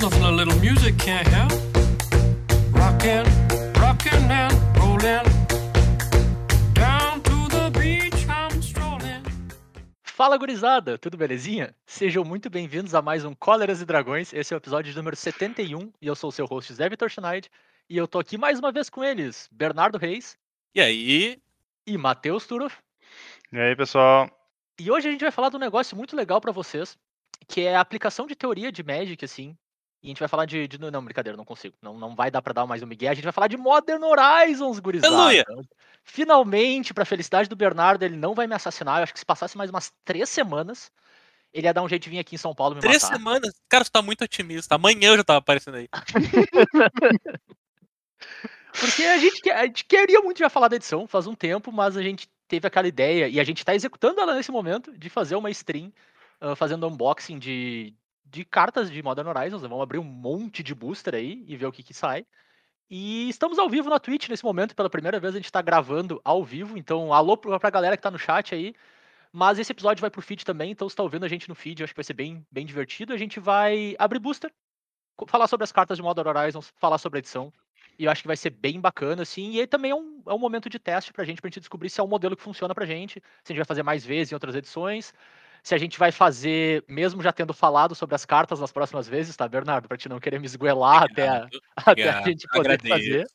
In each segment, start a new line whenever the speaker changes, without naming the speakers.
Loving a little music can't help. Rockin', rockin' and rollin'. Down to the beach I'm strolling.
Fala gurizada, tudo belezinha? Sejam muito bem-vindos a mais um Cóleras e Dragões. Esse é o episódio número 71 e eu sou o seu host Zé Vitor Schneid. E eu tô aqui mais uma vez com eles, Bernardo Reis
E aí,
e Matheus Turoff.
E aí, pessoal?
E hoje a gente vai falar de um negócio muito legal pra vocês, que é a aplicação de teoria de Magic, assim. E a gente vai falar de. de- não, brincadeira, não consigo. Não, não vai dar pra dar mais um Miguel. A gente vai falar de Modern Horizons, gurizada.
Aleluia!
Finalmente, pra felicidade do Bernardo, ele não vai me assassinar. Eu acho que se passasse mais umas três semanas, ele ia dar um jeito de vir aqui em São Paulo me
três
matar.
semanas? Cara, tu tá muito otimista. Amanhã eu já tava aparecendo aí.
Porque a gente, que- a gente queria muito já falar da edição faz um tempo, mas a gente teve aquela ideia, e a gente tá executando ela nesse momento, de fazer uma stream ah, fazendo unboxing de, de cartas de Modern Horizons. Vamos abrir um monte de booster aí e ver o que que sai. E estamos ao vivo na Twitch nesse momento, pela primeira vez a gente tá gravando ao vivo, então alô pra pra galera que tá no chat aí. Mas esse episódio vai pro feed também, então se tá ouvindo a gente no feed, eu acho que vai ser bem, bem divertido. A gente vai abrir booster, co- falar sobre as cartas de Modern Horizons, falar sobre a edição. E eu acho que vai ser bem bacana, assim. E aí também é um, é um momento de teste pra gente, pra gente descobrir se é um modelo que funciona pra gente, se a gente vai fazer mais vezes em outras edições, se a gente vai fazer, mesmo já tendo falado sobre as cartas nas próximas vezes, tá, Bernardo? Pra te não querer me esgoelar até,
Ah,
a- até a
obrigado,
gente poder
É, agradeço.
fazer.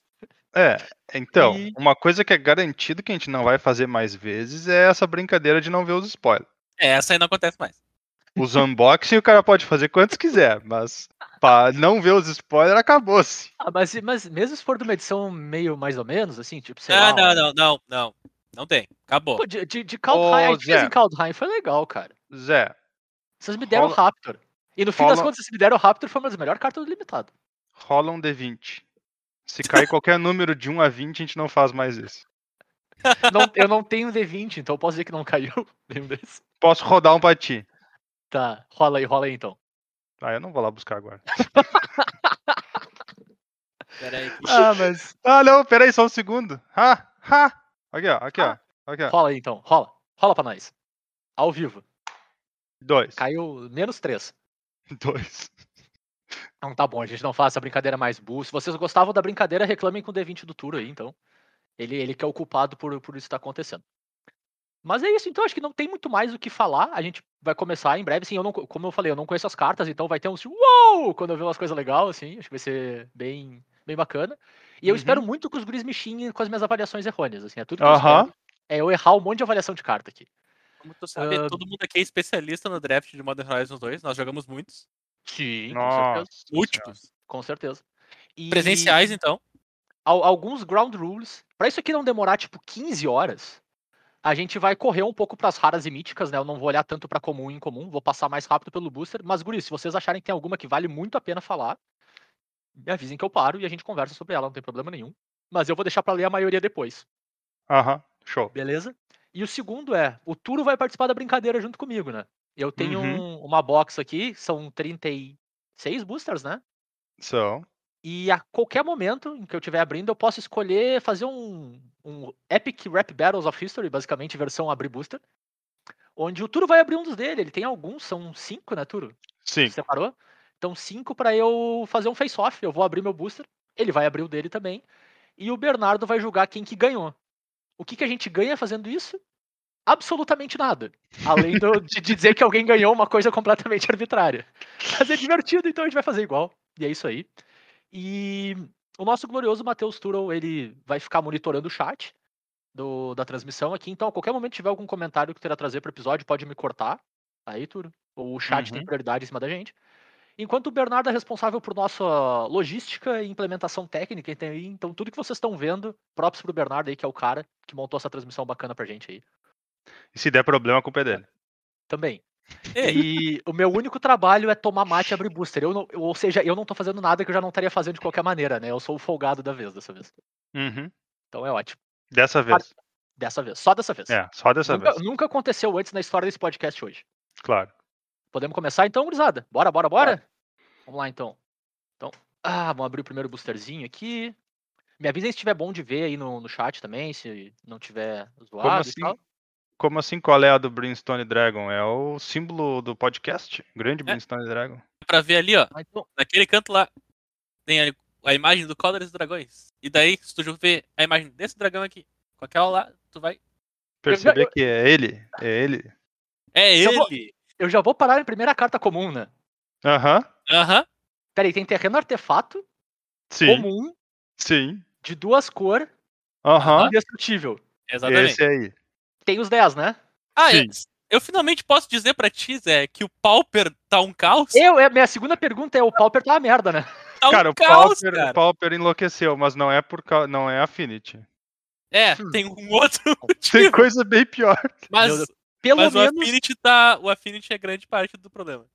É, então,
E-
uma coisa que é garantido que a gente não vai fazer mais vezes é essa brincadeira de não ver os spoilers.
É, essa aí não acontece mais.
Os unboxing o cara pode fazer quantos quiser, mas pra não ver os spoilers acabou-se.
Ah, mas, se- mas mesmo se for de uma edição meio mais ou menos, assim, tipo, sei
Ah,
lá.
não, não, não, não. Não tem. Acabou.
Pô, de, de, de Kaldheim, a
Ô,
gente fez
Zé.
em Kaldheim, foi legal, cara.
Zé,
Vocês me deram o
Rola-
Raptor. E no fim das
rola-
contas, vocês me deram o Raptor, foi uma das melhores cartas do limitado.
rola um D20. Se cair qualquer número de 1 a 20, a gente não faz mais isso.
Não- eu não tenho D20, então eu posso dizer que não caiu. Lembra desse?
Posso rodar um pra ti.
Tá, rola aí, rola aí então.
Ah, eu não vou lá buscar agora.
Pera aí. que-
Ah, mas. Ah, não, peraí, só um segundo. Ha, ha. Aqui, ó, aqui, ó. Aqui, ó.
Rola aí então, rola. Rola pra nós. Ao vivo.
Dois.
Caiu menos 3.
Dois.
Não tá bom, a gente não faz essa brincadeira mais burro. Se vocês gostavam da brincadeira, reclamem com o D20 do Turo aí, então. Ele, ele que é o culpado por, por isso estar acontecendo. Mas é isso, então acho que não tem muito mais o que falar. A gente vai começar em breve, sim. Eu não, co- como eu falei, eu não conheço as cartas, então vai ter uns uou! Quando eu ver umas coisas legais, assim. Acho que vai ser bem, bem bacana. E eu
Uhum.
espero muito que os guris me xinguem com as minhas avaliações errôneas, assim. É tudo que eu
Aham.
espero. É eu errar um monte de avaliação de carta aqui.
Como tu sabe,
Ah.
todo mundo aqui é especialista no draft de Modern Horizons 2. Nós jogamos muitos.
Sim, com certeza.
Nossa.
Múltiplos.
Com certeza. E-
Presenciais, então.
al- alguns ground rules. Pra isso aqui não demorar tipo 15 horas, a gente vai correr um pouco pras raras e míticas, né? Eu não vou olhar tanto pra comum e incomum, vou passar mais rápido pelo booster, mas guri, se vocês acharem que tem alguma que vale muito a pena falar, me avisem que eu paro e a gente conversa sobre ela, não tem problema nenhum. Mas eu vou deixar pra ler a maioria depois.
Aham, show.
Beleza? E o segundo é, o Turo vai participar da brincadeira junto comigo, né? Eu tenho
Uhum.
um- uma box aqui, são 36 boosters, né?
São.
E a qualquer momento em que eu estiver abrindo, eu posso escolher fazer um, um Epic Rap Battles of History, basicamente, versão abrir booster. Onde o Turo vai abrir um dos dele. Ele tem alguns, são cinco, né, Turo?
Sim.
Separou? Então, cinco pra eu fazer um face-off. Eu vou abrir meu booster. Ele vai abrir o dele também. E o Bernardo vai julgar quem que ganhou. O que, que a gente ganha fazendo isso? Absolutamente nada. Além do- de dizer que alguém ganhou uma coisa completamente arbitrária. Mas é divertido, então a gente vai fazer igual. E é isso aí. E o nosso glorioso Matheus Turel, ele vai ficar monitorando o chat do- da transmissão aqui. Então, a qualquer momento que tiver algum comentário que queira trazer pro episódio, pode me cortar. Tá Aí, Turo. O chat tem
Uhum.
prioridade em cima da gente. Enquanto o Bernardo é responsável por nossa logística e implementação técnica, então, aí, então tudo que vocês estão vendo, próprios pro Bernardo aí, que é o cara que montou essa transmissão bacana pra gente aí
E se der problema, a culpa é dele.
também.
É
Ei,
E o meu único trabalho é tomar mate e abrir booster. Eu não- eu- ou seja, eu não tô fazendo nada que eu já não estaria fazendo de qualquer maneira, né? Eu sou o folgado da vez dessa vez.
Uhum.
Então é ótimo.
Dessa vez.
Dessa vez. Só dessa vez.
É, só dessa
nunca,
vez.
nunca aconteceu antes na história desse podcast hoje.
Claro.
Podemos começar então, gurizada? Bora, bora, bora? Vamos lá então. Então, ah, vamos abrir o primeiro boosterzinho aqui. Me avisem se estiver bom de ver aí no, no chat também, se não tiver zoado e
assim?
tal.
Como
É.
assim, qual é a do Brimstone Dragon? É o símbolo do podcast? Grande Brimstone Dragon.
pra ver ali, ó.
Mas, bom,
Naquele canto lá tem a, a imagem do Cólera e dos Dragões. E daí, se tu ver a imagem desse dragão aqui, com aquela lá, tu vai.
Perceber que é ele. É ele.
É
Eu vou-
ele!
eu já vou parar na primeira carta comum, né?
Aham.
Aham.
Peraí, tem terreno artefato
Sim.
comum
Sim.
de duas cores
Aham.
Ah,
Aham.
indestrutível.
Exatamente.
é
Esse aí.
Tem os 10, né?
Ah,
Sim.
eu, eu finalmente posso dizer pra ti, Zé, que o Pauper tá um caos?
Eu, é, minha segunda pergunta é: o Pauper tá uma merda, né?
Tá um
cara, o
caos,
Pauper,
cara.
o Pauper enlouqueceu, mas não é por causa. Não é Affinity.
É,
Hum.
tem um outro
Tem
motivo.
coisa bem pior.
Mas,
Meu Deus. Pelo
mas o
menos.
Affinity tá. O Affinity é grande parte do problema.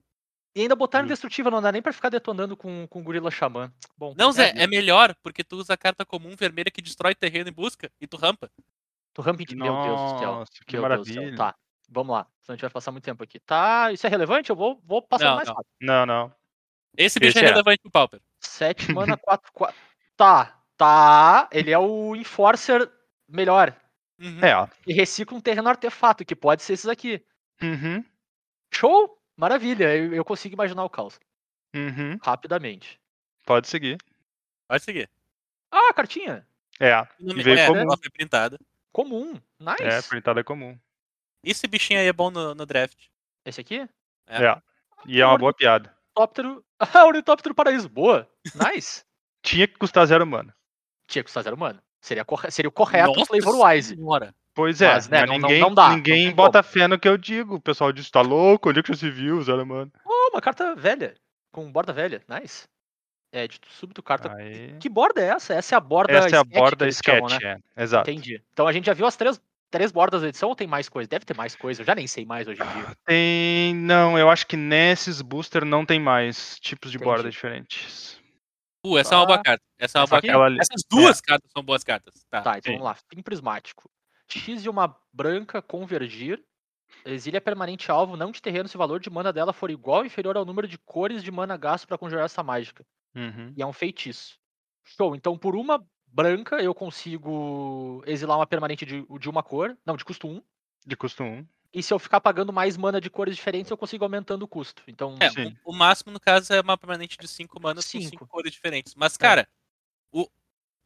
E ainda botaram indestrutível, não dá nem pra ficar detonando com, com o Gorila Xamã. Bom,
Não, Zé,
é,
é melhor porque tu usa a carta comum vermelha que destrói terreno e busca e tu rampa.
Tu rampa de... Meu Deus do céu.
Nossa, que
Meu Deus do céu.
maravilha.
Tá, vamos lá. Senão a gente vai passar muito tempo aqui. Tá, isso é relevante? Eu vou, vou passar
Não,
mais
não.
rápido.
Não, não.
Esse bicho
Esse
é
é.
relevante pro Pauper.
7 mana, 4, 4. Tá, tá. Ele é o Enforcer melhor.
Uhum.
É, ó.
E recicla um terreno artefato, que pode ser esses aqui.
Uhum.
Show! Maravilha, eu, eu consigo imaginar o caos.
Uhum.
Rapidamente.
Pode seguir.
Pode seguir.
Ah, cartinha!
É,
Finalmente-
veio
é,
comum.
ela foi printada.
Comum. Nice.
é, printada comum.
Esse bichinho aí é bom no, no draft.
Esse aqui?
É.
É. E é uma boa piada.
Tóptero. Ah, Ornitóptero Paraíso. Boa. Nice.
Tinha que custar zero mana.
Tinha que usar zero humano. Seria, corre... Seria o é correto
Nossa
Flavorwise.
Senhora.
Pois é,
Mas,
mas,
né, não- não-
ninguém,
não dá, não
ninguém
tem
bota fé no que eu digo. O pessoal diz, tá louco? Onde é que você viu, zero mana?
Oh, uma carta velha. Com borda velha. Nice. É, de súbito carta.
Aí...
Que borda é essa? Essa é a borda
Ah, Essa é a
sketch que
borda
eles
sketch,
chamam, né?
é. Exato.
Entendi. Então a gente já viu as três, três bordas da edição ou tem mais coisa? Deve ter mais coisa, eu já nem sei mais hoje em dia.
Tem. Não, eu acho que nesses booster não tem mais tipos de
Entendi.
borda diferentes.
Uh, essa é uma boa
Ah.
carta. Essa é uma
Essa
boa
aqui?
carta.
Aquela ali.
Essas duas cartas são boas cartas. Tá.
Tá, então
Ah, sim.
vamos lá. Fim prismático. X de uma branca convergir. Exilia permanente alvo não de terreno se o valor de mana dela for igual ou inferior ao número de cores de mana gasto pra conjurar essa mágica.
Uhum.
E é um feitiço. Show. Então por uma branca eu consigo exilar uma permanente de, de uma cor. Não, de custo 1.
De custo 1.
E se eu ficar pagando mais mana de cores diferentes, eu consigo aumentando o custo. Então,
É,
Sim.
o, o máximo, no caso, é uma permanente de 5 manas com
Cinco. É.
5 cores diferentes. Mas, cara, o-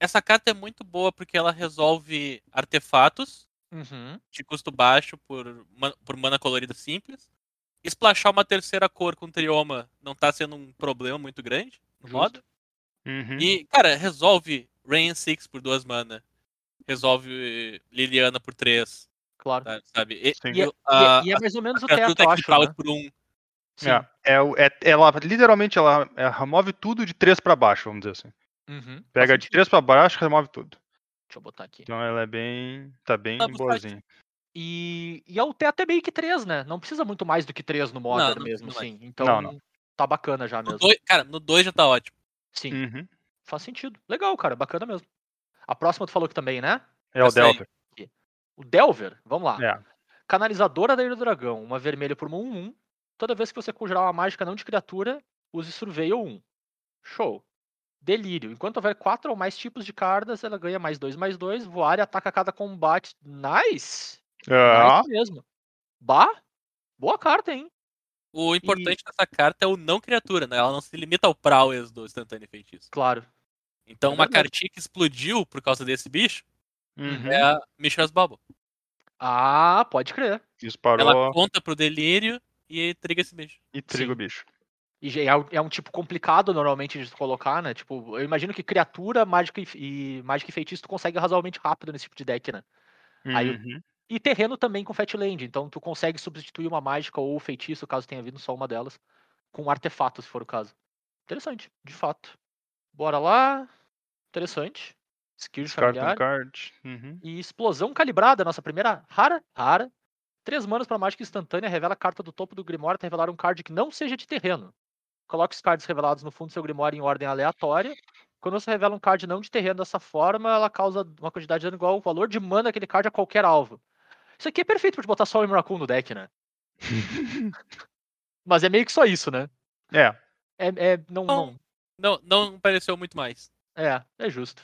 essa carta é muito boa porque ela resolve artefatos
uhum.
de custo baixo por, ma- por mana colorida simples. Splashar uma terceira cor com trioma não tá sendo um problema muito grande no
Justo.
modo.
Uhum.
E, cara, resolve Rain Six por 2 mana. Resolve Liliana por 3,
claro.
sabe? E,
Sim.
Uhum. E é-
a-
Ah,
e, é- e é mais ou menos o
a criatura
teto, eu acho.
Technical
Né?
por 1.
Sim.
É, é o- é- ela literalmente ela, ela remove tudo de 3 pra baixo, vamos dizer assim.
Uhum. Faz
Pega de
sentido.
3 pra baixo, remove tudo.
Deixa eu botar aqui.
Então ela é bem. Tá bem
Vamos lá,
boazinha.
E, e é o teto é meio que 3, né? Não precisa muito mais do que 3 no Modern
Não, não
mesmo,
precisa mais.
sim. Então
Não, não.
tá bacana já
No
mesmo.
dois- Cara, no 2 já tá ótimo.
Sim,
Uhum.
faz sentido. Legal, cara, bacana mesmo. A próxima tu falou que também, né?
É o
Essa aí.
Delver.
O Delver, vamos lá.
É.
Canalizadora da Ilha do Dragão, uma vermelha por 1 1. Toda vez que você conjurar uma mágica não de criatura, use Surveil 1. Show. Delírio. Enquanto houver 4 ou mais tipos de cartas, ela ganha mais 2, mais 2, voar e ataca a cada combate. Nice!
Ah,
Nice mesmo. Bah, boa carta, hein?
O importante dessa carta é o não criatura, né? Ela não se limita ao prowess do instantâneo feitiço.
Claro.
Então,
É
uma
verdade.
cartinha que explodiu por causa desse bicho
uhum.
é a Mishra's Bubble.
Ah, pode crer.
Disparou
Ela conta pro delírio e triga esse bicho.
e trigo
sim.
bicho.
E já é um, é um tipo complicado normalmente de tu colocar, né? Tipo, eu imagino que criatura, mágica e, fe- e mágica e feitiço tu consegue razoavelmente rápido nesse tipo de deck, né? Aí o-
Uhum.
E terreno também com Fatland, então tu consegue substituir uma mágica ou feitiço, caso tenha vindo só uma delas, com um artefato, se for o caso. Interessante, de fato. Bora lá. Interessante. Skill de
Descarta
familiar.
um card. Uhum.
E explosão calibrada, nossa primeira rara, rara. Três manas para mágica instantânea, revela a carta do topo do Grimório até revelar um card que não seja de terreno. Coloque os cards revelados no fundo do seu Grimório em ordem aleatória. Quando você revela um card não de terreno dessa forma, ela causa uma quantidade de dano igual ao valor de mana daquele card a qualquer alvo. Isso aqui é perfeito pra te botar só o Emrakul no deck, né? Mas é meio que só isso, né?
É.
É, é, não,
Bom.
não,
Não, não pareceu muito mais.
é, é justo.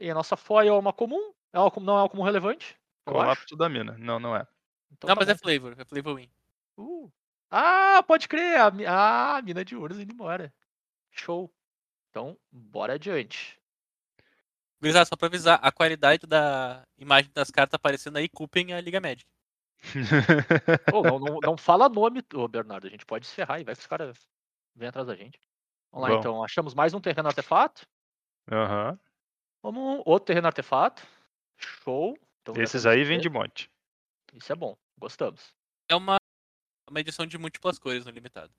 E a nossa foil é uma comum, é uma, com- não é uma comum relevante. eu acho.
Colapso da mina. Não, não é.
Então
não,
tá
mas
bom.
é flavor, é flavor win.
Uh. Ah, pode crer, a, mi- ah, a mina de Urza indo embora. Show. Então, bora adiante.
Gurizada, só pra avisar, a qualidade da imagem das cartas aparecendo aí, culpem a Liga Magic.
Ô, não, não, não fala nome, ô, Bernardo, a gente pode se ferrar e vai que os caras vêm atrás da gente. Vamos lá,
Bom.
então, achamos mais um terreno artefato.
Aham.
Vamos, outro terreno artefato. Show. Então, já
Esses
temos
aí
esse.
vêm de monte.
Isso é bom, gostamos.
É uma, uma edição de múltiplas cores no limitado.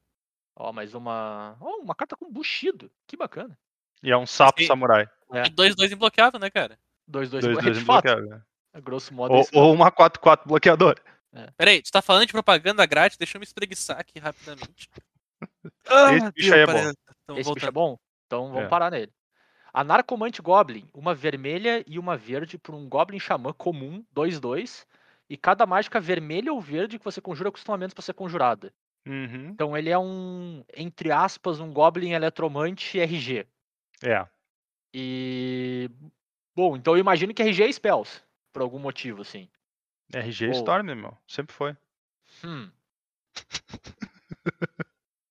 Ó, mais uma. Ó, uma carta com buchido. Que bacana.
E é um sapo
Sim.
samurai.
É.
E 2-2 imbloqueável, né, cara?
2, 2, 2,
2-2
de fato.
bloqueado.
um a Grosso modo.
Ou,
esse-
ou um uma 4-4 bloqueador.
Peraí, tu tá falando de propaganda grátis? Deixa eu me espreguiçar aqui rapidamente.
Esse bicho aí é bom.
Então,
Ah, Esse bicho é
voltando.
bom? Então vamos
É.
parar nele. A Narcomante Goblin, uma vermelha e uma verde por um Goblin Xamã comum, 2-2. E cada mágica vermelha ou verde que você conjura custa um a menos pra ser conjurada.
Uhum.
Então ele é um, entre aspas, um Goblin Eletromante RG.
É.
E. Bom, então eu imagino que RG é Spells, por algum motivo, assim.
RG
Ou-
Storm, irmão. Sempre foi.
Hum.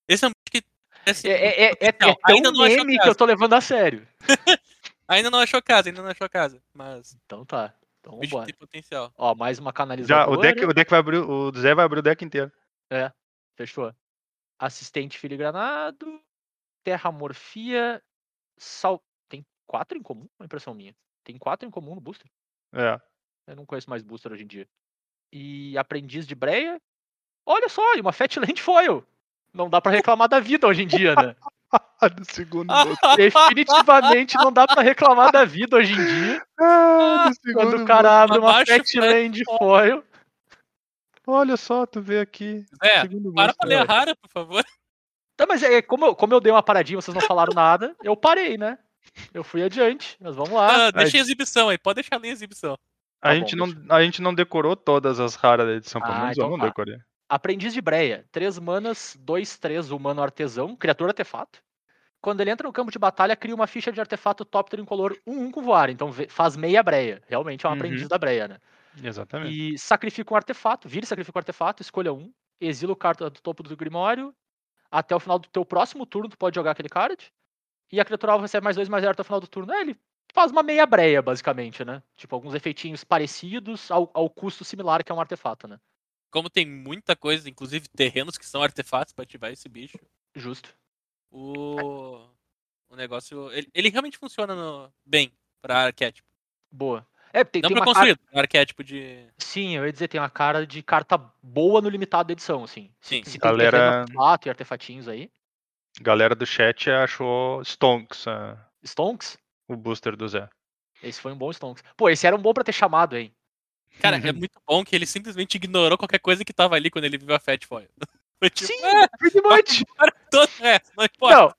Esse é um bicho que. assim,
É, é, é, é, é
Não, ainda
tão
não achou
meme que
graça.
eu tô levando a sério.
Ainda não achou casa, ainda não achou casa. Mas
Então tá. Então
o bicho
vambora.
tem potencial.
Ó, mais uma
Já,
canalizadora.
o, deck, o deck vai abrir. O Zé vai abrir o deck inteiro.
Fechou. Assistente filigranado, terra morfia, sal... Tem quatro em comum? Uma impressão minha. Tem quatro em comum no booster?
É.
Eu não conheço mais booster hoje em dia. E aprendiz de breia. Olha só, e uma Fatland Foil. Não dá pra reclamar da vida hoje em dia, né?
Ah, do segundo boto.
Definitivamente não dá pra reclamar da vida hoje em dia.
Ah, do
Quando o
segundo
cara abre uma
abaixo
Fatland Foil.
boto. Olha só, tu vê aqui.
É,
segundo
para
boto.
pra ler a rara, por favor.
Tá, mas é, como, eu, como eu dei uma paradinha, vocês não falaram nada, eu parei, né? Eu fui adiante, mas vamos lá.
Ah, deixa em exibição aí, pode deixar ali em exibição.
A,
Tá
gente
bom,
não, a gente não decorou todas as raras da edição, pelo
Ah,
menos eu
então
não
tá.
decorei.
Aprendiz de Breia. 3 manas, 2, 3, humano artesão, criatura artefato. Quando ele entra no campo de batalha, cria uma ficha de artefato top incolor 1-1 com voar. Então vê- faz meia breia. Realmente é um
Uhum. É.
aprendiz da breia, né?
Exatamente.
E sacrifica um artefato, vira e sacrifica um artefato, escolha um, exila o carta do topo do Grimório. Até o final do teu próximo turno, tu pode jogar aquele card. E a criatura alvo recebe mais dois mais zero até o final do turno. É, ele faz uma meia breia, basicamente, né? Tipo, alguns efeitinhos parecidos ao, ao custo similar que é um artefato, né?
Como tem muita coisa, inclusive terrenos que são artefatos pra ativar esse bicho,
Justo.
o, o negócio. Ele, ele realmente funciona no- bem pra arquétipo.
Boa. É, tem,
Não
tem
pra
uma cara...
construir, pra arquétipo de.
Sim, eu ia dizer, tem uma cara de carta boa no limitado da edição, assim.
Sim.
Se tem
Galera-
artefato e artefatinhos aí.
Galera do chat achou Stonks ah,
Stonks?
o booster do Zé.
Esse foi um bom Stonks. Pô, esse era um bom pra ter chamado, hein?
Cara, é muito bom que ele simplesmente ignorou qualquer coisa que tava ali quando ele viu a Fat Foil. Foi tipo,
Sim,
"Ah,
pretty much.
todo- é, não importa.
Não,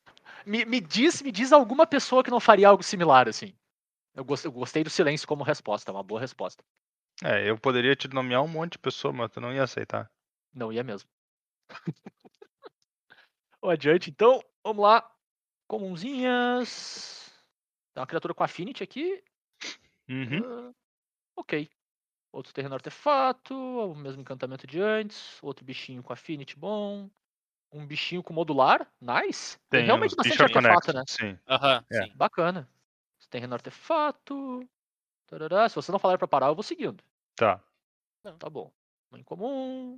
me, me diz, me diz alguma pessoa que não faria algo similar, assim. Eu gos- eu gostei do silêncio como resposta, uma boa resposta.
É, eu poderia te nomear um monte de pessoa, mas tu não ia aceitar.
Não ia mesmo. Ô, adiante, então, vamos lá. Comunzinhas. Tem uma criatura com Affinity aqui.
Uhum.
Ah, ok. Outro terreno artefato, o mesmo encantamento de antes, outro bichinho com affinity bom, um bichinho com modular, nice. Tem realmente
os
bastante
Bichar
artefato,
Connect,
né?
Sim.
Aham,
É.
sim.
Bacana. Esse terreno artefato. tarará, Se você não falar pra parar, eu vou seguindo.
Tá.
Não, tá bom. Um em comum,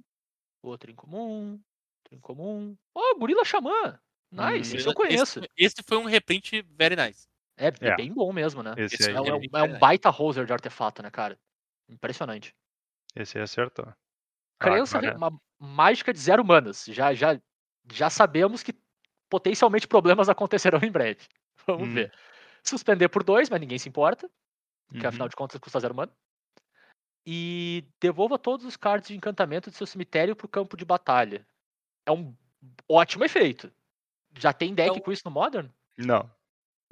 outro em comum, outro em comum. Oh, gorila xamã! Nice,
Hum,
esse eu
Esse-
conheço.
Esse foi um reprint very nice.
É, é
É.
bem bom mesmo, né?
Esse,
Esse
aí,
É um, é um-
bem
é um
diferente.
baita hoser de artefato, né, cara? Impressionante.
esse aí acertou. Ah,
crença de-
agora-
né?
uma mágica de zero humanas. Já, já, já sabemos que potencialmente problemas acontecerão em breve. Vamos
Hum.
ver. Suspender por dois, mas ninguém se importa, porque
Uhum.
afinal de contas custa zero mana. E devolva todos os cards de encantamento do seu cemitério pro campo de batalha. É um ótimo efeito. Já tem deck
o-
com isso no Modern?
Não.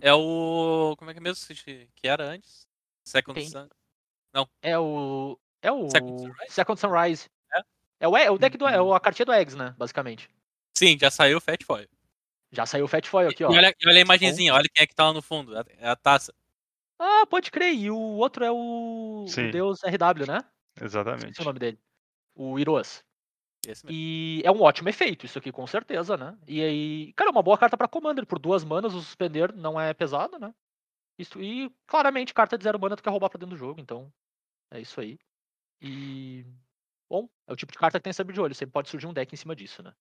É o. Como é que é mesmo que que era antes? Second
Tem.
Sun.
É o. É o.
Second Sunrise?
Second Sunrise.
É? Hum.
É o, é o deck do. É o- a cartinha do Eggs, né? Basicamente.
Sim, já saiu o Fat Foil.
Já saiu o Fat Foil aqui, ó.
E olha, e olha a imagenzinha, olha quem é que tá lá no fundo. a- É a taça.
Ah, pode crer. E o outro é o, o
Sim.
Deus RW, né? Esqueci
Exatamente.
o nome dele. O Iroas.
Esse mesmo.
E é um ótimo efeito, isso aqui com certeza, né? E aí, cara, é uma boa carta pra Commander. Por duas manas, o suspender não é pesado, né? Isso, e claramente, carta de zero mana tu quer roubar pra dentro do jogo, então é isso aí. E. Bom, é o tipo de carta que tem que saber de olho, sempre pode surgir um deck em cima disso, né?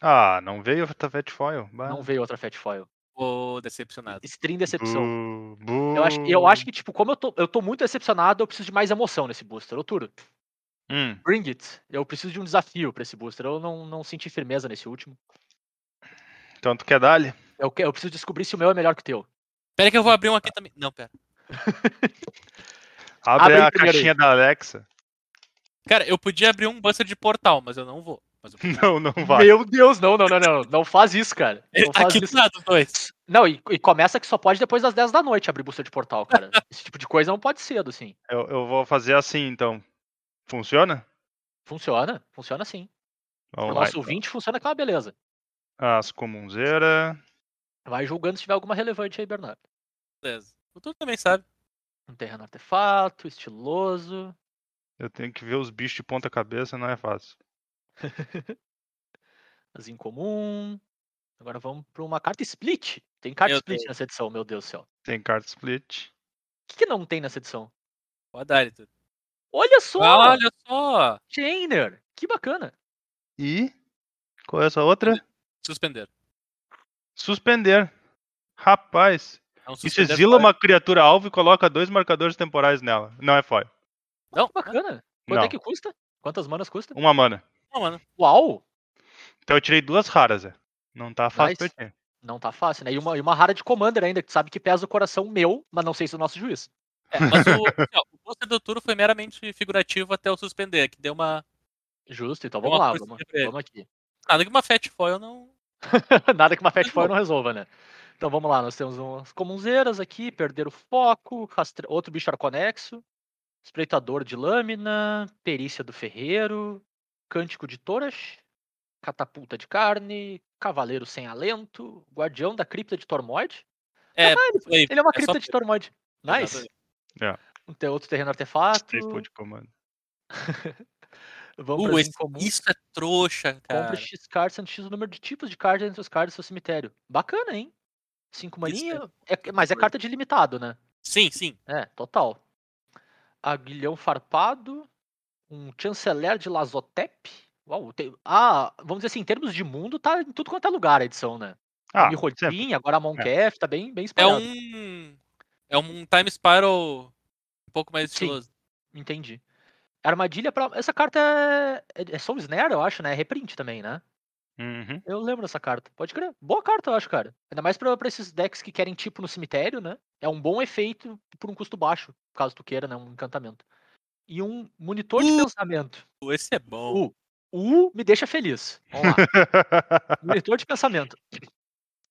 Ah, não veio a Fat Foil? Bah.
Não veio outra Fat Foil.
Tô
É.
decepcionado.
String Decepção.
Bu, bu.
Eu acho, eu acho que, tipo, como eu tô, eu tô muito decepcionado, eu preciso de mais emoção nesse booster. Ô, Turo,
Hum,
bring it. Eu preciso de um desafio pra esse booster. Eu não, não senti firmeza nesse último.
então tu quer dar-lhe?
Eu, que- eu preciso descobrir se o meu é melhor que o teu.
Pera que eu vou abrir um aqui também. Não, pera.
Abre
Abre, a
aí primeiro aí.
caixinha da Alexa.
Cara, eu podia abrir um buster de portal, mas eu não vou. Mas eu podia.
Não, não vai. É,
Meu Deus, não, não, não, não. Não faz isso, cara. Não faz
aqui do
isso.
lado, os dois.
Não, e, e começa que só pode depois das 10 da noite abrir booster de portal, cara. Esse tipo de coisa não pode cedo, assim.
Eu, eu vou fazer assim, então. Funciona?
Funciona? Funciona sim. O
Vamos lá.
nosso
então.
ouvinte funciona que é uma beleza.
As comunzeira.
Vai julgando se tiver alguma relevante aí, Bernardo.
Beleza. O Tudo também sabe.
Um terreno artefato, estiloso.
Eu tenho que ver os bichos de ponta cabeça, não é fácil.
As incomum. Agora vamos para uma carta split. Tem carta
Meu
split nessa edição, meu Deus do céu. O
Tem carta split.
que, que não tem nessa edição?
O Adalito.
Olha só!
Ah, Olha só!
Chainer! Que bacana!
E qual é essa outra?
Suspender.
Suspender. Rapaz,
É um
isso
suspender
exila
fora.
uma criatura alvo e coloca dois marcadores temporais nela. Não é foil.
Não,
Que bacana! Quanto
Não,
é que custa? Quantas manas custa?
uma mana.
não, mano.
Uau!
Então eu tirei duas raras, é. Não tá fácil
Nice.
pra ti.
Não tá fácil, né? E uma, e uma rara de Commander ainda, que tu sabe que pesa o coração meu, mas não sei se do nosso juiz.
É, mas o, assim, ó, o booster do Turo foi meramente figurativo até o suspender, que deu uma.
Justo, então
Deu
vamos
uma
lá,
força
vamos,
de ver.
vamos aqui.
Nada que uma Fat Foil não.
Nada que uma
Tá
Fat Foil não resolva, né? Então vamos lá, nós temos umas comunzeiras aqui, perder o foco, rastre- outro bicho arconexo, espreitador de lâmina, perícia do ferreiro, cântico de toras, catapulta de carne, cavaleiro sem alento, guardião da cripta de Tormoid.
É,
Caralho,
foi-
ele é uma
é só
cripta de
pra-
Tormoid. Nice.
Exatamente. É.
Tem outro terreno artefato.
Três pontos de comando.
Vamos
Uh,
para
esse-
incomum.
isso é trouxa, cara.
Compre X cards, sendo X o número de tipos de cards entre os cards do seu cemitério. Bacana, hein? Cinco
Isso,
maninha, é- mas é carta de limitado, né?
Sim, sim.
É, total. Aguilhão farpado, um chanceler de Lazotep. Uau, tem- Ah, vamos dizer assim, em termos de mundo, tá em tudo quanto é lugar a edição, né?
Ah,
e
sempre.
Rodin, agora a Moncaf, tá bem, bem
Tá, É
espalhado.
um. É um Time Spiral um pouco mais
Sim.
estiloso.
Entendi. Armadilha pra. Essa carta é. É, é Soul Snare, eu acho, né? É reprint também, né?
Uhum.
Eu lembro dessa carta. Pode crer. Boa carta, eu acho, cara. Ainda mais pra, pra esses decks que querem tipo no cemitério, né? É um bom efeito por um custo baixo, caso tu queira, né? Um encantamento. E um monitor de
Uh!
pensamento.
Esse é bom.
Uh. U me deixa feliz. Vamos lá. monitor de pensamento.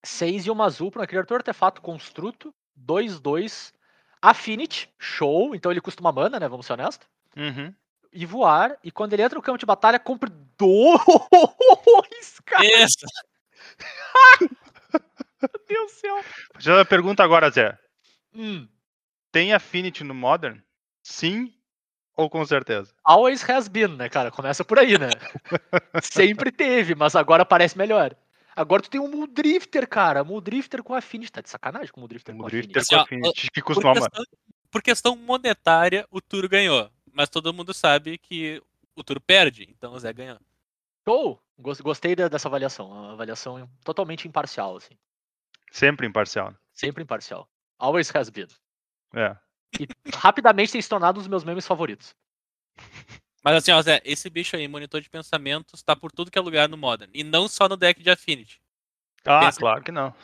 6 e uma azul pra uma criatura artefato construto. 2, 2. Affinity, show. Então ele custa uma mana, né? Vamos ser honestos.
Uhum.
E voar. E quando ele entra no campo de batalha, compre dois, cara.
Esse.
Meu Deus do céu.
Já pergunta agora, Zé.
Hum.
Tem Affinity no Modern? Sim ou com certeza?
Always has been, né, cara? Começa por aí, né? Sempre teve, mas agora parece melhor. Agora tu tem um Muldrifter, cara. Muldrifter com Affinity. Tá de sacanagem com o Muldrifter com
O Drifter
Affinity. é
com
Assim, ó,
Affinity, que
Por
custa uma mana.
questão, por questão monetária, o Turo ganhou. Mas todo mundo sabe que o Turo perde, então o Zé ganhou.
Show! Gos- Gostei da- dessa avaliação. Uma avaliação totalmente imparcial, assim.
Sempre imparcial. né?
Sempre imparcial. Always has been.
É.
E rapidamente tem se tornado um dos meus memes favoritos.
Mas assim, ó, Zé, esse bicho aí, monitor de pensamentos, tá por tudo que é lugar no Modern. E não só no deck de Affinity.
Ah,
Pensa-
claro que não.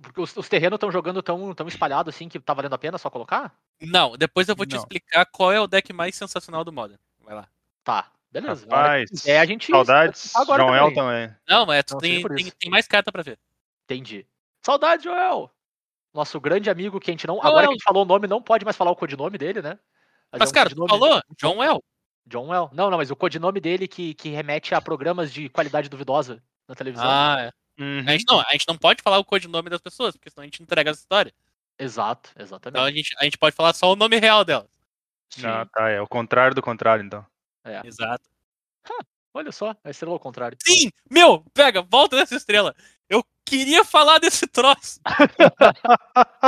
Porque os, os terrenos estão jogando tão, tão espalhado assim que tá valendo a pena só colocar?
Não, depois eu vou te
Não.
explicar qual é o deck mais sensacional do Modern. Vai lá.
Tá, beleza. A hora que
Rapaz,
quiser, a gente. tá
saudades. é.
agora
Joel
também.
também.
Não, mas tu
Não,
tem,
sei por
tem,
isso.
tem mais carta pra ver.
Entendi. Saudade, Joel! Nosso grande amigo que a gente não.
Joel.
Agora que a gente falou o nome, não pode mais falar o codinome dele, né?
Mas,
é um
cara, tu
codinome-
falou? John Well.
John Well. Não, não, mas o codinome dele que, que remete a programas de qualidade duvidosa na televisão.
Ah, é.
Uhum.
A gente, não, a gente não pode falar o codinome das pessoas, porque senão a gente entrega essa história.
Exato,
Então
exatamente.
a gente, a gente pode falar só o nome real dela.
Sim,
Ah, tá. É o contrário do contrário, então.
é.
Exato.
Olha só, a estrela ao contrário.
Sim! Meu, pega, volta nessa estrela. Eu queria falar desse troço. Ah,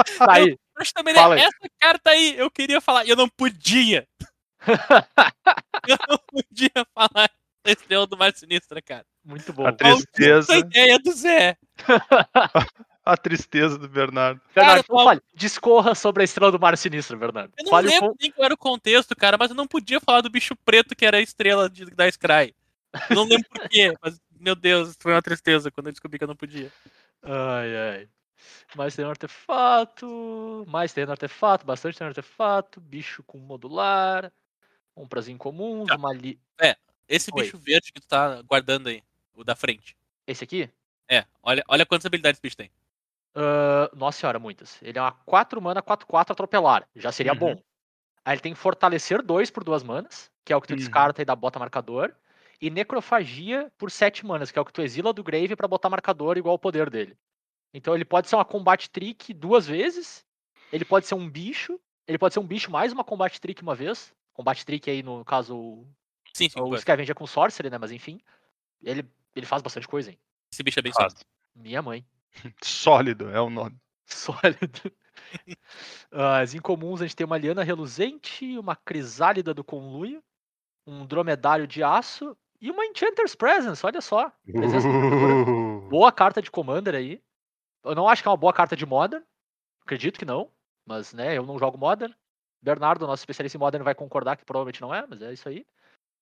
Tá aí.
Mas também né,
Fala aí.
essa carta aí, eu queria falar. e Eu não podia. eu não podia falar da estrela do mais sinistra, cara.
Muito bom.
A tristeza,
é.
Essa ideia do Zé.
a tristeza do Bernardo.
Bernardo,
Cara,
então fale. Discorra sobre a estrela do Mar Sinistro, Bernardo.
Eu não
Fale um
lembro
com-
nem qual era o contexto, cara, mas eu não podia falar do bicho preto que era a estrela de- da Scry. Eu não lembro por quê, mas, meu Deus, foi uma tristeza quando eu descobri que eu não podia.
Ai, ai. Mais terreno artefato. Mais terreno artefato. Bastante terreno artefato. Bicho com modular. Um prazinho comum.
Tá.
Uma li...
Esse
Oi.
bicho verde que tu tá guardando aí, o da frente.
Esse aqui?
É, olha, olha quantas habilidades o bicho tem.
Ah, nossa senhora, muitas. Ele é uma 4 mana, 4, 4 atropelar. Já seria
Uhum.
bom. Aí ele tem fortalecer 2 por 2 manas, que é o que tu
Uhum.
descarta e dá bota marcador. E necrofagia por 7 manas, que é o que tu exila do grave pra botar marcador igual o poder dele. Então ele pode ser uma combat trick duas vezes. Ele pode ser um bicho. Ele pode ser um bicho mais uma combat trick uma vez. Combat trick aí, no caso,
Sim, sim,
o
claro.
Scavenger com Sorcery, né? Mas enfim. Ele, ele faz bastante coisa, hein?
esse bicho é bem
Ah,
sólido.
Minha mãe.
Sólido é o nome.
Sólido. Ah, As incomuns a gente tem uma liana reluzente, uma crisálida do conluio, um dromedário de aço e uma Enchanter's Presence, olha só. Presença do criatura.
Uh,
Boa carta de Commander aí. Eu não acho que é uma boa carta de Modern, acredito que não, mas né, eu não jogo Modern. Bernardo, nosso especialista em Modern, vai concordar que provavelmente não é, mas é isso aí.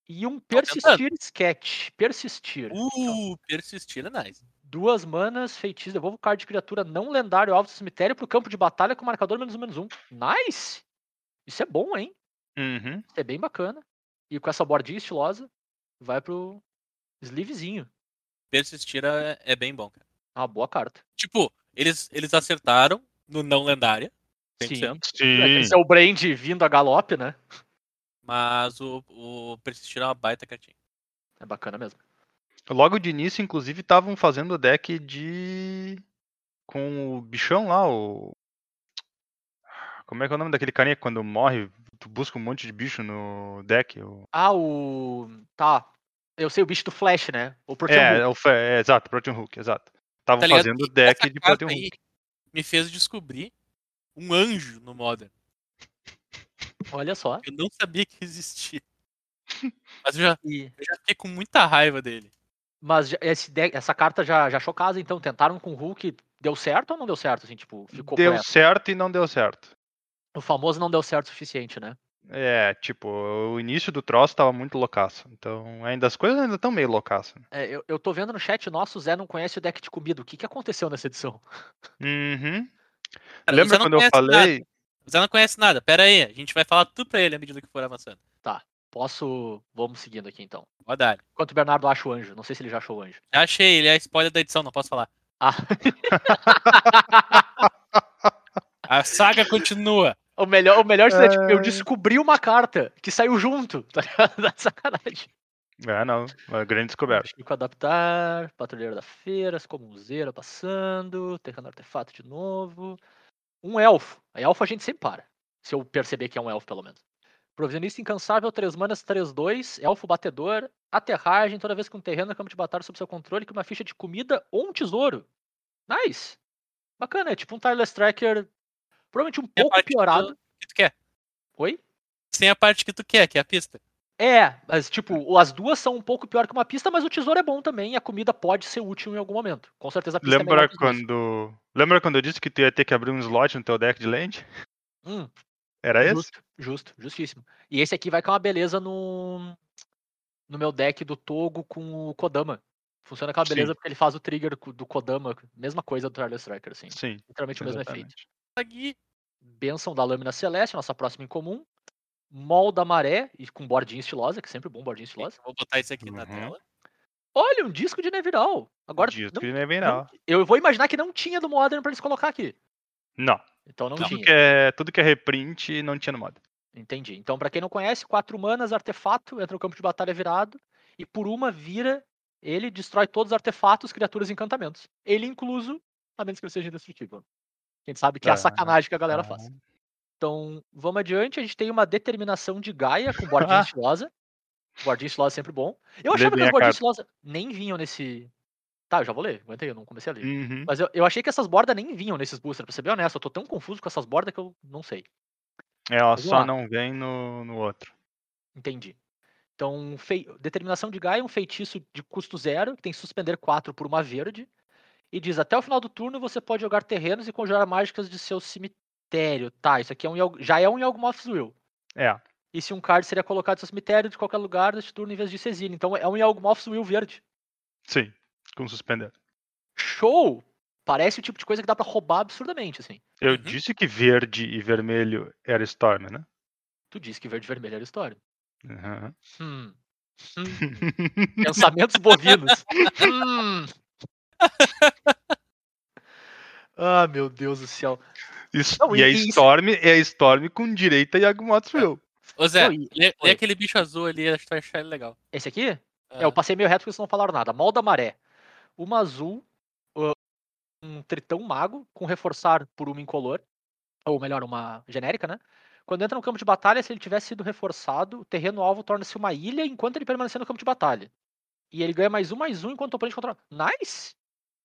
E um Persistir Sketch. Persistir.
Uh, persistir é nice.
Duas manas, feitiço, devolvo o card de criatura não lendário alvo do cemitério pro campo de batalha com marcador menos um menos um. Nice! Isso é bom, hein?
uhum.
Isso é bem bacana. E com essa bordinha estilosa, vai pro sleevezinho.
Persistir é, é bem bom, cara.
É Uma boa carta.
Tipo, eles, eles acertaram no não lendária, 100%,
Sim.
Esse é o brand vindo a galope, né?
mas o, o persistir é uma baita cartinha.
É bacana mesmo.
Logo de início, inclusive, estavam fazendo o deck de. Com o bichão lá, o. Como é que é o nome daquele carinha que quando morre, tu busca um monte de bicho no deck? O...
Ah, o. Tá. Eu sei o bicho do Flash, né? O Protean
É,
Hulk.
é, o fe- é, exato, Protein Hook, exato. Estavam
Tá ligado?
fazendo o
E
deck
essa
de um-
carta
Protein
aí
Hook.
Me fez descobrir um anjo no Modern.
Olha só.
Eu não sabia que existia. Mas eu já,
E-
eu já fiquei com muita raiva dele.
Mas já- esse de- essa carta já, já achou casa, então. Tentaram com o Hulk. Deu certo ou não deu certo? Assim, tipo, ficou por
Deu
essa?
certo e não deu certo.
O famoso não deu certo o suficiente, né?
É, tipo, o início do troço tava muito loucaço. Então, ainda as coisas ainda estão meio loucaço. né?
É, eu, eu tô vendo no chat nosso, o Zé não conhece o deck de comida. O que, que aconteceu nessa edição?
Uhum.
Cara,
Lembra
você não
quando eu
conhece nada.
falei?
Você não conhece nada. Pera aí, a gente vai falar tudo pra ele à medida que for avançando.
Posso. Vamos seguindo aqui então.
Ó, Dali.
Enquanto o Bernardo acha o anjo. Não sei se ele já achou o anjo.
Já achei, ele é spoiler da edição, não posso falar.
Ah.
a saga continua.
O melhor, o melhor seria, tipo, eu
É.
descobri uma carta que saiu junto. Tá ligado? Dá Sacanagem.
É, não. Uma grande descoberta.
Chico adaptar, patrulheiro da feira, comunzeira passando, terreno artefato de novo. Um elfo. A elfo a gente sempre para. Se eu perceber que é um elfo, pelo menos. Provisionista incansável, 3 manas, 3-2, elfo batedor, aterragem, toda vez que um terreno é campo de batalha sob seu controle, que uma ficha de comida ou um tesouro. Nice! Bacana, é tipo um Tireless Tracker, provavelmente um
É a
pouco
parte do-
piorado.
O que tu quer?
Oi?
Sem a parte que tu quer, que é a pista.
É, mas tipo, o- as duas são um pouco pior que uma pista, mas o tesouro é bom também e a comida pode ser útil em algum momento. Com certeza a pista é
Lembra
melhor que isso.
quando. Lembra quando eu disse que tu ia ter que abrir um slot no teu deck de land?
Hum,
Era É esse?
justo, justo, justíssimo. E esse aqui vai com uma beleza no no meu deck do Togo com o Kodama. Funciona com uma
Sim.
beleza porque ele faz o trigger co- do Kodama, mesma coisa do Tireless Striker, assim.
Sim.
Literalmente o mesmo efeito.
exatamente.
Tá Aqui.
Benção da Lâmina Celeste, nossa próxima em comum. Mol da Maré, e com bordinha estilosa, que é sempre bom bordinha estilosa.
Vou botar isso aqui na
Uhum.
tela.
Olha, um disco de Neviral. Agora,
Diz
não
que não é bem
Não
não.
ti- Eu vou imaginar que não tinha do Modern pra eles colocar aqui.
Não.
Então não,
Tudo
tinha.
que, é, tudo que é reprint não tinha no modo.
Entendi. Então, pra quem não conhece, quatro manas, artefato, entra no campo de batalha virado. E por uma vira, ele destrói todos os artefatos, criaturas e encantamentos. Ele incluso, tá a menos que ele seja indestrutível. A gente sabe que é a
Tá.
sacanagem que a galera
Ah.
faz. Então, vamos adiante. A gente tem uma determinação de Gaia com bordinha
Ah.
estilosa. Guardião Estilosa é sempre bom. Eu
Lê
achava que
bem
as Guardiões
a carta.
Estilosas nem vinham nesse. Tá, eu já vou ler, aguenta aí, eu não comecei a ler.
Uhum.
Mas eu, eu achei que essas bordas nem vinham nesses boosters, pra ser bem honesto. Eu tô tão confuso com essas bordas que eu não sei.
Ela
vamos
É, só
lá.
não vem no, no outro.
Entendi. Então, fei- determinação de Gaia é um feitiço de custo zero, que tem suspender 4 por uma verde. E diz: até o final do turno você pode jogar terrenos e conjurar mágicas de seu cemitério. Tá, isso aqui é um Yelg- já é um Yawgmoth's Will.
É.
E se um card seria colocado no seu cemitério de qualquer lugar deste turno em vez de se exile. Então é um Yawgmoth's Will verde.
Sim. Com suspender.
Show! Parece o tipo de coisa que dá pra roubar absurdamente, assim.
Eu
Uhum.
disse que verde e vermelho era Storm, né?
Tu disse que verde e vermelho era história.
Uhum.
Hum. Hum. Pensamentos bovinos. Hum. ah, meu Deus do céu.
Isso-
Não,
e,
e-
a
e isso-
Storm é a Storm com direita e Agmotsville.
Ô Zé,
Não, e-
lê,
Oi.
lê aquele bicho azul ali, acho que tu vai achar ele legal.
Esse aqui? É,
Ah,
eu passei meio reto porque vocês não falaram nada. Mal da maré. Uma azul, ah, um tritão mago, com reforçar por uma incolor. Ou melhor, uma genérica, né? Quando entra no campo de batalha, se ele tivesse sido reforçado, o terreno alvo torna-se uma ilha enquanto ele permanecer no campo de batalha. E ele ganha mais um, mais um enquanto o oponente controla. Nice!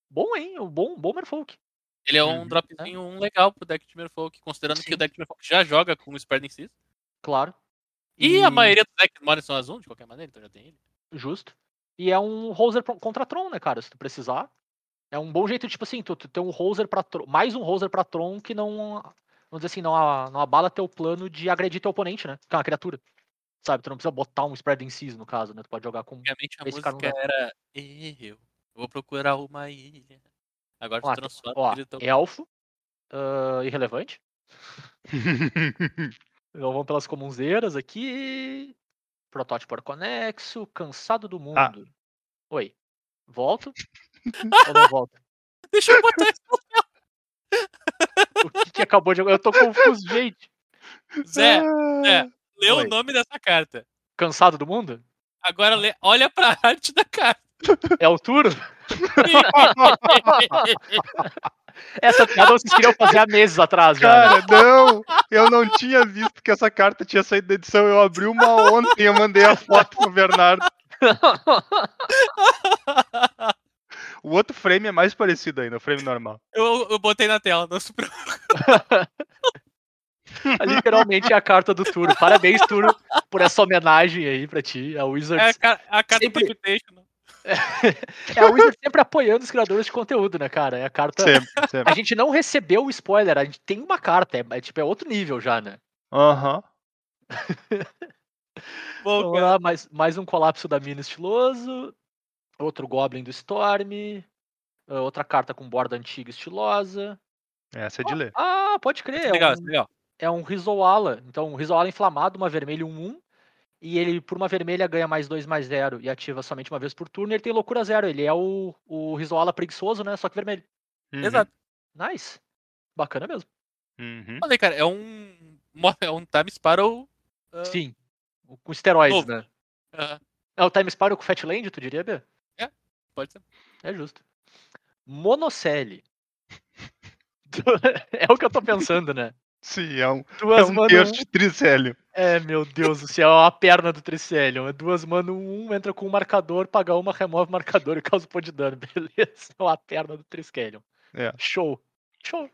Bom, hein? Um Bom, bom Merfolk.
Ele é um
Uhum.
dropzinho um legal pro deck de Merfolk, considerando
Sim.
que o deck de Merfolk já joga com o Sperding Seas.
Claro.
E, a maioria dos decks moram em São Azul, de qualquer maneira, então já tem ele.
Justo. E é um Roser pro- contra Tron, né, cara? Se tu precisar. É um bom jeito, tipo assim, tu, tu ter um Roser pra Tron, mais um Roser pra Tron que não, vamos dizer assim, não, a- não abala teu plano de agredir teu oponente, né? Que é uma criatura. Sabe, tu não precisa botar um Spread in Seas, no caso, né? Tu pode jogar com...
Antigamente a
Esse cara
música era Eu vou procurar uma ilha. Agora
Ó,
tu transforma
ó, é
ele tão-
Elfo, ah, irrelevante. Então vamos pelas comunzeiras aqui. Protótipo Arconexo, cansado do mundo.
Ah.
Oi. Volto? Ou não volto?
Deixa eu botar isso.
O que, que acabou de. Eu tô confuso, gente.
Zé,
Ah,
Zé, lê
Oi.
o nome dessa carta.
Cansado do mundo?
Agora lê, olha pra arte da carta.
É o turno? Essa piada vocês queriam fazer há meses atrás, já. né?
Cara, não! Eu não tinha visto que essa carta tinha saído da edição. Eu abri uma ontem e mandei a foto pro Bernardo. O outro frame é mais parecido ainda, o frame normal.
eu, eu botei na tela, não se preocupe.
Literalmente é a carta do turno. Parabéns, turno, por essa homenagem aí pra ti. A Wizards.
É a, ca- a carta
Sempre-
do né? Temptation.
É a Wizards sempre apoiando os criadores de conteúdo, né, cara? É a
Tá.
carta.
Sempre, sempre.
A gente não recebeu o spoiler, a gente tem uma carta. É, é tipo, é outro nível já, né?
Aham.
Bom,
Vamos
cara.
lá, mais, mais um colapso da mina estiloso. Outro Goblin do Storm. ah, Outra carta com borda antiga estilosa.
Essa é de ler.
Ah, pode crer. É
Legal,
um-
legal.
é um Rizoala. Então, um Rizoala inflamado, uma vermelha e um 1. E ele, por uma vermelha, ganha mais 2, mais 0 e ativa somente uma vez por turno. E ele tem loucura zero. Ele é o, o Rizoala preguiçoso, né? Só que vermelho.
Uhum,
Exato.
Nice. Bacana mesmo.
uhum.
Falei, cara, é um, mo- é um Time Sparrow. ah,
Sim. O- Com esteroides,
Novo.
né?
ah,
É o Time Spiral com Fatland, tu diria, B?
pode ser.
É justo. Monocele. é o que eu tô pensando, né?
Sim, é um, é
Duas
um
mana,
terço de tricélio.
É, meu Deus do céu, é a perna do Tricelion. É duas mano, um entra com um marcador, paga uma, remove o marcador e causa um ponto de dano. Beleza, é uma perna do Tricelion.
É.
Show. Show.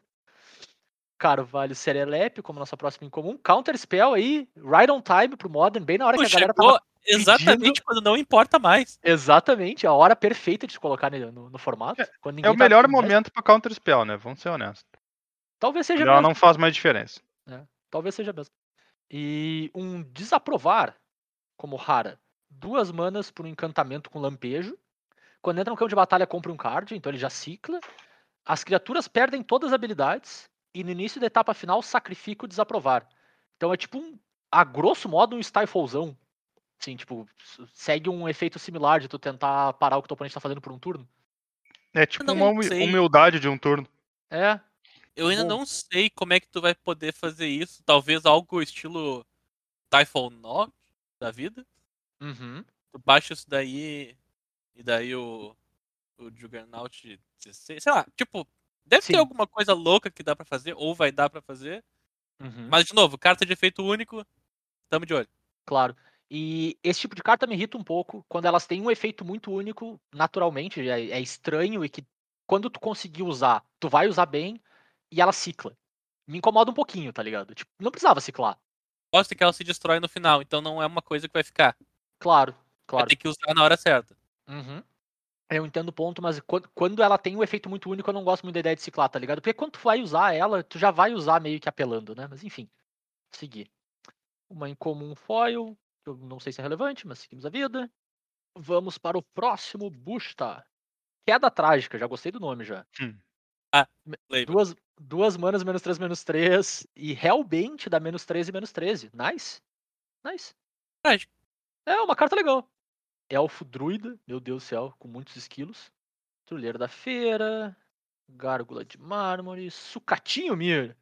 Carvalho Serelepe, como nossa próxima em comum. Counter Spell aí, right on time pro Modern, bem na hora
Pô,
que a galera
chegou
tava...
exatamente quando não importa mais.
Exatamente, a hora perfeita de se colocar ne- no, no formato. quando
É
ninguém
o
tá
melhor
com mais-
momento pra Counter Spell, né? Vamos ser honestos.
Talvez seja
Ela
mesmo.
não faz mais diferença.
Talvez seja mesmo. E um desaprovar, como rara, duas manas por um encantamento com lampejo. Quando entra no campo de batalha, compra um card, então ele já cicla. As criaturas perdem todas as habilidades e no início da etapa final sacrifica o desaprovar. Então é tipo um, a grosso modo, um stiflezão. Sim, tipo, s- segue um efeito similar de tu tentar parar o que o teu oponente tá fazendo por um turno.
É tipo
não
uma humi-
sei.
humildade de um turno.
É,
Eu ainda
Bom.
não sei como é que tu vai poder fazer isso. Talvez algo estilo Typhoon Knock da vida.
uhum,
Tu baixa isso daí e daí o, o Juggernaut 16. Sei lá, tipo, deve
Sim.
ter alguma coisa louca que dá pra fazer, ou vai dar pra fazer.
uhum.
Mas, de novo, carta de efeito único, tamo de olho.
Claro. E E esse tipo de carta me irrita um pouco quando elas têm um efeito muito único, naturalmente, é, é estranho e que quando tu conseguir usar, tu vai usar bem e ela cicla. Me incomoda um pouquinho, tá ligado? Tipo, não precisava ciclar.
Gosto é que ela se destrói no final, então não é uma coisa que vai ficar.
Claro,
Vai
claro.
ter que usar na hora certa.
Uhum. Eu entendo o ponto, mas quando, quando ela tem um efeito muito único, eu não gosto muito da ideia de ciclar, tá ligado? Porque quando tu vai usar ela, tu já vai usar meio que apelando, né? Mas enfim, seguir. Uma incomum foil, que eu não sei se é relevante, mas seguimos a vida. Vamos para o próximo Busta. Queda Trágica, já gostei do nome já.
Hum.
Ah, lembro.
duas, duas manas, menos 3, menos 3. E Hellbent dá menos 13, menos 13. Nice. Nice.
Trágico.
É uma carta legal. Elfo druida, meu Deus do céu, com muitos esquilos. Trulheiro da feira. Gárgula de mármore. Sucatinho Mir.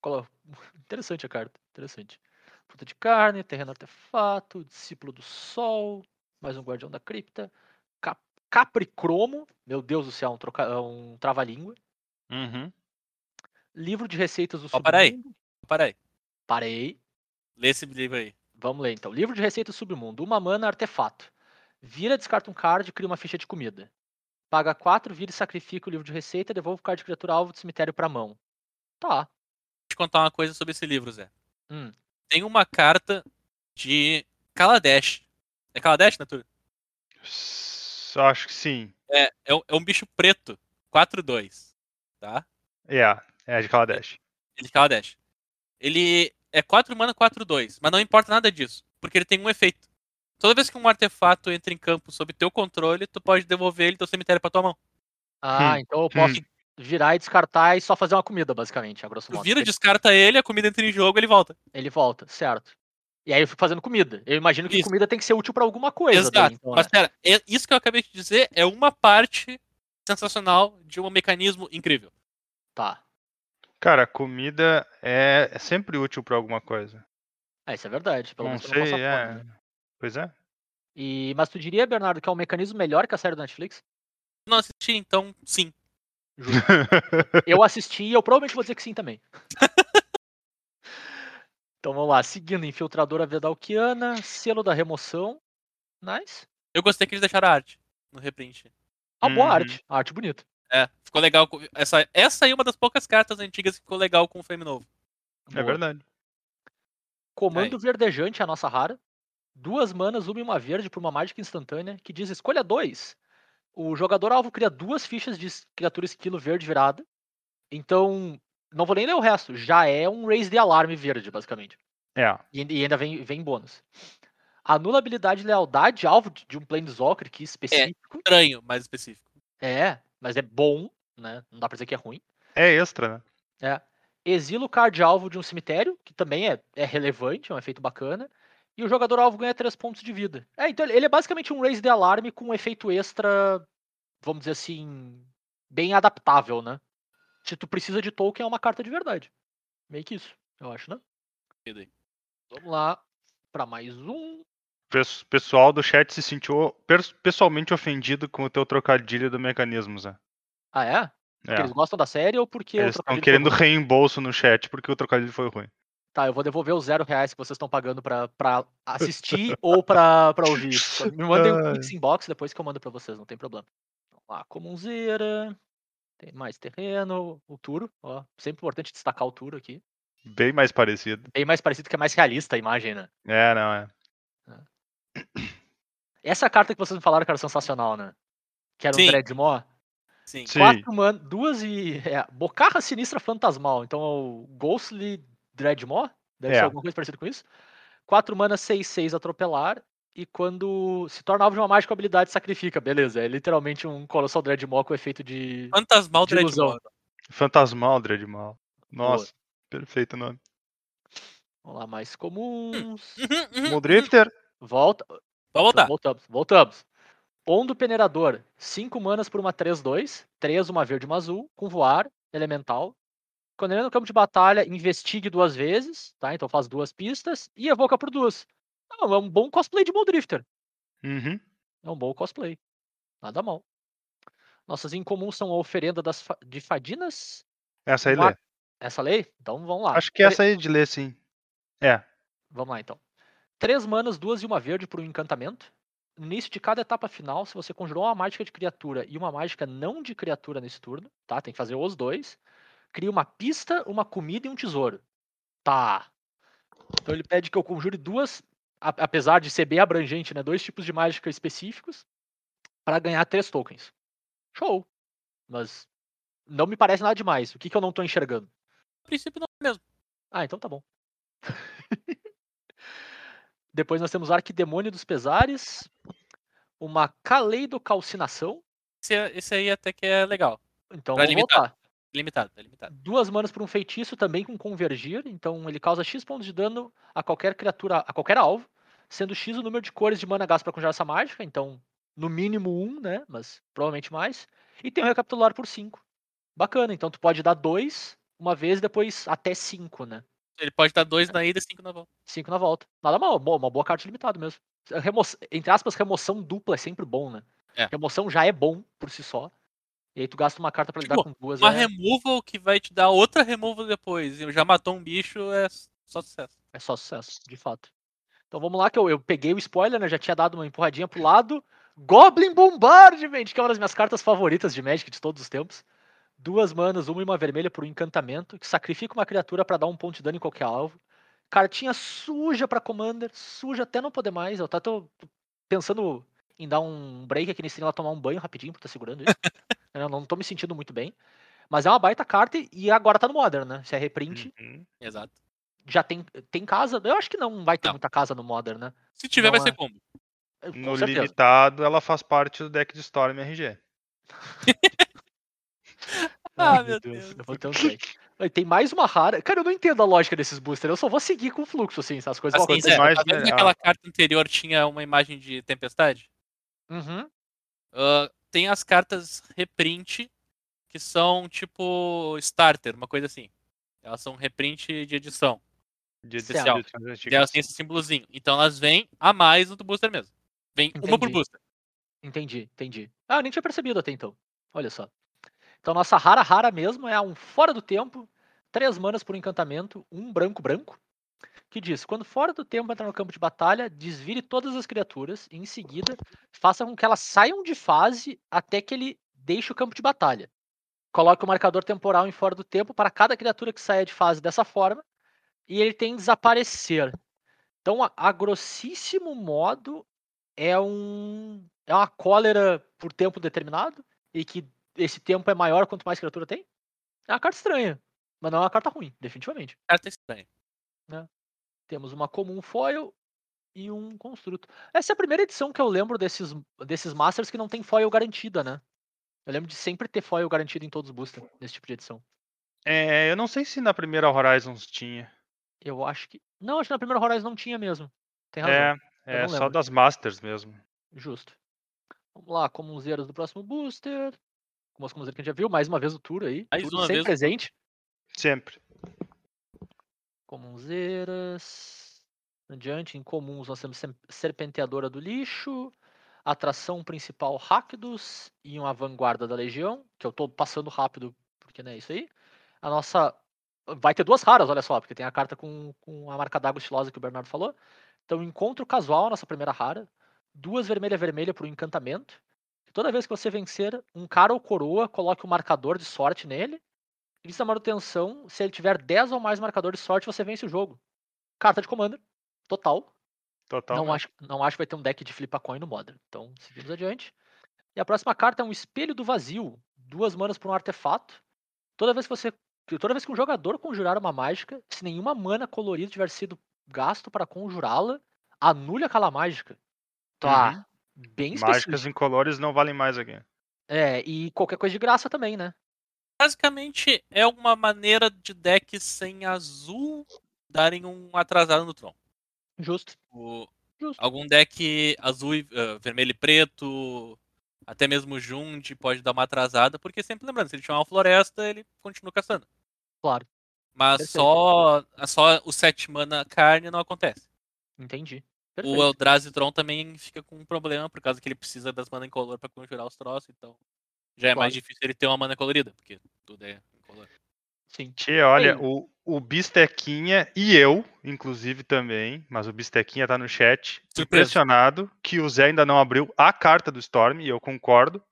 Colo- Interessante a carta. Interessante. Fruta de carne, terreno artefato, discípulo do sol, mais um guardião da cripta. Cap- Capricromo, meu Deus do céu, um, troca... é um trava-língua.
Uhum.
Livro de receitas do
Ó, para aí.
submundo.
Para aí.
Parei.
Lê esse livro aí.
Vamos ler então. Livro de Receita do Submundo. Uma mana, artefato. Vira, descarta um card, cria uma ficha de comida. Paga 4, vira e sacrifica o livro de receita, devolve o card de criatura alvo do cemitério pra mão. Tá.
te contar uma coisa sobre esse livro, Zé.
Hum.
Tem uma carta de Kaladesh. É Kaladesh, Natura?
S- Acho que sim.
É, é um, é um bicho preto. 4-2. Tá?
É, a- é a de Kaladesh.
Ele de Kaladesh. Ele é 4 mana, 4-2. Mas não importa nada disso. Porque ele tem um efeito. Toda vez que um artefato entra em campo sob teu controle, tu pode devolver ele do teu cemitério pra tua mão. Hum,
Ah, então eu posso virar e descartar e só fazer uma comida, basicamente, a grosso
Tu
modo.
vira,
ele,
descarta ele, a comida entra em jogo, ele volta.
ele volta, certo. E aí eu fico fazendo comida. Eu imagino que
Isso.
comida tem que ser útil pra alguma coisa. daí,
Exato.
então,
Mas
né?
pera, é- isso que eu acabei de dizer é uma parte sensacional de um mecanismo incrível.
Tá.
Cara, comida é, é sempre útil pra alguma coisa.
Ah, isso é verdade. Pelo
não
menos pra não
sei,
passar
é.
fome, né?
Pois é.
E, mas tu diria, Bernardo, que é um mecanismo melhor que a série da Netflix?
Se não assistir, então sim.
Eu assisti e eu provavelmente vou dizer que sim também. então vamos lá. Seguindo, Infiltradora Vedalquiana, Selo da Remoção. Nice.
Eu gostei que eles deixaram a arte no reprint.
Uma boa
Uhum.
arte. Arte bonita.
É, ficou legal. com- Essa, essa aí é uma das poucas cartas antigas que ficou legal com o frame novo.
é
Boa.
verdade.
Comando Verdejante é a nossa rara. Duas manas, uma e uma verde por uma mágica instantânea, que diz escolha dois. O jogador alvo cria duas fichas de es- criatura esquilo verde virada. Então, não vou nem ler o resto. Já é um raise de alarme verde, basicamente.
É.
E, ainda- e ainda vem, vem bônus. Anula habilidade e lealdade, alvo de de um Planeswalker, que específico.
Estranho, mais específico.
É. mas é bom, né? Não dá pra dizer que é ruim.
É extra, né?
Exila o card alvo de um cemitério, que também é, é relevante, é um efeito bacana. E o jogador alvo ganha 3 pontos de vida. É, então ele ele é basicamente um raise de alarme com um efeito extra, vamos dizer assim, bem adaptável, né? Se tu precisa de token, é uma carta de verdade. Meio que isso, eu acho, né?
E daí?
Vamos lá pra mais um.
Pes- pessoal do chat se sentiu pers- pessoalmente ofendido com o teu trocadilho do mecanismo, Zé.
Ah, é?
É.
Porque eles gostam da série ou porque eu
Eles estão
trocadilho foi
querendo
ruim?
reembolso no chat porque o trocadilho foi ruim.
Tá, eu vou devolver os zero reais que vocês estão pagando pra, pra assistir ou pra, pra ouvir. isso. Me mandem um
Ai.
pix inbox depois que eu mando pra vocês, não tem problema. Vamos lá, comunzeira. Tem mais terreno. O Turo, ó. Sempre importante destacar o Turo aqui.
Bem mais parecido.
Bem mais parecido que é mais realista a imagem, né?
É, não, é.
Essa carta que vocês me falaram que era sensacional, né? Que era um
Sim.
Dreadmore.
Sim.
Sim.
Quatro man... Duas e. É, Bocarra Sinistra Fantasmal. Então é o Ghostly Dreadmore. Deve
É.
ser alguma coisa parecida com isso. Quatro mana, 6, 6 atropelar. E quando se torna alvo de uma mágica habilidade, sacrifica. Beleza, é literalmente um Colossal Dreadmore com efeito de.
Fantasmal
De ilusão.
Dreadmore.
Fantasmal, Dreadmal. Nossa, perfeito nome.
Vamos lá, mais comuns. Hum,
Uhum, uhum.
Modrifter.
Volta.
Pode voltar.
Voltamos, voltamos. Ondo Peneirador. cinco manas por uma 3-2. 3, uma verde e uma azul. Com voar, elemental. Quando ele é no campo de batalha, investigue duas vezes, tá? Então faz duas pistas e evoca por duas. Ah, é um bom cosplay de Moldrifter.
Uhum.
É um bom cosplay. Nada mal. Nossas incomuns são a oferenda das fa- de Fadinas.
Essa aí
Ma-
lê.
Essa lei? Então vamos lá.
Acho que
Tre-
essa aí de ler, sim. É.
Vamos lá então. Três manas, duas e uma verde por um encantamento. No início de cada etapa final, se você conjurou uma mágica de criatura e uma mágica não de criatura nesse turno, tá? Tem que fazer os dois. Cria uma pista, uma comida e um tesouro. Tá. Então ele pede que eu conjure duas, a- apesar de ser bem abrangente, né? Dois tipos de mágica específicos para ganhar três tokens. Show. Mas não me parece nada demais. O que, que eu não tô enxergando?
A princípio não é mesmo.
Ah, então tá bom. Depois nós temos o Arquidemônio dos Pesares, uma Caleidocalcinação.
Esse, esse aí até que é legal.
Então
Tá
vou
limitado.
voltar.
Limitado, tá limitado.
Duas manas por um feitiço também com convergir, então ele causa X pontos de dano a qualquer criatura, a qualquer alvo, sendo X o número de cores de mana gasto para conjurar essa mágica, então no mínimo um, né, mas provavelmente mais. E tem o recapitular por 5. Bacana, então tu pode dar dois uma vez, depois até cinco, né?
Ele pode dar
É.
dois na ida e cinco na volta.
5 na volta. Nada mal, boa- uma boa carta de limitado mesmo. Remo- entre aspas, remoção dupla é sempre bom, né?
É.
Remoção já é bom por si só. E aí tu gasta uma carta pra lidar
Tipo,
com duas.
Uma
é,
removal que vai te dar outra removal depois. e Já matou um bicho, é só sucesso.
é só sucesso, de fato. Então vamos lá, que eu, eu peguei o spoiler, né? Já tinha dado uma empurradinha pro lado. Goblin Bombardment, que é uma das minhas cartas favoritas de Magic de todos os tempos. Duas manas, uma e uma vermelha por um encantamento, que sacrifica uma criatura pra dar um ponto de dano em qualquer alvo. Cartinha suja pra Commander, suja até não poder mais. Eu até tô pensando em dar um break aqui nesse lá tomar um banho rapidinho, porque tá segurando isso. Eu não tô me sentindo muito bem. Mas é uma baita carta e- e agora tá no Modern, né? Se é reprint,
Uhum.
Exato.
já tem, tem casa? Eu acho que não vai ter
Não.
muita casa no Modern, né?
Se tiver,
Não
vai
é.
ser combo.
Eu- Com
No
certeza.
limitado, ela faz parte do deck de Storm RG.
Ah, meu Deus.
Eu vou ter um tanque. Aí Tem mais uma rara. Cara, eu não entendo a lógica desses boosters. Eu só vou seguir com o fluxo, assim, essas coisas. vão
Assim,
coisa
Zé,
acontecendo.
mais
tá vendo
melhor.
Ah.
naquela carta anterior tinha uma imagem de tempestade?
Uhum.
Ah, tem as cartas reprint, que são tipo starter, uma coisa assim. Elas são reprint de edição.
De
Certo.
edição.
E elas
assim.
têm esse símbolozinho. Então elas vêm a mais no do booster mesmo. Vem uma por
Entendi.
booster.
Entendi, entendi. Ah, eu nem tinha percebido até então. Olha só. Então, nossa rara rara mesmo é um fora do tempo, três manas por encantamento, um branco branco, que diz: quando fora do tempo entrar no campo de batalha, desvire todas as criaturas e em seguida faça com que elas saiam de fase até que ele deixe o campo de batalha. Coloque o marcador temporal em fora do tempo para cada criatura que saia de fase dessa forma e ele tem desaparecer. Então, a- a grossíssimo modo, é um é uma cólera por tempo determinado e que esse tempo é maior quanto mais criatura tem. É uma carta estranha, mas não é uma carta ruim, definitivamente.
Carta estranha.
Temos uma comum foil e um construto. Essa é a primeira edição que eu lembro desses desses masters que não tem foil garantida, né? Eu lembro de sempre ter foil garantido em todos os boosters nesse tipo de edição.
É, eu não sei se na primeira Horizons tinha.
Eu acho que não, acho que na primeira Horizon não tinha mesmo. Tem razão.
É,
eu
é
não
só
lembro.
das Masters mesmo.
Justo. Vamos lá, comunzeiras do próximo booster. Algumas comunzeiras que a gente já viu, mais uma vez o tour aí.
Mais
tudo
uma
sem
vez o tour.
presente.
Sempre.
Comunzeiras. Adiante, em comuns nós temos sem- Serpenteadora do Lixo, Atração Principal Ráquidos e uma Vanguarda da Legião, que eu tô passando rápido, porque não é isso aí. A nossa. Vai ter duas raras, olha só, porque tem a carta com, com a marca d'água estilosa que o Bernardo falou. Então, Encontro Casual, a nossa primeira rara. Duas vermelha-vermelha por um encantamento. Toda vez que você vencer, um cara ou coroa coloque um marcador de sorte nele. Vista manutenção, se ele tiver 10 ou mais marcadores de sorte, você vence o jogo. Carta de commander, total.
Total.
não,
né?
acho, não acho que vai ter um deck de flipa coin no Modern. Então, seguimos adiante. E a próxima carta é um espelho do vazio. Duas manas por um artefato. Toda vez que você. Toda vez que um jogador conjurar uma mágica, se nenhuma mana colorida tiver sido gasto para conjurá-la, anule aquela mágica. Tá. Bem específico.
Uhum. Mágicas incolores não valem mais aqui.
É, e qualquer coisa de graça também, né?
Basicamente, é uma maneira de decks sem azul darem um atrasado no tronco.
Justo.
O-
Justo.
algum deck azul, e- eh, vermelho e preto, até mesmo Jund pode dar uma atrasada, porque sempre lembrando, se ele tiver uma floresta, ele continua caçando.
Claro.
Mas
Perfeito.
só, ah, só o 7 mana carne não acontece.
Entendi.
O Eldrazi Tron também fica com um problema, por causa que ele precisa das mana incolor pra conjurar os troços, então já é
Claro.
mais difícil ele ter uma mana colorida, porque tudo é incolor.
Sim.
Tchê,
Ei.
olha, o, o Bistequinha e eu, inclusive também, mas o Bistequinha tá no chat,
Surpresa.
impressionado que o Zé ainda não abriu a carta do Storm, e eu concordo.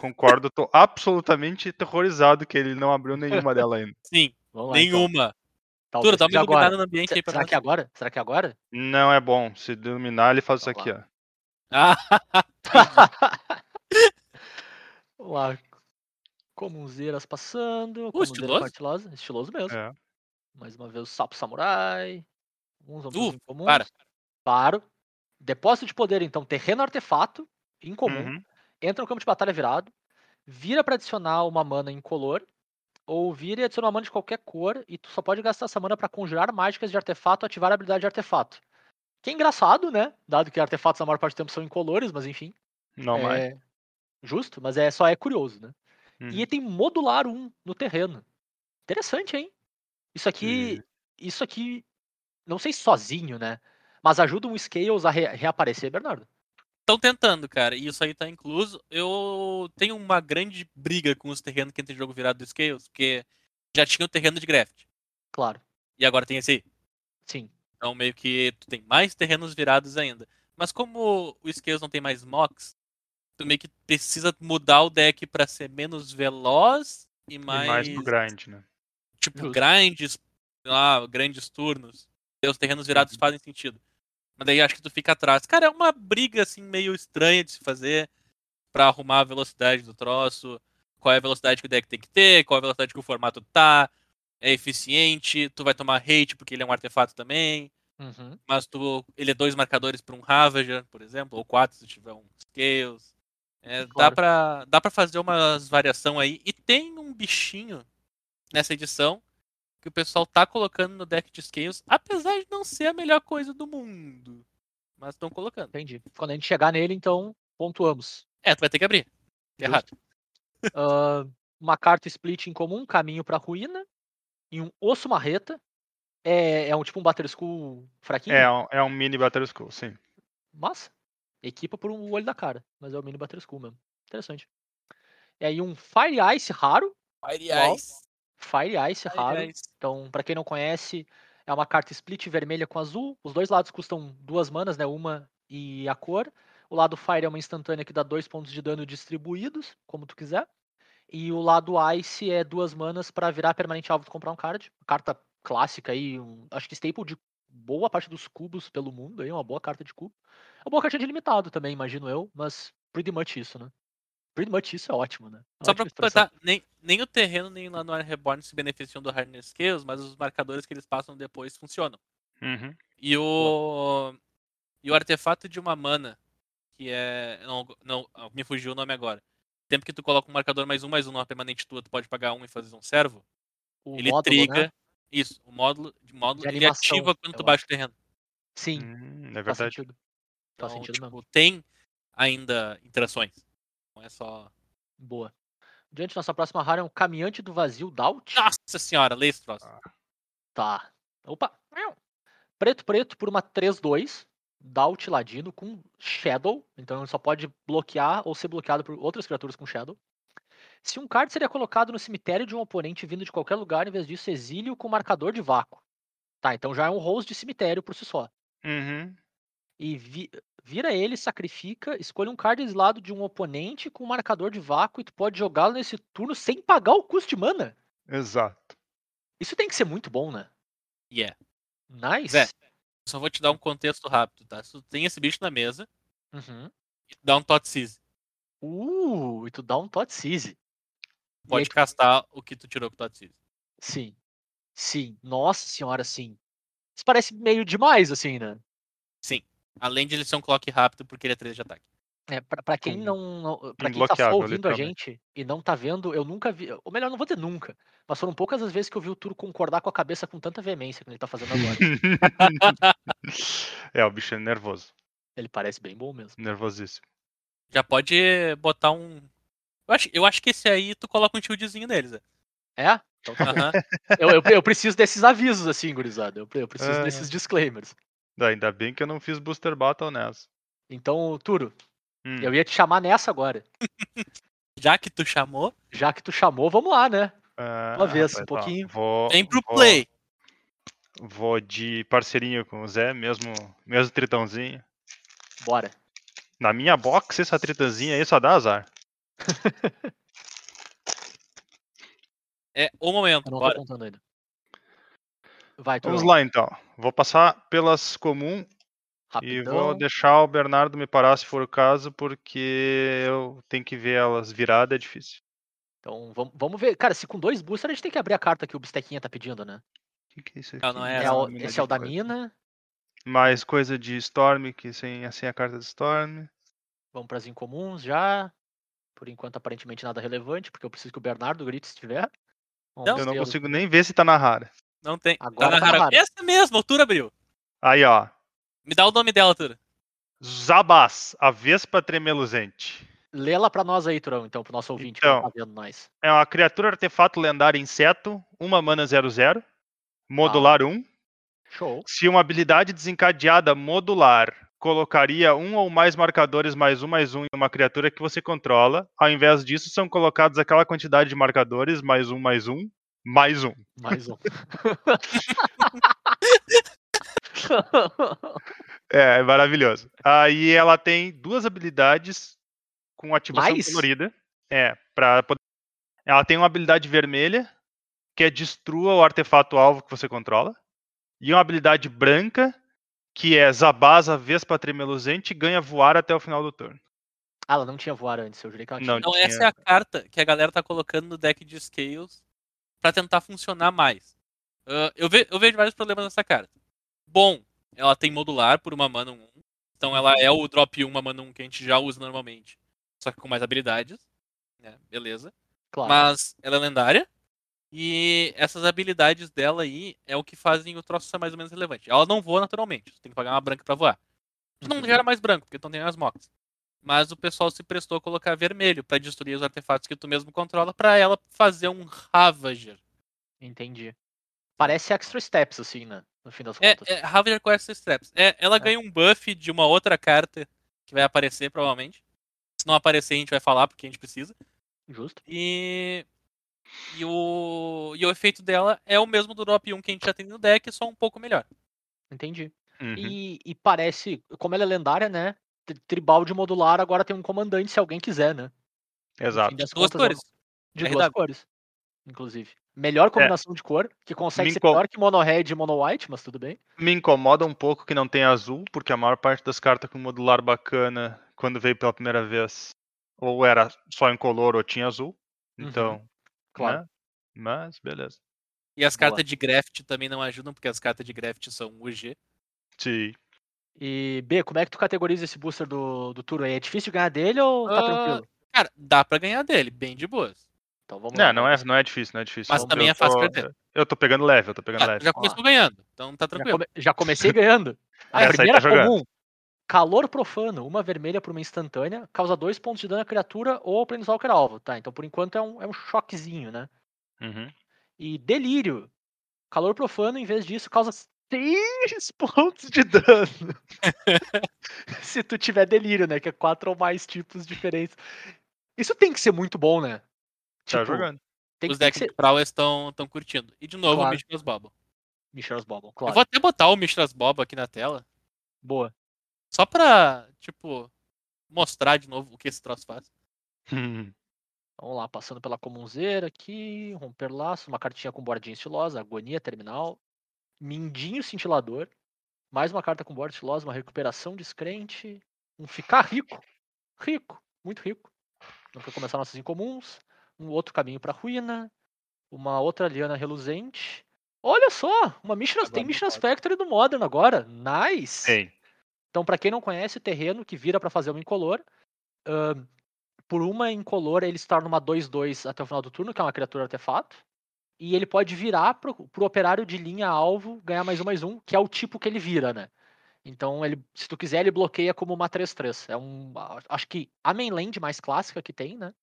Concordo, tô absolutamente aterrorizado que ele não abriu nenhuma dela ainda.
Sim,
Vamos lá, então.
nenhuma.
Talvez
Tura, dá uma
seja agora.
iluminada no ambiente aí pra
Será
nós.
que é agora? Será que é agora?
Não é bom. Se dominar, ele faz isso
Vamos
aqui, ó.
Ah,
Vamos lá. Comunzeiras passando. comunzeira
Uh, estiloso?
Partilosa. Estiloso mesmo.
É.
Mais uma vez o sapo samurai. Uns
Du,
homens incomuns.
Uh, para.
Paro. Depósito de poder, então. Terreno artefato. Incomum.
Uhum.
Entra no campo de batalha virado. Vira pra adicionar uma mana incolor. Ou vira e adiciona uma mana de qualquer cor. E tu só pode gastar essa mana pra conjurar mágicas de artefato ou ativar a habilidade de artefato. Que é engraçado, né? Dado que artefatos na maior parte do tempo são incolores, mas enfim.
Não mais.
É justo, mas é só é curioso, né?
Uhum.
E tem modular 1 no terreno. Interessante, hein? Isso aqui, isso aqui, não sei se sozinho, né? Mas ajuda um Scales a re- reaparecer, Bernardo.
Estão tentando, cara, e isso aí tá incluso. Eu tenho uma grande briga com os terrenos que entra em jogo virado do Scales, porque já tinha o terreno de Graft,
Claro,
e agora tem esse aí.
sim.
Então meio que tu tem mais terrenos virados ainda. Mas como o Scales não tem mais Mox, tu meio que precisa mudar o deck pra ser menos veloz e
E
mais,
mais pro grind, né?
tipo
Justo.
grandes, sei lá, grandes turnos. E os terrenos virados fazem sentido. Mas daí acho que tu fica atrás. Cara, é uma briga assim meio estranha de se fazer pra arrumar a velocidade do troço, qual é a velocidade que o deck tem que ter, qual é a velocidade que o formato tá, é eficiente, tu vai tomar hate porque ele é um artefato também
Uhum.
mas tu, ele é dois marcadores para um Ravager, por exemplo, ou quatro se tiver um Scales. É, dá,
Claro.
pra, dá pra fazer umas variação aí. E tem um bichinho nessa edição que o pessoal tá colocando no deck de Scales, apesar de não ser a melhor coisa do mundo. Mas estão colocando.
Entendi. Quando a gente chegar nele, então, pontuamos.
É, tu vai ter que abrir. Errado.
Ah, uma carta split em comum, caminho pra ruína. E um osso marreta. É, é um tipo um Butter School fraquinho.
É, um- é um mini Battle School, sim.
Massa. Equipa por um olho da cara. Mas é o mini Butter School mesmo. Interessante. E aí um Fire Ice raro.
Fire
Uau.
Eyes.
Fire Ice raro.
Fire Eyes.
Então, pra quem não conhece, é uma carta split vermelha com azul. Os dois lados custam duas manas, né? Uma e a cor. O lado Fire é uma instantânea que dá dois pontos de dano distribuídos, como tu quiser. E o lado Ice é duas manas pra virar permanente alvo de comprar um card. Carta clássica aí, um- acho que staple de boa parte dos cubos pelo mundo aí, uma boa carta de cubo. É uma boa cartinha de limitado também, imagino eu, mas pretty much isso, né? Pretty much isso é ótimo, né? É
Só pra
ótima expressão.
completar, nem, nem o terreno nem lá no Ar Reborn se beneficiam do Hardness Scales, mas os marcadores que eles passam depois funcionam.
Uhum.
E o. E o artefato de uma mana, que é. Não, não, ah, me fugiu o nome agora. Tempo que tu coloca um marcador mais um, mais um numa permanente tua, tu pode pagar um e fazer um servo.
O
ele
módulo, né?
triga. Isso, o módulo, de módulo
De
ele
animação, é
ativa quando
eu
tu baixa o terreno.
Sim,
Hum, é
faz
verdade.
sentido. Faz
Então,
sentido
tipo,
mesmo.
tem ainda interações. Não é só.
Boa. Diante da nossa próxima rara é um caminhante do vazio Daut.
Nossa senhora, lê esse troço.
Tá. Opa. Miau. Preto preto por uma 3-2. Daut Ladino com Shadow. Então ele só pode bloquear ou ser bloqueado por outras criaturas com Shadow. Se um card seria colocado no cemitério de um oponente vindo de qualquer lugar, em vez disso, exílio com marcador de vácuo. Tá, então já é um host de cemitério por si só.
Uhum.
e vi- vira ele, sacrifica, escolhe um card exilado de um oponente com um marcador de vácuo e tu pode jogá-lo nesse turno sem pagar o custo de mana.
Exato.
Isso tem que ser muito bom, né?
E é.
Nice.
Zé. Só vou te dar um contexto rápido, tá? Se tu tem esse bicho na mesa
Uhum.
e tu dá um Tot Seize,
Uh, e tu dá um Tot Seize. E aí
pode
tu-
castar o que tu tirou com o Tot Seize.
Sim. Sim. Nossa senhora, sim. Isso parece meio demais, assim, né?
Além de ele ser um clock rápido, porque ele é 3 de ataque.
É, pra, pra quem
Com-
não. não- Pra quem tá só
Imbloqueável,
ouvindo a
literalmente.
gente e não tá vendo, eu nunca vi. Ou melhor, não vou dizer nunca. Mas foram poucas as vezes que eu vi o Turo concordar com a cabeça com tanta veemência que ele tá fazendo agora.
é, o bicho é nervoso.
ele parece bem bom mesmo.
Nervosíssimo.
Já pode botar um. Eu acho, eu acho que esse aí tu coloca um tildezinho neles. Né?
É?
Aham.
eu, eu, eu preciso desses avisos, assim, gurizada. Eu, pre- eu preciso
Ah.
desses disclaimers.
Ainda bem que eu não fiz Booster Battle nessa.
Então, Turo,
Hum.
eu ia te chamar nessa agora.
Já que tu chamou,
Já que tu chamou, vamos lá, né?
Ah,
Uma vez, um
rapaz, ó,
pouquinho.
Vou,
vem pro
vou-
play.
Vou de parceirinho com o Zé, mesmo, mesmo tritãozinho.
Bora.
Na minha box, essa tritãzinha aí só dá azar.
É o momento,
Eu não
bora.
tô contando ainda. Vai, tu. é
Vamos lá então. Vou passar pelas comum e vou
Rapidão.
deixar o Bernardo me parar se for o caso, porque eu tenho que ver elas virada, é difícil.
Então vamos, vamos ver. Cara, se com dois boosters a gente tem que abrir a carta que o Bistequinha tá pedindo, né?
O que, que é isso aqui?
Não, não é
É
essa.
o-
mina
esse
de
é o da
coisa.
mina.
Mais coisa de Storm, que sem, sem a carta de Storm.
Vamos para as incomuns já. Por enquanto, aparentemente nada relevante, porque eu preciso que o Bernardo grite se tiver. Vamos
Não,
eu não
ver os-
consigo nem ver se tá na rara.
Não tem.
Agora tá
tá na rara.
rara.
Essa mesmo, altura abriu.
Aí ó.
Me dá o nome dela, Tura.
Zabas, a Vespa Tremeluzente.
Lê ela pra nós aí, Turão, então, pro nosso ouvinte que não
Então.
tá vendo nós.
É uma criatura artefato lendária inseto, uma mana 00, modular 1.
Show.
Se uma habilidade desencadeada modular colocaria um ou mais marcadores mais um mais um em uma criatura que você controla, ao invés disso são colocados aquela quantidade de marcadores mais um mais um mais um.
Mais um.
É, é maravilhoso. Aí ela tem duas habilidades com ativação
Mais?
colorida. É, para poder. Ela tem uma habilidade vermelha que é destrua o artefato alvo que você controla e uma habilidade branca que é Zabaza Vespa Tremeluzente ganha voar até o final do turno.
ah, ela não tinha voar antes, eu jurei que ela tinha.
Não,
Então
tinha.
essa é a carta que a galera tá colocando no deck de Scales pra tentar funcionar mais. Ah, eu, ve- eu vejo vários problemas nessa carta. Bom, ela tem modular por uma mana 1. Então ela é o drop 1, uma mana 1 que a gente já usa normalmente. Só que com mais habilidades. né? beleza.
Claro.
Mas ela é lendária. E essas habilidades dela aí é o que fazem o troço ser mais ou menos relevante. Ela não voa naturalmente, você tem que pagar uma branca pra voar. Tu não
Uhum.
gera mais branco, porque tu não tem as mocas. Mas o pessoal se prestou a colocar vermelho pra destruir os artefatos que tu mesmo controla pra ela fazer um Ravager.
Entendi. Parece extra steps, assim, né? No fim das
É,
contas.
é Ravager com essas traps. É, ela ganha um buff de uma outra carta que vai aparecer provavelmente. Se não aparecer, a gente vai falar porque a gente precisa.
Justo.
E, e, o, e o efeito dela é o mesmo do drop 1 que a gente já tem no deck, só um pouco melhor.
Entendi.
Uhum.
E, e parece, como ela é lendária, né? tri- Tribal de modular agora tem um comandante se alguém quiser, né?
Exato.
das
Duas
contas, é uma-
cores.
De
RW.
duas cores, inclusive. Melhor combinação de cor, que consegue
Me
ser
inco-
pior que mono red e mono white, mas tudo bem.
Me incomoda um pouco que não tem azul, porque a maior parte das cartas com modular bacana, quando veio pela primeira vez, ou era só incolor ou tinha azul.
Uhum.
Então,
Claro.
né? Mas, beleza.
E as
Boa.
cartas de graft também não ajudam, porque as cartas de graft são UG.
Sim.
E B, como é que tu categoriza esse booster do, do Turo aí? É difícil ganhar dele ou tá
Ah,
tranquilo?
Cara, dá pra ganhar dele, bem de boas.
Então vamos lá.
Não, não é, não é difícil, não é difícil.
Mas
Eu
também é
tô-
fácil perder.
Eu tô pegando leve, eu tô pegando
Ah,
leve.
já
vamos lá.
começou ganhando, então tá
Já,
tranquilo. Ah,
come- já comecei ganhando. A
Essa aí tá
primeira
jogando.
Ah, é, comum. Calor profano, uma vermelha por uma instantânea, causa dois pontos de dano à criatura ou ao Planeswalker alvo. Tá, então por enquanto é um, é um choquezinho, né?
Uhum.
E delírio. Calor profano, em vez disso, causa 6 pontos de dano. Se tu tiver delírio, né? Que é quatro ou mais tipos diferentes. Isso tem que ser muito bom, né?
Tá
Tipo,
jogando.
Tem, tem que
Os decks
ser.
de Prowl estão tão curtindo. E de novo
Claro.
o Mishra's Bobble.
Michel Bobble,
Eu
claro.
vou até botar o Mishra's Bobble aqui na tela,
Boa.
só pra, tipo, mostrar de novo o que esse troço faz.
Uhum.
Vamos lá, passando pela comunzeira aqui. Romper laço, uma cartinha com bordinha estilosa, agonia terminal. Mindinho cintilador. Mais uma carta com borda estilosa, uma recuperação descrente. Um ficar rico. Rico, muito rico. Não foi começar nossas incomuns. Um outro caminho pra ruína. Uma outra liana reluzente. Olha só, uma Mishra's,
Agora
tem
no
Mishra's
Modern.
Factory do Modern agora. Nice!
Sim.
Então, para quem não conhece, o terreno que vira para fazer uma incolor, ah, por uma incolor ele se torna uma 2-2 até o final do turno, que é uma criatura artefato. E ele pode virar pro, pro operário de linha alvo ganhar mais um, mais um, que é o tipo que ele vira, né? Então, ele, se tu quiser, ele bloqueia como uma 3-3. É um. a- Acho que a mainland mais clássica que tem, né?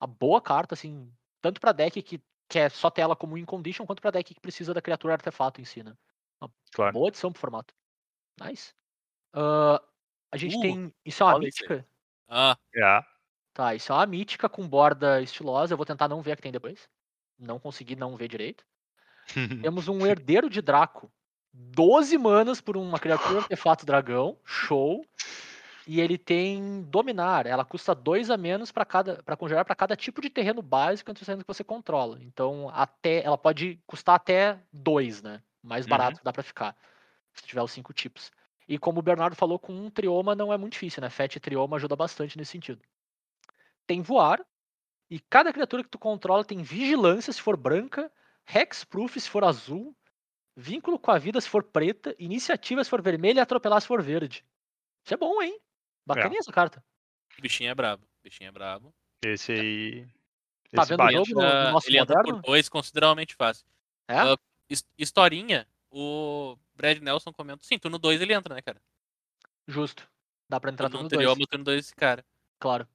A boa carta, assim, tanto pra deck que quer só ter ela como in condition, quanto pra deck que precisa da criatura artefato em si, né? Uma
Claro.
Boa adição pro formato. Nice. Ah, a gente
Uh,
tem. Isso é uma
olha isso aí.
mítica?
Ah,
É.
Tá, isso é uma mítica com borda estilosa. Eu vou tentar não ver a que tem depois. Não consegui não ver direito. Temos um herdeiro de Draco. 12 manas por uma criatura um artefato dragão. Show. E ele tem dominar. Ela custa 2 a menos para cada para congelar para cada tipo de terreno básico entre os terrenos que você controla. Então, até ela pode custar até 2, né? Mais
Uhum.
barato dá para ficar. Se tiver os cinco tipos. E como o Bernardo falou, com um trioma não é muito difícil, né? Fetch e trioma ajuda bastante nesse sentido. Tem voar. E cada criatura que tu controla tem vigilância se for branca, hexproof se for azul, vínculo com a vida se for preta, iniciativa se for vermelha e atropelar se for verde. Isso é bom, hein? Bacaninha
É.
essa carta.
O bichinho é brabo. O bichinho é brabo.
Esse aí.
Tá
esse
vendo
bate.
o jogo? no- no
Entra-
nosso
ah, ele entra por
moderno?
dois consideravelmente fácil.
É?
Ah, his- historinha, o Brad Nelson comenta. Sim, turno 2 ele entra, né, cara?
Justo. Dá pra entrar
Turno
no
anterior,
dois,
meu turno 2 esse cara.
claro.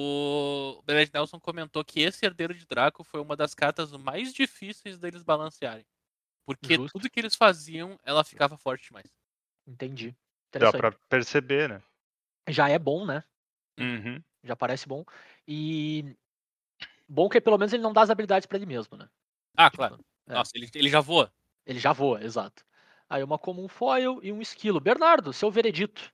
O Brad Nelson comentou que esse Herdeiro de Draco foi uma das cartas mais difíceis deles balancearem. Porque
Justo.
tudo que eles faziam, ela ficava forte demais.
Entendi.
Dá
Interessante.
pra perceber, né?
Já é bom, né?
Uhum.
Já parece bom. E bom que pelo menos ele não dá as habilidades pra ele mesmo, né?
Ah,
Tipo,
claro.
é.
Nossa, ele, ele já voa.
Ele já voa, exato. Aí uma comum foil e um esquilo. Bernardo, seu veredito.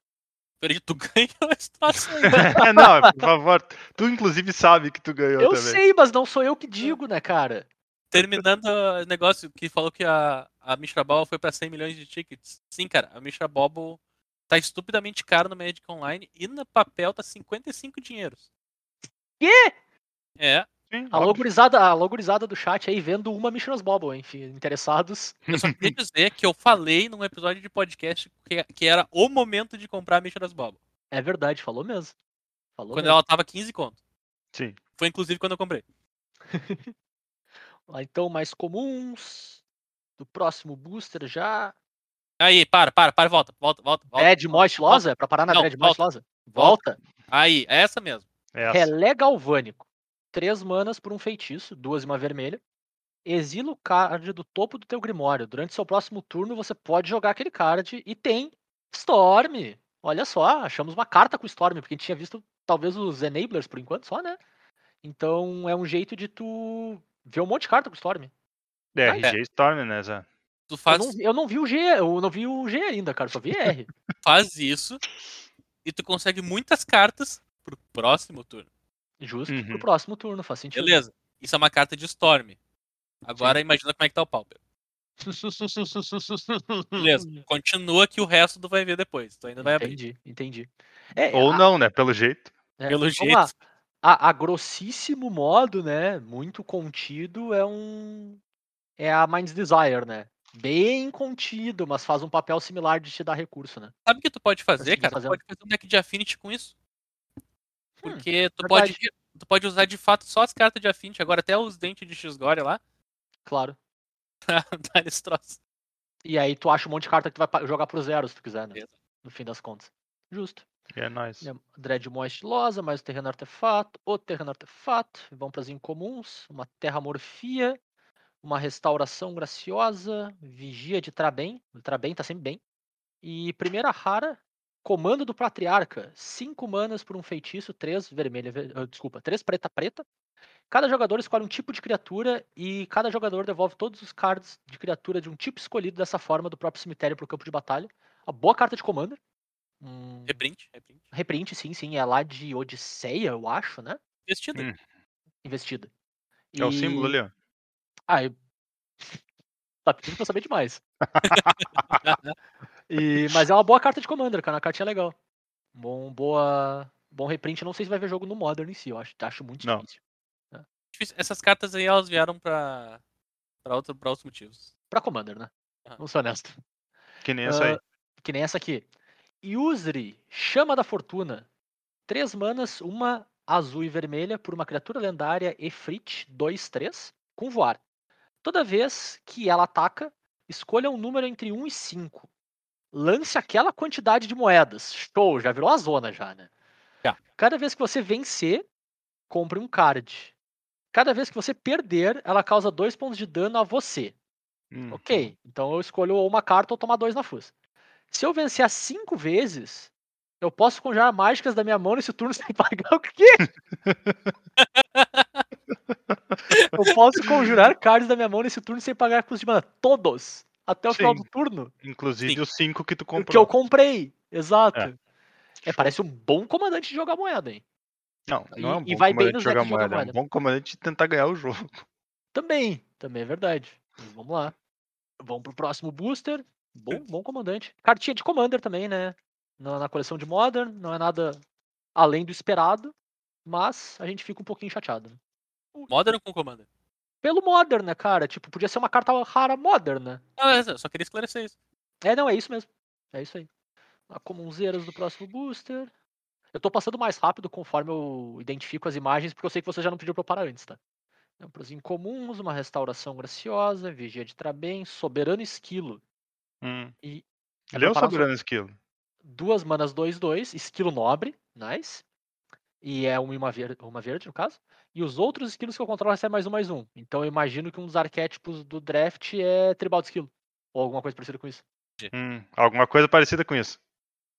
Perdi, tu ganhou a é situação. aí.
não, por favor. Tu, inclusive, sabe que tu ganhou
Eu
também. Hum.
sei, mas não sou eu que digo, né, cara?
Terminando o negócio que falou que a, a Mishra Bobble foi pra 100 milhões de tickets. Sim, cara, a Mishra Bobble tá estupidamente cara no Magic Online e no papel tá 55 dinheiros.
Quê?
É,
Sim,
A
óbvio.
logurizada, a logurizada do chat aí vendo uma Mishra's Bobble, enfim, interessados.
eu só queria dizer que eu falei num episódio de podcast que, que era o momento de comprar a Mishra's Bobble.
É verdade, falou mesmo. Falou
Quando
mesmo.
ela tava 15 conto.
Sim.
Foi inclusive quando eu comprei.
Ah, Então, mais comuns. Do próximo booster já.
Aí, para, para, para, volta, volta, volta, volta.
Dread Moist Loza? Pra parar na
Não,
Dread Moist
volta.
Loza?
Volta.
É, Volta.
Aí, é essa mesmo.
É essa.
Relé Galvânico. Três manas por um feitiço, duas e uma vermelha. Exila o card do topo do teu Grimório. Durante seu próximo turno, você pode jogar aquele card e tem Storm. Olha só, achamos uma carta com Storm, porque a gente tinha visto talvez os Enablers por enquanto só, né? Então é um jeito de tu ver um monte de carta com Storm.
É, RG Storm, né, Zé?
Tu
Eu
faz,
não, eu não vi o G, eu não vi o G ainda, cara, só vi R.
faz isso e tu consegue muitas cartas pro próximo turno.
Justo pro
Uhum.
próximo turno, faz sentido.
Beleza. Isso é uma carta de Storm. Agora imagina como é que tá o Pauper. Beleza. Continua que o resto tu vai ver depois. Tu ainda vai abrir.
Entendi, entendi. É,
Ou
a-
não, né? Pelo jeito.
é,
Pelo
vamos
jeito.
lá. A, a grossíssimo modo, né? Muito contido é um. É a Mind's Desire, né? Bem contido, mas faz um papel similar de te dar recurso, né?
Sabe o que tu pode fazer,
Consegui
cara? Tu
fazer um.
pode fazer um deck de Affinity com isso. Porque tu,
verdade.
pode, tu pode usar de fato só as cartas de Affinity. Agora até os dentes de X-Gore lá.
Claro.
Dá nesse
Hum.
troço.
E aí tu acha um monte de carta que tu vai pa- jogar pro zero, se tu quiser, né?
Beleza.
No fim das contas. Justo.
É nóis.
Né, Dread Moist Losa, mais o terreno artefato, o terreno artefato. Vão para as incomuns. Uma terra morfia, uma restauração graciosa, vigia de Trabem. O Trabem tá sempre bem. E primeira rara, comando do patriarca. Cinco manas por um feitiço, três vermelha, ver- ah, desculpa, três preta preta. Cada jogador escolhe um tipo de criatura e cada jogador devolve todos os cards de criatura de um tipo escolhido dessa forma do próprio cemitério para o campo de batalha. Uma boa carta de comando. Um
Reprint, reprint.
reprint, sim, sim, é lá de Odisseia, eu acho, né?
Vestido.
Hum.
Investida.
É o
E-
símbolo ali, ó.
ah, eu... tá pedindo pra saber demais. E- mas é uma boa carta de Commander, cara. Uma cartinha legal. Bom, boa, bom reprint. Eu não sei se vai ver jogo no Modern em si. Eu acho, acho muito
Não.
difícil.
Difícil. Essas cartas aí elas vieram pra, pra, outro, pra outros motivos.
Pra Commander, né?
Aham.
Vamos ser honesto.
Que nem essa aí.
Ah, que nem essa aqui. Yuzri, Chama da Fortuna. Três manas, uma azul e vermelha, por uma criatura lendária Efrit 2-3, com voar. Toda vez que ela ataca, escolha um número entre 1 e 5. Lance aquela quantidade de moedas. Show, já virou a zona já, né?
Já.
Cada vez que você vencer, compre um card. Cada vez que você perder, ela causa dois pontos de dano a você.
Hum.
Ok, então eu escolho ou uma carta ou tomar dois na fuça. Se eu vencer as cinco vezes, eu posso congelar mágicas da minha mão nesse turno sem pagar o quê? eu posso conjurar cards da minha mão nesse turno sem pagar custo de mana. Todos. até o
Sim.
final do turno.
Inclusive
Sim.
os cinco que tu
o Que eu
comprou.
comprei. Exato. É. parece um bom comandante de jogar moeda, hein?
Não, não é um
e- e
bom
vai bem
comandante
nos
jogar
decks de jogar
moeda. É um
moeda.
bom comandante de tentar ganhar o jogo.
Também, também é verdade. Mas vamos lá. Vamos pro próximo booster. Bom, bom comandante. Cartinha de Commander também, né? Na, na coleção de Modern, não é nada além do esperado, mas a gente fica um pouquinho chateado. né?
Modern com Commander.
Pelo Modern, né, cara? Tipo, podia ser uma carta rara Modern, né?
Ah, eu só queria esclarecer isso.
É, não, é isso mesmo. É isso aí. A comunzeiras do próximo booster. Eu tô passando mais rápido conforme eu identifico as imagens, porque eu sei que você já não pediu pra eu parar antes, tá? Então, pros incomuns, uma restauração graciosa, vigia de Trabem, soberano esquilo. E- é
Leu Hum.
preparar
o
só-
Soberano Esquilo.
Duas manas 2-2, esquilo nobre, nice. E é uma, e uma, ver- uma verde, no caso. E os outros esquilos que eu controlo recebem mais um, mais um. Então eu imagino que um dos arquétipos do draft é tribal de esquilo. Ou alguma coisa parecida com isso.
Hum, Alguma coisa parecida com isso.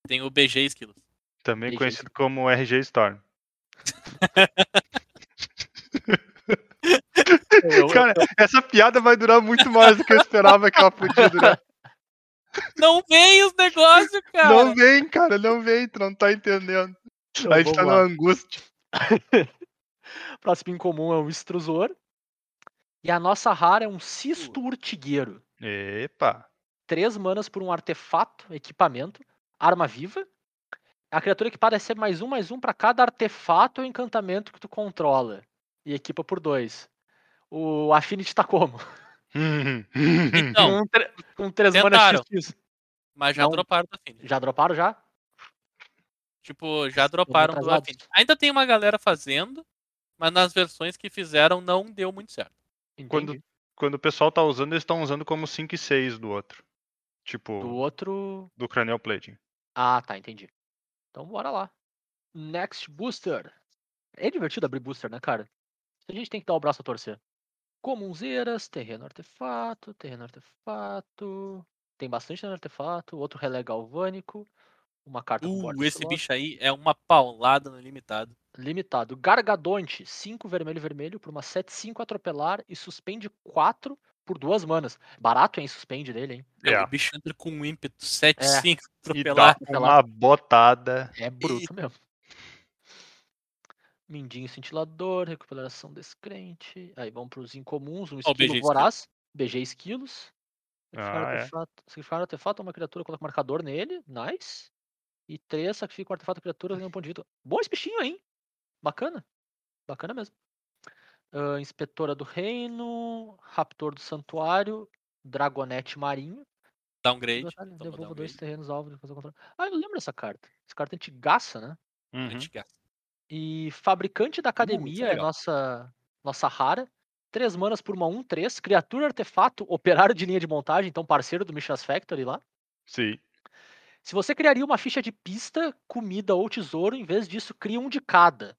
Tem o BG Esquilos.
Também
RG.
conhecido como RG Storm.
Eu-
Cara, essa piada vai durar muito mais do que eu esperava que ela podia durar.
Não vem os negócios, cara!
Não vem, cara, não vem, tu não tá entendendo.
Então,
A gente tá
vamos
numa
lá.
angústia.
próximo em comum é um extrusor. E a nossa rara é um cisto urtigueiro.
Epa.
Três manas por um artefato, equipamento, arma viva. A criatura que parece ser mais um, mais um para cada artefato ou encantamento que tu controla. E equipa por dois. O Affinity tá como?
Então,
com, tre- com três manas
tentaram.
X, X.
mas já
Não.
droparam do Affinity.
Já droparam já?
Tipo, já droparam do
atrasados.
Affinity. Ainda tem uma galera fazendo, mas nas versões que fizeram não deu muito certo.
Quando-
Entendi.
Quando o pessoal tá usando, eles estão usando como 5 e 6 do outro. Tipo,
Do
do,
outro.
cranial plating.
Ah, tá, entendi. Então bora lá. Next booster. É divertido abrir booster, né, cara? A gente tem que dar o braço a torcer. Comunzeiras, terreno artefato, terreno artefato. Tem bastante terreno artefato. Outro relé galvânico. Uma carta Tá com
Uh,
borda
esse
veloz.
bicho aí é uma paulada no limitado.
Limitado. Gargadonte, 5 vermelho e vermelho por uma 7-5 atropelar e suspende 4 por duas manas. Barato, hein? Suspende dele, hein?
É.
O bicho entra com um ímpeto
E
7-5, atropelar.
dá uma botada.
É bruto mesmo. Mindinho cintilador, recuperação descrente. Aí vamos para os incomuns, um
Ó, o BG
esquilo
esquilo.
voraz, BG esquilos. Sacrificar
Ah, é.
artefato, sacrificar artefato ou uma criatura, coloca um marcador nele, nice. E três, sacrifica um artefato ou criatura, ganha um ponto de vida. Bom esse bichinho, hein? Bacana. Bacana mesmo. Ah, inspetora do reino, raptor do santuário, dragonete marinho.
Downgrade.
Detalhe,
Então vou dar
Devolvo
um
dois
grade.
terrenos alvo de fazer o controle. Ah, eu lembro dessa carta. Essa carta é antigaça, né?
Uhum.
Antiga.
E Fabricante da Academia é
legal.
nossa, nossa rara. Três manas por uma 1-3. Criatura, artefato, operário de linha de montagem, então parceiro do Mishra's Factory lá.
Sim.
Se você criaria uma ficha de pista, comida ou tesouro, em vez disso, cria um de cada.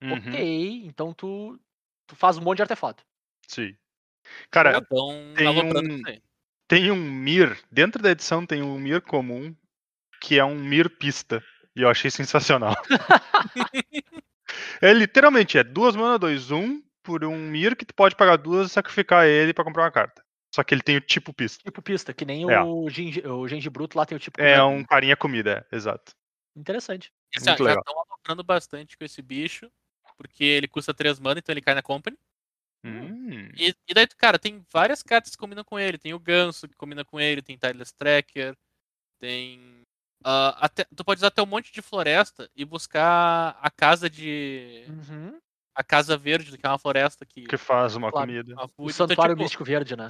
Uhum.
Ok, então tu, tu faz um monte de artefato.
Sim. Cara,
Então,
tem
aloprando
um-
isso aí.
tem um Mir. Dentro da edição tem um Mir comum, que é um Mir pista. E eu achei sensacional. é literalmente, é duas mana, dois, um, por um Mir que tu pode pagar duas e sacrificar ele pra comprar uma carta. Só que ele tem o tipo pista.
Tipo pista, que nem
É.
o, gengi, o Gengibruto lá tem o tipo.
É
comida.
um carinha comida, é, exato.
Interessante.
Assim, ó,
muito
já
legal.
estão aloprando bastante com esse bicho, porque ele custa 3 mana, então ele cai na company.
Hum,
E, e daí, tu, cara, tem várias cartas que combinam com ele. Tem o Ganso, que combina com ele, tem Tireless Tracker, tem. ah, até- tu pode usar até um monte de floresta e buscar a casa de.
Uhum.
a casa verde, que é uma floresta que.
que faz uma
Claro.
comida.
uma
O
food. Então,
Santuário
tipo,
Místico Verde, né?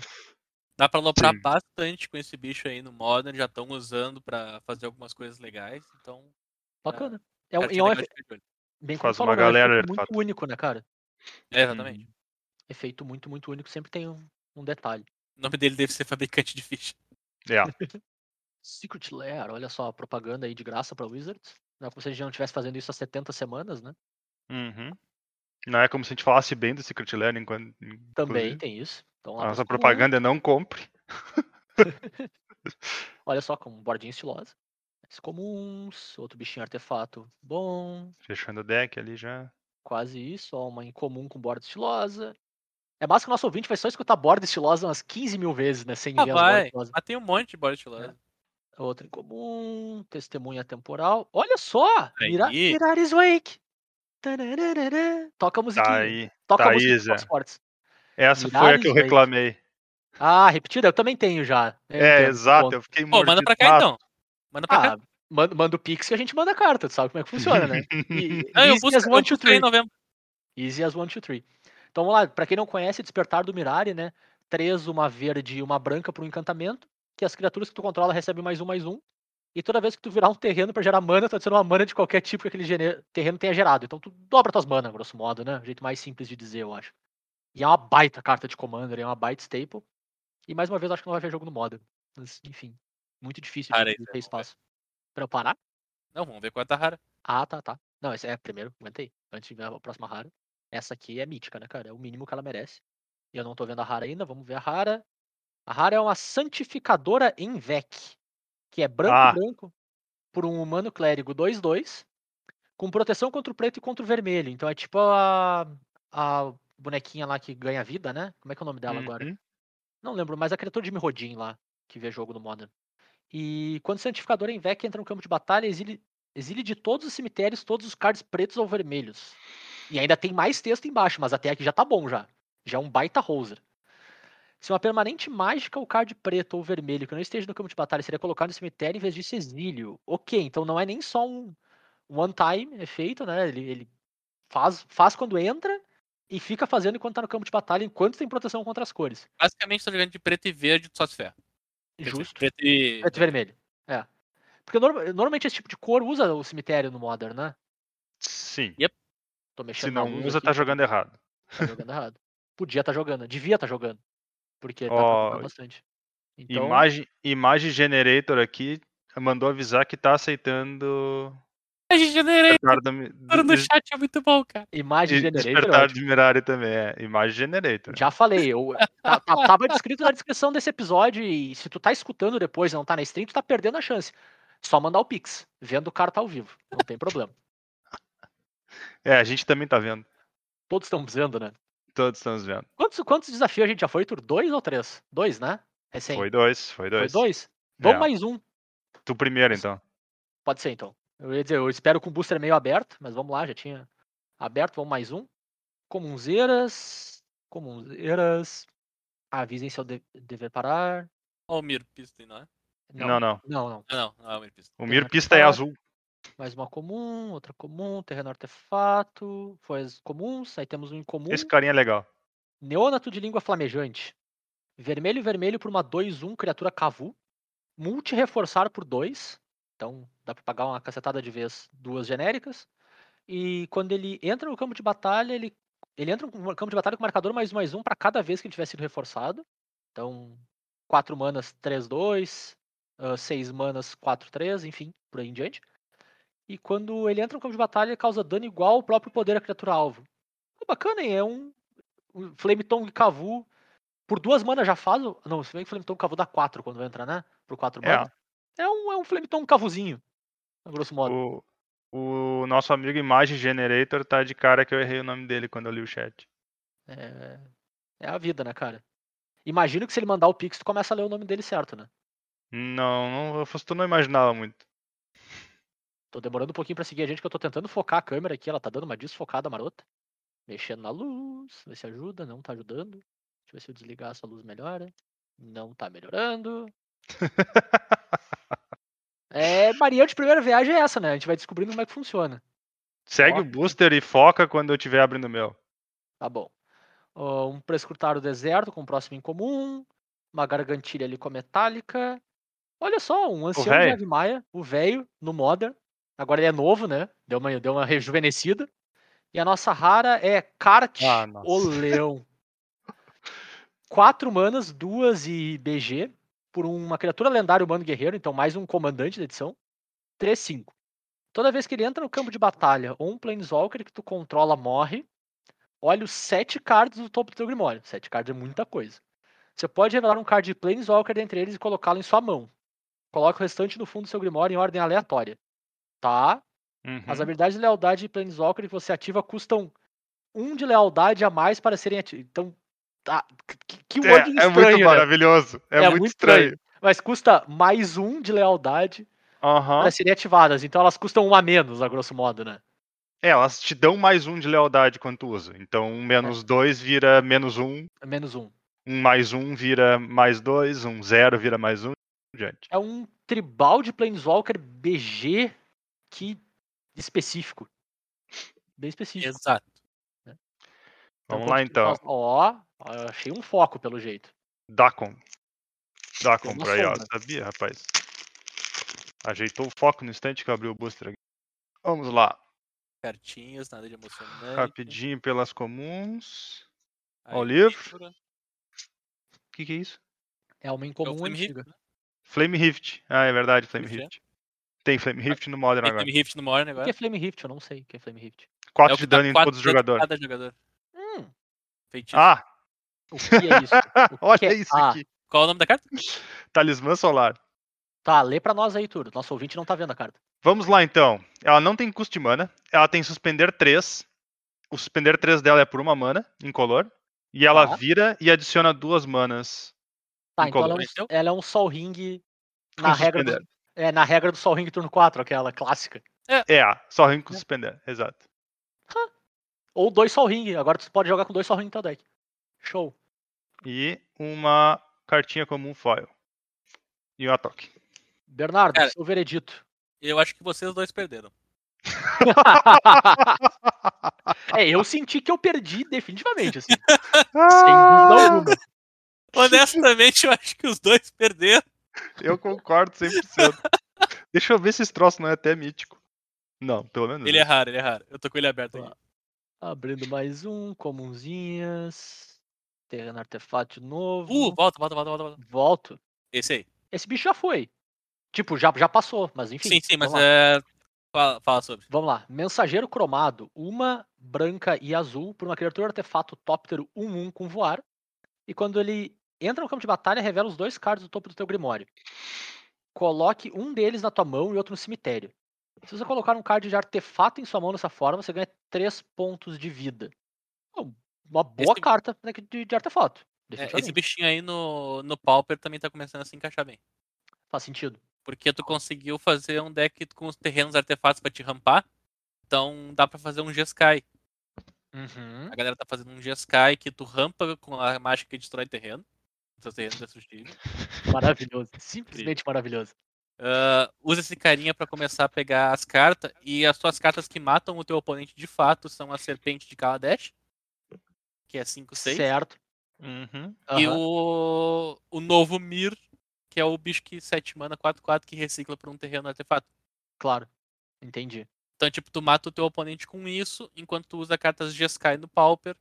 Dá pra aloprar
Sim.
bastante com esse bicho aí no Modern, já estão usando pra fazer algumas coisas legais. Então,
Bacana. É, um-
cara,
e
tinha
é um
legal
efe-
de ficar de olho.
bem como
Faz
tu
uma
falou, né, é um
galera,
efeito
artefato.
muito único, né, cara?
É, exatamente.
efeito muito, muito único, sempre tem um, um detalhe.
O nome dele deve ser fabricante de ficha.
É.
Secret Lair, olha só, propaganda aí de graça pra Wizards. Não é como se a gente não estivesse fazendo isso há 70 semanas, né?
Uhum. Não é como se a gente falasse bem do Secret Lair enquanto.
Também
inclusive.
tem isso. Então, lá
A nossa
pros comuns,
propaganda é não compre.
Olha só, como bordinha estilosa. Esses comuns, outro bichinho artefato bom,
Fechando o deck ali já.
quase isso. Ó, uma incomum com borda estilosa. É mais que o nosso ouvinte vai só escutar borda estilosa umas 15 mil vezes, né? Sem
Ah,
ver as bordas
vai.
estilosas.
Mas tem um monte de body lá.
Outra em comum, testemunha temporal. Olha só!
Aí.
Mira, Miraris Wake. Tararararã. Toca a musiquinha.
Tá aí.
Toca
tá
a
aí,
musiquinha
Zé.
dos Fortes.
Essa foi a que eu
Milhares,
reclamei.
Ah, repetida? Eu também tenho já. Eu
É,
entendo,
exato.
bom.
Eu fiquei
Pô,
mordido.
manda pra cá
Ah,
então. Manda pra cá.
Ah, manda, manda o Pix e a gente manda a carta. Tu sabe como é que funciona, né? E,
Ah, eu
easy
busco,
as one, two,
eu busquei
three.
em novembro.
Easy as one, two, three. Então vamos lá, pra quem não conhece, Despertar do Mirari, né? Três, uma verde e uma branca para um encantamento, que as criaturas que tu controla recebem mais um, mais um. E toda vez que tu virar um terreno pra gerar mana, tu adiciona uma mana de qualquer tipo que aquele gene- terreno tenha gerado. Então tu dobra tuas mana, grosso modo, né? O jeito mais simples de dizer, eu acho. E é uma baita carta de Commander, é uma baita staple. E mais uma vez, acho que não vai ver jogo no modo. Mas, enfim, muito difícil
Para aí,
de, de ter espaço. Pra eu parar?
Não, vamos ver quanta rara.
Ah, tá, tá. Não, essa é a primeiro, aguenta aí. Antes de ver a próxima rara. Essa aqui é mítica, né, cara? É o mínimo que ela merece. E eu não tô vendo a rara ainda, vamos ver a rara. A rara é uma santificadora em Vec, que é branco
Ah.
branco por um humano clérigo 2/2, com proteção contra o preto e contra o vermelho. Então é tipo a a bonequinha lá que ganha vida, né? Como é que é o
então.
nome dela agora?
uhum.
Não lembro, mas a criatura de Mirrodin lá, que vê jogo no Modern. E quando o Santificador Invec entra no campo de batalha, exile, exile de todos os cemitérios todos os cards pretos ou vermelhos. E ainda tem mais texto embaixo, mas até aqui já tá bom já. Já é um baita Roser. Se uma permanente mágica ou card preto ou vermelho que não esteja no campo de batalha seria colocado no cemitério em vez disso exílio. Ok, então não é nem só um one-time efeito, né? Ele, ele faz, faz quando entra e fica fazendo enquanto tá no campo de batalha, enquanto tem proteção contra as cores.
Basicamente, tá jogando de preto e verde, tu só se ferra. Preto-
Justo.
Preto e...
Preto e vermelho. É. Porque norma- normalmente esse tipo de cor usa o cemitério no Modern, né?
Sim.
Tô mexendo
Se
na
não
luz um
usa,
aqui,
tá jogando errado.
tá jogando errado. Podia estar jogando, devia estar jogando. Porque tá
Ó,
preocupando bastante. Então,
Imagem, imagem Generator aqui mandou avisar que tá aceitando.
A gente generei
Despertar do, Mi-
no
Des-
chat, é muito bom, cara.
imagem
Des-
generator.
Despertar
ótimo.
de Mirari também. É, imagem Generator.
Já falei, eu tá- tá- tava descrito na descrição desse episódio e se tu tá escutando depois, não tá na stream, tu tá perdendo a chance. Só mandar o Pix, vendo o carta ao vivo, não tem problema.
É, a gente também tá vendo.
Todos estão dizendo, né?
Todos estamos vendo.
Quantos, quantos desafios a gente já foi, Tur? Dois ou três? Dois, né? Recém.
Foi dois, foi
Foi
dois.
dois? Vamos
É.
mais um.
Tu primeiro, então.
Pode ser, então. Eu ia dizer, eu espero com o booster meio aberto, mas vamos lá, já tinha aberto, vamos mais um. Comunzeiras. Comunzeiras. Avisem se eu de- dever parar.
Ó o Mir Pista, aí, não é?
Não, não.
Não, não.
Ah, não, não é o Mir Pista.
O
Tem
Mir
a
Pista é
Tar-
azul.
Mais uma comum, outra comum, terreno artefato. Foi as comuns, aí temos um incomum.
Esse carinha é legal.
Neonato de língua flamejante. Vermelho e vermelho por uma 2-1 criatura Cavu. Multi-reforçar por 2. Então dá pra pagar uma cacetada de vez duas genéricas. E quando ele entra no campo de batalha, ele, ele entra no campo de batalha com marcador mais um mais um para cada vez que ele tiver sido reforçado. Então, 4 manas 3-2, 6 manas 4-3, enfim, por aí em diante. E quando ele entra no campo de batalha, ele causa dano igual ao próprio poder da criatura alvo. Pô, bacana, hein? É um o Flametong e Cavu. Por duas manas já faz. o- Não, se bem que o Flametong e Cavu dá 4 quando entra, né? Por 4
É.
manas. É um, é um Flametong Cavuzinho. a grosso modo.
O, o nosso amigo Imagem Generator tá de cara que eu errei o nome dele quando eu li o chat.
É, é a vida, né, cara? Imagino que se ele mandar o Pix, tu começa a ler o nome dele certo, né?
Não, não, eu fosse- tu não imaginava muito.
Tô demorando um pouquinho pra seguir a gente, que eu tô tentando focar a câmera aqui, ela tá dando uma desfocada marota. Mexendo na luz, ver se ajuda, não tá ajudando. Deixa eu ver se eu desligar essa luz melhora. Não tá melhorando. É, Maria de primeira viagem é essa, né? A gente vai descobrindo como é que funciona.
Segue o
Ótimo.
booster e foca quando eu estiver abrindo o meu.
Tá bom. Ó, um pra escrutar o deserto com o próximo em comum. Uma gargantilha metálica Olha só, um ancião de
véio.
Ave Maia, o velho, no Modern. Agora ele é novo, né? Deu uma, deu uma rejuvenescida. E a nossa rara é Kart,
Ah, nossa.
o leão. Quatro manas, duas e BG, por uma criatura lendária humano guerreiro, então mais um comandante da edição. 3-5. Toda vez que ele entra no campo de batalha ou um Planeswalker que tu controla morre, olha os sete cards do topo do teu grimório. Sete cards é muita coisa. Você pode revelar um card de Planeswalker dentre eles e colocá-lo em sua mão. Coloca o restante no fundo do seu grimório em ordem aleatória. Tá?
Uhum.
As habilidades de lealdade de Planeswalker que você ativa custam um de lealdade a mais para serem ativas. Então, Tá, que, que
É,
wording
é
estranho,
muito
né?
maravilhoso. É, muito, estranho.
Mas custa mais um de lealdade
Aham.
para serem ativadas. Então elas custam um a menos, a grosso modo, né?
É, elas te dão mais um de lealdade quando tu usa. Então, um menos dois vira menos um,
Menos um.
um mais um vira mais dois, um zero vira mais um, e diante.
É um tribal de Planeswalker BG que específico. Bem específico.
Exato.
Vamos lá então.
Nossa, Ó, ó, eu achei um foco pelo jeito.
Dacon. Dacon
Tem uma
por aí, ó.
sombra.
Sabia, rapaz? Ajeitou o foco no instante que eu abri o booster aqui. Vamos lá.
Cartinhas, nada de emocionante.
Rapidinho pelas comuns.
Aí,
Ó, o livro.
livro.
O que, que é isso?
É uma
É o
incomum
Flame Rift,
antiga.
né?
Flame Rift. Ah, é verdade, Flame
Rift, é?
Rift. Tem Flame Rift no Modern
Tem
agora.
Flame Rift no Morning
O
agora.
que é Flame Rift? Eu não sei o que é Flame Rift.
4
o que
de
dá
dano em
quatro
todos os
de dano em
jogadores.
Cada jogador.
Hum,
Feitiço.
Ah,
o que é isso? O que
olha
é-
isso
Ah,
aqui.
Qual o nome da carta?
Talismã Solar.
Tá, lê pra nós aí, Turo. Nosso ouvinte não tá vendo a carta.
Vamos lá então. Ela não tem custo de mana, ela tem suspender 3. O suspender 3 dela é por uma mana, incolor. E ela
Tá.
vira e adiciona duas manas.
Tá, então ela é, um,
Incolor.
ela é um Sol Ring
com
na regra,
suspender.
do, é, na regra do Sol Ring turno 4, aquela clássica.
É, só rim com
Né?
suspender, exato.
Ou dois Sol Ring. Agora tu pode jogar com dois Sol Ring no teu deck. Show.
E uma cartinha comum foil. E um ataque.
Bernardo,
Cara.
seu veredito.
Eu acho que vocês dois perderam.
é, eu senti que eu perdi definitivamente, assim. sem dúvida alguma.
Honestamente, eu acho que os dois perderam.
eu concordo 100%. Deixa eu ver se esse troço não é até mítico. Não, pelo menos.
Ele é
não.
raro, ele é raro. Eu tô com ele aberto aqui.
Abrindo mais um, comunzinhas. Terreno artefato de novo.
Uh, volta, volta, volta, volta. volta.
Volto.
Esse aí.
Esse bicho já foi. Tipo, já, já passou, mas enfim.
Sim, sim, mas
vamos lá.
é. Fala, fala sobre.
Vamos lá. Mensageiro cromado, uma branca e azul, por uma criatura artefato Toptero 1-1 com voar. E quando ele entra no campo de batalha, revela os dois cards do topo do teu grimório. Coloque um deles na tua mão e outro no cemitério. Se você colocar um card de artefato em sua mão dessa forma, você ganha 3 pontos de vida. Bom, Uma boa
Esse-
carta né, de, de artefato.
É,
Definitivamente.
esse bichinho aí no, no Pauper também tá começando a se encaixar bem.
Faz sentido.
Porque tu conseguiu fazer um deck com os terrenos artefatos pra te rampar. Então dá pra fazer um G-Sky.
Uhum.
A galera tá fazendo um G-Sky que tu rampa com a mágica que destrói terreno. Seu terreno destrutivo.
Maravilhoso. Simplesmente maravilhoso.
Ah, usa esse carinha pra começar a pegar as cartas. E as suas cartas que matam o teu oponente de fato são a serpente de Kaladesh. Que é 5, 6.
Certo.
Uhum.
E
Aham.
o, o novo Mir, que é o bicho que 7 mana 4-4 que recicla por um terreno artefato.
Claro. Entendi.
Então, tipo, tu mata o teu oponente com isso, enquanto tu usa cartas de Sky no Pauper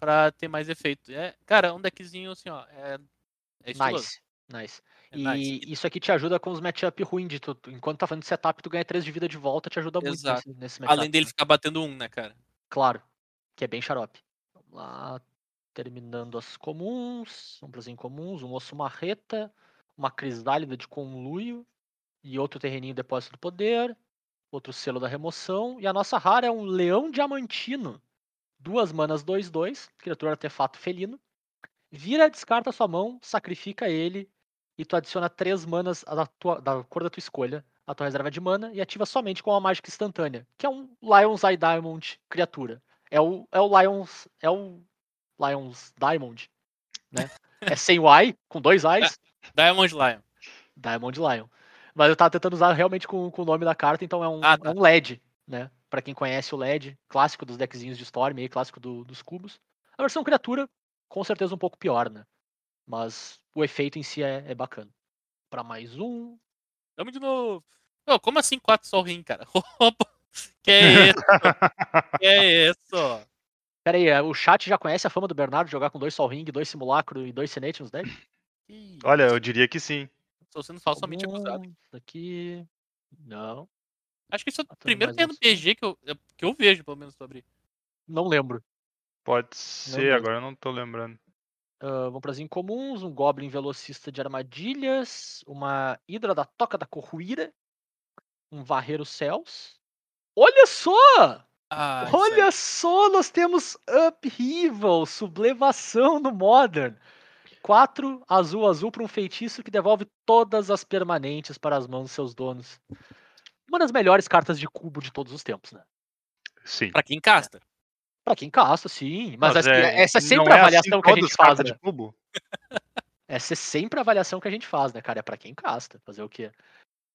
pra ter mais efeito. É, cara, é um deckzinho assim, ó. É, é estiloso.
Nice, nice.
É
e
nice.
isso aqui te ajuda com os matchup ruim de tu. Enquanto tá fazendo setup, tu ganha 3 de vida de volta, te ajuda muito
Exato.
nesse, nesse matchup.
Além dele
né?
ficar batendo um, né, cara?
Claro, que é bem xarope. Vamos lá, terminando as comuns. Vamos para as incomuns. Um osso marreta, uma crisálida de conluio e outro terreninho depósito do poder, outro selo da remoção. E a nossa rara é um leão diamantino. Duas manas 2-2, criatura artefato felino. Vira, descarta sua mão, sacrifica ele e tu adiciona três manas da, tua- da cor da tua escolha à tua reserva de mana e ativa somente com uma mágica instantânea, que é um Lion's Eye Diamond criatura. É o, é o Lion's. É o Lion's Diamond, né? É sem o I, com dois I's,
Diamond Lion.
Diamond Lion. Mas eu tava tentando usar realmente com, com o nome da carta, então é um,
Ah, tá.
é um LED, né? Pra quem conhece o LED, clássico dos deckzinhos de Storm, aí, clássico do- dos cubos. A versão criatura, com certeza um pouco pior, né? Mas o efeito em si é, é bacana. Pra mais um,
Vamos de novo. Ô, como assim 4 só rim, cara? Opa! que é isso? que é isso?
Pera aí, é, o chat já conhece a fama do Bernardo de jogar com dois Sol Ring, dois Simulacro e dois Senate nos decks?
Ih,
Olha, eu diria que sim.
Estou sendo falsamente
Alguns
acusado.
Aqui. Não,
Acho que esse é o
Matando
primeiro
tá mais
terreno
uns.
PG que eu, que eu vejo, pelo menos, sobre.
não lembro.
Pode ser,
mesmo.
agora eu não tô lembrando.
Ah, vamos para as incomuns: um Goblin Velocista de Armadilhas, uma Hidra da Toca da Corruíra, um Varreiro Céus. Olha só!
Ah, isso aí.
Olha só, nós temos Upheaval, Sublevação no Modern. 4 azul azul para um feitiço que devolve todas as permanentes para as mãos dos seus donos. Uma das melhores cartas de cubo de todos os tempos, né?
Sim.
Pra quem casta.
Pra quem caça, sim. Mas, acho que
é-
essa é sempre
não
a
assim
avaliação que a
todas
gente
as
faz,
cartas
né?
de cubo?
Essa é sempre a avaliação que a gente faz, né, cara? É pra quem casta. Fazer o quê?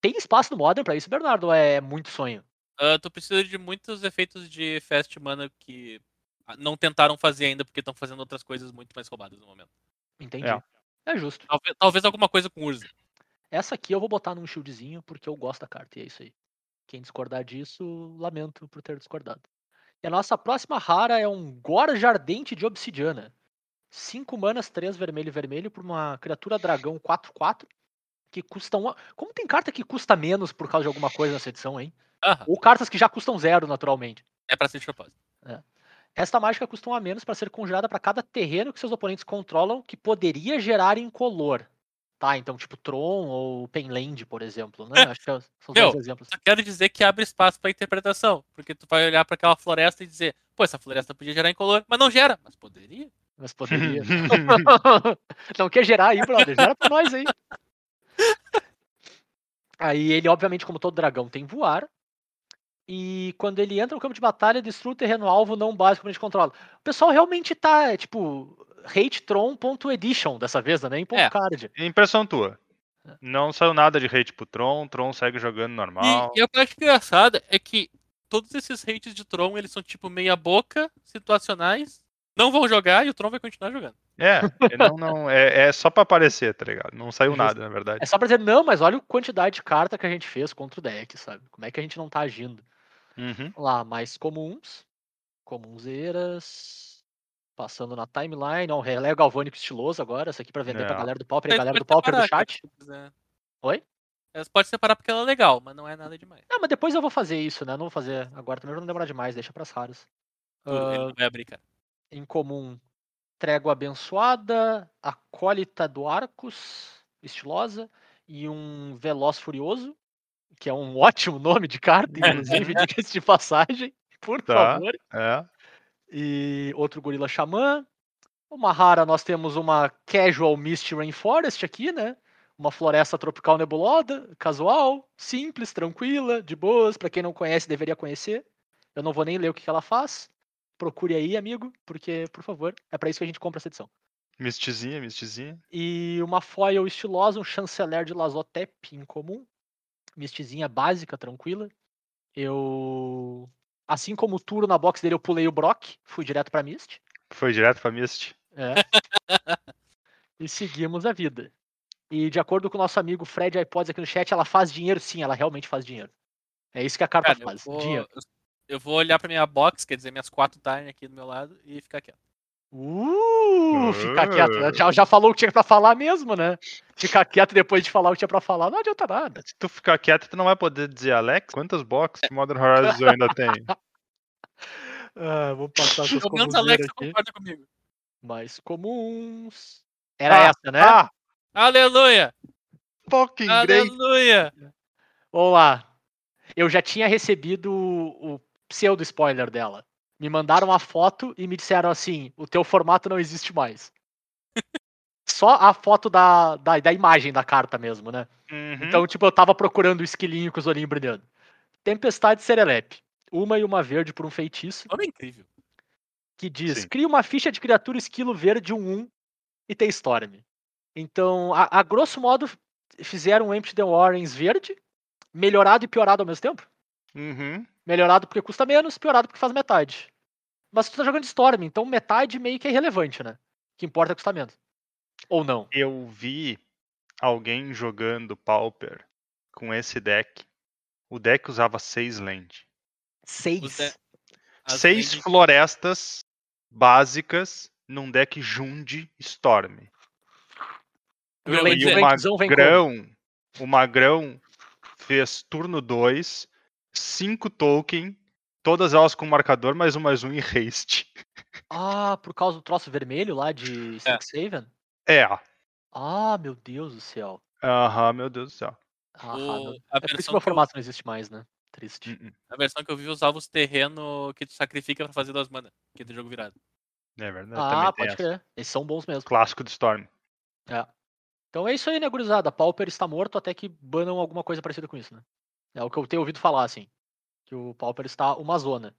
Tem espaço no Modern pra isso, Bernardo? ou É muito sonho.
Ah, tu precisa de muitos efeitos de Fast Mana que ah, não tentaram fazer ainda, porque estão fazendo outras coisas muito mais roubadas no momento.
Entendi.
É.
É justo.
Talvez, talvez alguma coisa com Urza.
Essa aqui eu vou botar num shieldzinho porque eu gosto da carta e é isso aí. Quem discordar disso, lamento por ter discordado. E a nossa próxima rara é um Gorja Ardente de Obsidiana. 5 manas, 3 vermelho e vermelho por uma criatura dragão 4-4 que custa uma... Como tem carta que custa menos por causa de alguma coisa nessa edição, hein?
Aham,
Ou cartas que já custam zero naturalmente.
é pra ser de propósito.
Esta mágica custa um a menos para ser conjurada para cada terreno que seus oponentes controlam que poderia gerar incolor. Tá, então tipo Tron ou Penland, por exemplo, né? Acho que são os
É. Meu,
dois exemplos.
Só quero dizer que abre espaço pra interpretação, porque tu vai olhar pra aquela floresta e dizer, pô, essa floresta podia gerar incolor, mas não gera. Mas poderia.
Mas poderia. Não quer gerar aí, brother. Gera pra nós aí. Aí ele, obviamente, como todo dragão, tem voar. E quando ele entra no campo de batalha, destrui o terreno alvo não básico que a gente controla. O pessoal realmente tá, é, tipo, hatetron.edition dessa vez, né? Nem ponto
É.
card.
Impressão tua.
É.
Não saiu nada de hate pro Tron, Tron segue jogando normal.
E, e a parte engraçada é que todos esses hates de Tron, eles são tipo meia boca, situacionais, não vão jogar e o Tron vai continuar jogando.
É, é, não, não, é, é só pra aparecer, tá ligado? Não saiu
Justo.
nada, na verdade.
É só pra dizer, não, mas olha a quantidade de carta que a gente fez contra o deck, sabe? Como é que a gente não tá agindo?
Uhum.
lá mais comuns, comunzeiras, passando na timeline, ó, um relé galvânico estiloso agora, essa aqui pra vender pra
É.
galera do Pauper, e a
Aí tu
galera
pode
do Pauper do
separar, cara,
chat.
se tu quiser.
Oi?
Elas podem separar porque ela é legal, mas não é nada demais.
Ah, mas depois eu vou fazer isso, né? Não vou fazer agora também, pra não demorar demais, deixa pras raras.
Tudo, Ele
Ah,
não vai abrir, cara.
em comum, Trégua Abençoada, Acólita do Arcos, estilosa, e um Veloz Furioso, que é um ótimo nome de carta, inclusive, diga-se de passagem, por
Tá.
favor.
É.
e outro gorila xamã. Uma rara, nós temos uma casual mist rainforest aqui, né? Uma floresta tropical nebulosa, casual, simples, tranquila, de boas, pra quem não conhece deveria conhecer. Eu não vou nem ler o que que ela faz. Procure aí, amigo, porque, por favor, é pra isso que a gente compra essa edição.
Mistizinha, mistizinha.
E uma foil estilosa, um chanceler de Lazotep em comum. Mistizinha básica, tranquila. Eu. Assim como o Turo na box dele, eu pulei o Brock, fui direto pra Mist.
Foi direto pra Mist.
É. e seguimos a vida. E de acordo com o nosso amigo Fred iPods aqui no chat, ela faz dinheiro sim, ela realmente faz dinheiro. É isso que a carta
Cara, eu
faz,
vou,
dinheiro.
eu vou olhar pra minha box, quer dizer, minhas quatro Tarn aqui do meu lado, e ficar quieto.
Uh, ficar quieto. né? Já, já falou o que tinha pra falar mesmo, né? Ficar quieto depois de falar o que tinha pra falar, não adianta nada.
Se tu ficar quieto, tu não vai poder dizer, Alex, quantas boxes de Modern Horizons eu ainda tem?
Ah, vou passar essas
Pelo menos
comuns
a Alexa
aqui.
concorda comigo.
Mais comuns. Era
Ah,
essa, né?
Ah,
Aleluia!
fucking
Ah,
great!
Aleluia!
Vamos lá. Eu já tinha recebido o, o pseudo spoiler dela. Me mandaram a foto e me disseram assim: o teu formato não existe mais. Só a foto da, da, da imagem da carta mesmo, né?
Uhum.
Então, tipo, eu tava procurando o esquilinho com os olhinhos brilhando. Tempestade Serelepe. Uma e uma verde por um feitiço
Homem incrível.
que diz:
Sim.
cria uma ficha de criatura esquilo verde 1 1 e tem Storm. Então, a, a grosso modo, fizeram um Empty the Warrens verde, melhorado e piorado ao mesmo tempo.
Uhum.
Melhorado porque custa menos, piorado porque faz metade. Mas tu tá jogando Storm, então metade meio que é irrelevante, né? O que importa é custar menos. Ou não.
Eu vi alguém jogando Pauper com esse deck. O deck usava seis land.
Seis.
Os de- As
seis
lentes-
florestas básicas num deck Jund Storm.
Eu vou
E
dizer,
Lady
o
Blankzão vem
Magrão, o Magrão fez turno 2, 5 token, todas elas com marcador, mais um, mais um em haste.
Ah, por causa do troço vermelho lá de Strixhaven?
É,
Ah, meu Deus do céu.
aham, meu Deus do céu.
Ah,
o-
ah, não.
a
É por isso que
versão
meu
que eu-
formato não existe mais, né? Triste.
Hum, hum.
A versão que eu vi usava os terrenos que tu sacrifica pra fazer duas manas, que é do jogo virado.
É verdade.
ah,
também tem
pode
essa.
crer. Esses são bons mesmo.
Clássico de Storm.
Então é isso aí, né, gurizada? Pauper está morto até que banam alguma coisa parecida com isso, né? É o que eu tenho ouvido falar, assim. Que o Pauper está uma zona.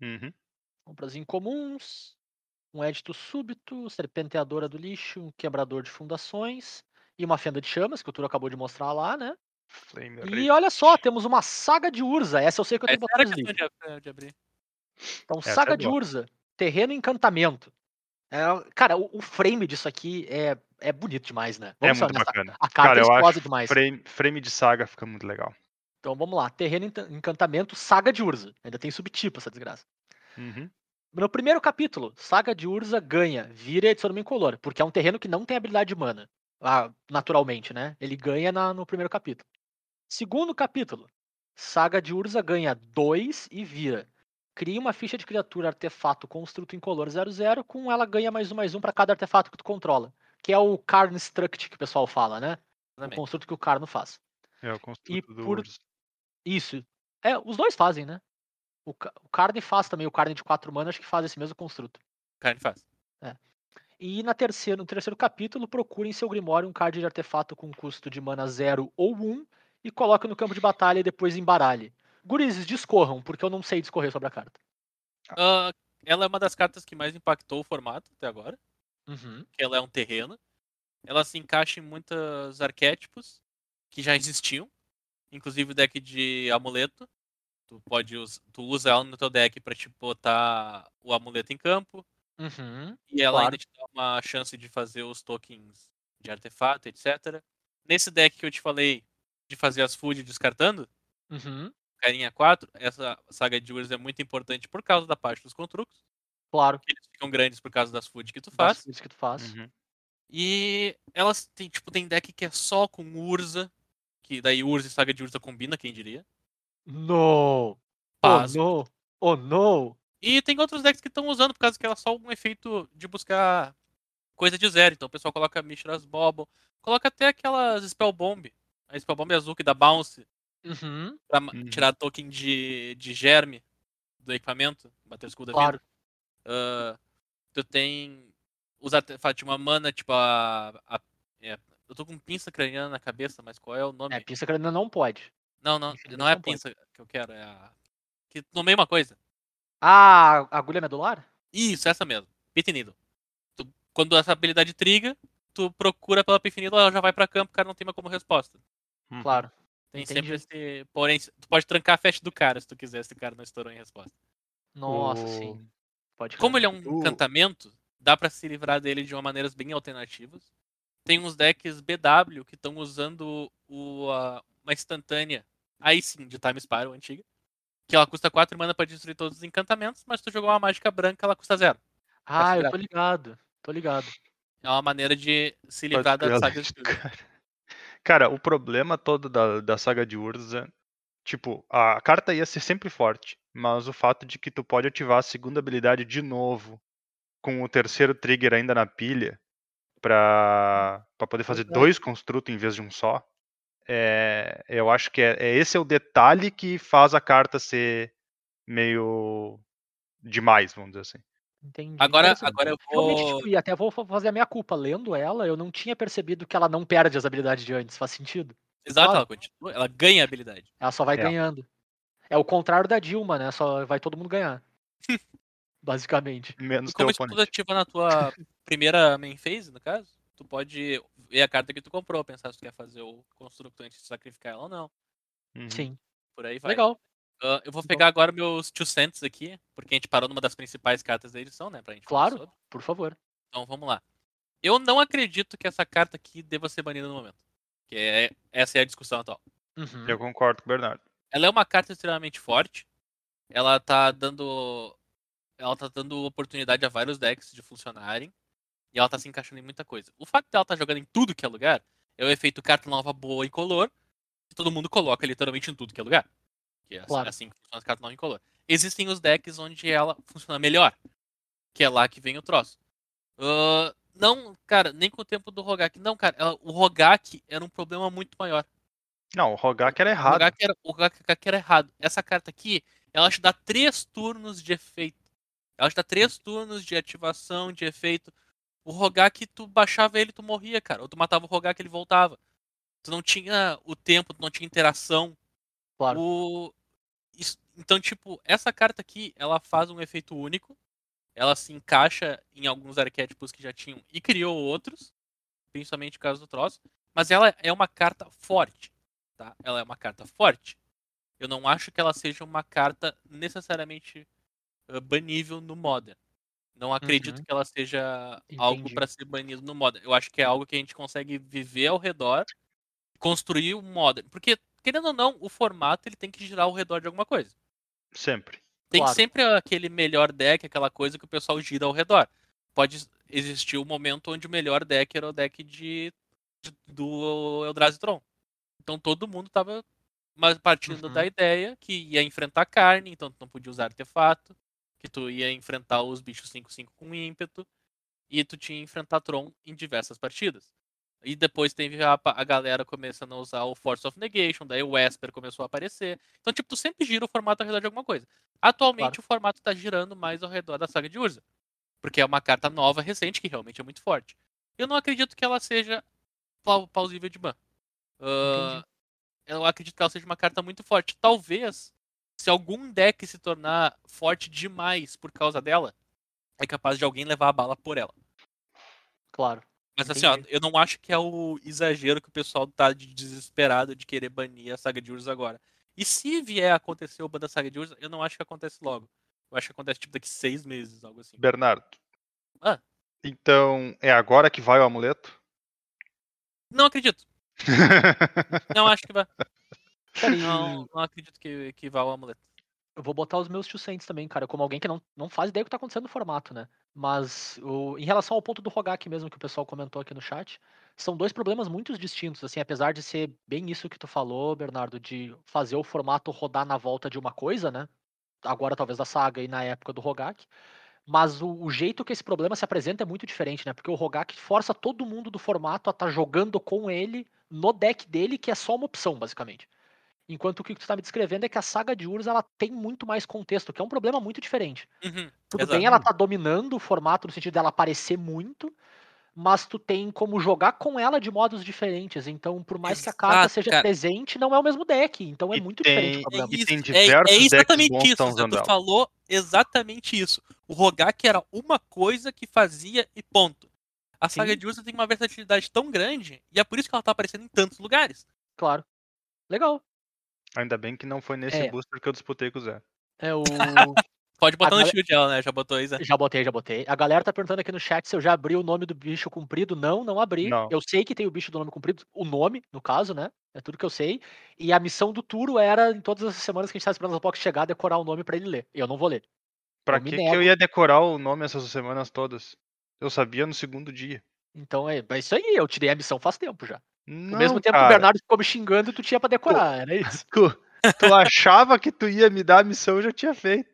Uhum.
Compras incomuns, um édito súbito, serpenteadora do lixo, um quebrador de fundações e uma fenda de chamas, que o Turo acabou de mostrar lá, né?
Flame
E olha só, temos uma saga de Urza. Essa eu sei que eu tenho
Essa
botado
era a
nos livros.
questão de, ab- de abrir.
Então,
é Essa é
Saga de
boa.
Urza, Terreno e Encantamento. É, cara, o, o frame disso aqui é, é bonito demais, né?
É
Vamos ser
muito
honestos,
bacana.
A carta
Cara,
é
eu acho
explode demais.
Frame, frame de saga fica muito legal.
Então vamos lá, Terreno e Encan- Encantamento, Saga de Urza. Ainda tem subtipo essa desgraça.
Uhum.
No primeiro capítulo, Saga de Urza ganha, vira edição incolor, porque é um terreno que não tem habilidade de mana, ah, naturalmente, né? Ele ganha na- no primeiro capítulo. Segundo capítulo, Saga de Urza ganha 2 e vira. Cria uma ficha de criatura artefato construto incolor 00, com ela ganha mais um mais um para cada artefato que tu controla, que é o Carnstruct que o pessoal fala, né? O
Exatamente.
construto que o Carno faz.
É o construto
E
do
por-
Urza.
Isso. É, os dois fazem, né? O, Ca- o Carne faz também, o Carne de 4 mana, acho que faz esse mesmo construto.
Carne faz.
E na terceira, no terceiro capítulo, procure em seu Grimório um card de artefato com custo de mana 0 ou 1 e coloque no campo de batalha e depois embaralhe. Gurizes, discorram, porque eu não sei discorrer sobre a carta. Tá.
Ah, ela é uma das cartas que mais impactou o formato até agora. que ela é um terreno. Ela se encaixa em muitos arquétipos que já existiam, inclusive o deck de amuleto. Tu pode us- tu usa ela no teu deck para te botar o amuleto em campo
Uhum.
e ela
Claro.
ainda te dá uma chance de fazer os tokens de artefato, etc. Nesse deck que eu te falei de fazer as food descartando,
Uhum.
carinha 4, essa saga de Urza é muito importante por causa da parte dos contrucos,
Claro.
que eles ficam grandes por causa das food que tu
das
faz.
coisas que tu faz.
Uhum.
E elas tem, tipo, tem deck que é só com Urza, que daí Urza e Saga de Urza combina, quem diria.
No! Oh,
Pasmo.
no! Oh, no!
E tem outros decks que estão usando, por causa que ela é só um efeito de buscar coisa de zero. Então o pessoal coloca Mishra's Bobble, coloca até aquelas Spell Bomb, a Spell Bomb azul que dá bounce
Uhum.
pra ma-
Uhum.
tirar token de, de germe do equipamento, bater o escudo da
Claro.
vida. Ah, tu tem os artefatos, uma mana, tipo a... a- é, eu tô com pinça craniana na cabeça, mas qual é o nome?
É, pinça crânio não pode.
Não, não,
Infelizmente
não é a
não pode.
pinça que eu quero, é a. Que nomeia uma coisa.
Ah, agulha medular?
Isso, essa mesmo. Pit Needle. Tu- quando essa habilidade triga, tu procura pela Pit Needle, ela já vai pra campo, o cara não tem mais como resposta.
Uhum.
Claro.
Tem
Entendi.
sempre esse. Porém, se- tu pode trancar a fast do cara se tu quiser, se o cara não estourou em resposta.
Nossa,
O-
sim. Pode
Como
crer.
ele é um
O-
encantamento, dá pra se livrar dele de uma maneiras bem alternativas. Tem uns decks BW que estão usando o, a- uma instantânea, aí sim, de Time Spiral antiga. Que ela custa 4 mana pra destruir todos os encantamentos, mas tu jogou uma mágica branca, ela custa zero.
Ah, eu
Tá
tô ligado. Tô ligado.
É uma maneira de se
Pode
livrar da
crer,
saga de
Alex, cara. Cara, o problema todo da, da saga de Urza, tipo, a carta ia ser sempre forte, mas o fato de que tu pode ativar a segunda habilidade de novo, com o terceiro trigger ainda na pilha, pra, pra poder
Uhum.
fazer
Verdade.
dois construtos em vez de um só, é, eu acho que é, é esse é o detalhe que faz a carta ser meio demais, vamos dizer assim.
Entendi.
Agora,
Interessante.
agora eu
Realmente,
vou.
tipo, e até vou fa- fazer a minha culpa. Lendo ela, eu não tinha percebido que ela não perde as habilidades de antes. Faz sentido?
Exato,
Claro.
ela continua. Ela ganha a habilidade.
Ela só vai
É.
ganhando. É o contrário da Dilma, né? Só vai todo mundo ganhar. Basicamente.
Menos
E
teu
como isso tudo é
oponente.
ativa na tua primeira main phase, no caso, tu pode ver a carta que tu comprou, pensar se tu quer fazer o construto antes de sacrificar ela ou não.
Uhum.
Sim.
Por aí vai.
Legal. Então
Ah, eu vou
Legal.
pegar agora meus two cents aqui, porque a gente parou numa das principais cartas da edição, né? Pra gente falar
Claro.
sobre.
Por favor.
Então vamos lá. Eu não acredito que essa carta aqui deva ser banida no momento. Que é, essa é a discussão atual.
Uhum.
Eu concordo com o Bernardo.
Ela é uma carta extremamente forte. Ela tá dando. Ela tá dando oportunidade a vários decks de funcionarem. E ela tá se encaixando em muita coisa. O fato dela tá jogando em tudo que é lugar é o efeito carta nova boa em color. Que todo mundo coloca literalmente em tudo que é lugar. Que é assim-
Claro.
assim que funciona as cartas novas em color. Existem os decks onde ela funciona melhor. Que é lá que vem o troço. Ahn, não, cara, nem com o tempo do Rogak. Não, cara, ela- o Rogak era um problema muito maior.
Não, o Rogak era
O
errado.
Hagak era, o Hagak era errado. Essa carta aqui, ela te dá três turnos de efeito. Ela te dá três turnos de ativação, de efeito. O Rogak, tu baixava ele, tu morria, cara. Ou tu matava o Rogak, ele voltava. Tu não tinha o tempo, tu não tinha interação.
Claro.
O- isso- Então, tipo, essa carta aqui, ela faz um efeito único. Ela se encaixa em alguns arquétipos que já tinham e criou outros. Principalmente o caso do troço. Mas ela é uma carta forte tá? Ela é uma carta forte. Eu não acho que ela seja uma carta necessariamente eh, banível no Modern. Não acredito que ela seja algo
Entendi.
para ser banido no Modern. Eu acho que é algo que a gente consegue viver ao redor, construir o Modern. Porque, querendo ou não, o formato ele tem que girar ao redor de alguma coisa.
Sempre.
Tem
Claro.
sempre aquele melhor deck, aquela coisa que o pessoal gira ao redor. Pode existir um momento onde o melhor deck era o deck de, de- do Eldrazi Tron. Então todo mundo tava mas partindo
Uhum.
da ideia que ia enfrentar carne, então tu não podia usar artefato, que tu ia enfrentar os bichos 5-5 com ímpeto, e tu tinha que enfrentar Tron em diversas partidas. E depois teve a, pa- a galera começando a usar o Force of Negation, daí o Esper começou a aparecer. Então, tipo, tu sempre gira o formato ao redor de alguma coisa. Atualmente o formato tá girando mais ao redor da saga de Urza. Porque é uma carta nova, recente, que realmente é muito forte. Eu não acredito que ela seja pau- plausível de ban. Ah, eu acredito que ela seja uma carta muito forte. Talvez, se algum deck se tornar forte demais por causa dela, é capaz de alguém levar a bala por ela.
Claro.
Mas assim, ó,
Entendi.
eu não acho que é o exagero que o pessoal tá de- desesperado de querer banir a saga de Urza agora. E se vier a acontecer o ban da saga de Urza, eu não acho que acontece logo. Eu acho que acontece tipo daqui seis meses, algo assim.
Bernardo.
Ah.
Então, é agora que vai o amuleto?
Não acredito. Não acho que vai.
Cara, e
Não, não acredito que, que vá o amuleto.
Eu vou botar os meus two cents também, cara, como alguém que não, não faz ideia do que tá acontecendo no formato, né? Mas o- em relação ao ponto do Rogak mesmo, que o pessoal comentou aqui no chat, são dois problemas muito distintos, assim, apesar de ser bem isso que tu falou, Bernardo, de fazer o formato rodar na volta de uma coisa, né? Agora talvez da saga e na época do Rogak. Mas o, o jeito que esse problema se apresenta é muito diferente, né? Porque o Rogak força todo mundo do formato a estar jogando com ele no deck dele, que é só uma opção, basicamente. Enquanto o que tu tá me descrevendo é que a saga de Urza ela tem muito mais contexto, que é um problema muito diferente.
Uhum,
Tudo
exato.
bem, ela tá dominando o formato no sentido dela aparecer muito, mas tu tem como jogar com ela de modos diferentes. Então, por mais que a carta
Exato,
seja
cara.
presente, não é o mesmo deck. Então é
E
muito diferente
tem-
o
e
problema.
Tá tem
isso,
diversos
é
decks
exatamente
bons que
isso,
estão
Zé,
usando
tu
ela.
falou exatamente isso. O Rogak era uma coisa que fazia e ponto. A saga
Sim.
de Urza tem uma versatilidade tão grande e é por isso que ela tá aparecendo em tantos lugares.
Claro. Legal.
Ainda bem que não foi nesse
É.
booster que eu disputei com o Zé.
É o.
Pode botar no
Agora-
shield ela, né? Já botou aí, Zé.
já botei, já botei. A galera tá perguntando aqui no chat se eu já abri o nome do bicho comprido. Não, não abri.
Não.
Eu sei que tem o bicho do nome comprido, o nome, no caso, né? É tudo que eu sei. E a missão do Turo era, em todas as semanas que a gente tá esperando a box chegar, decorar o nome pra ele ler. Eu não vou ler.
Pra
Eu me
que, que
nego.
eu ia decorar o nome essas semanas todas? Eu sabia no segundo dia.
Então é, é isso aí, eu tirei a missão faz tempo já.
Não,
Ao mesmo tempo que o
cara.
Bernardo ficou me xingando, tu tinha pra decorar, era isso.
Tu achava que tu ia me dar a missão, eu já tinha feito.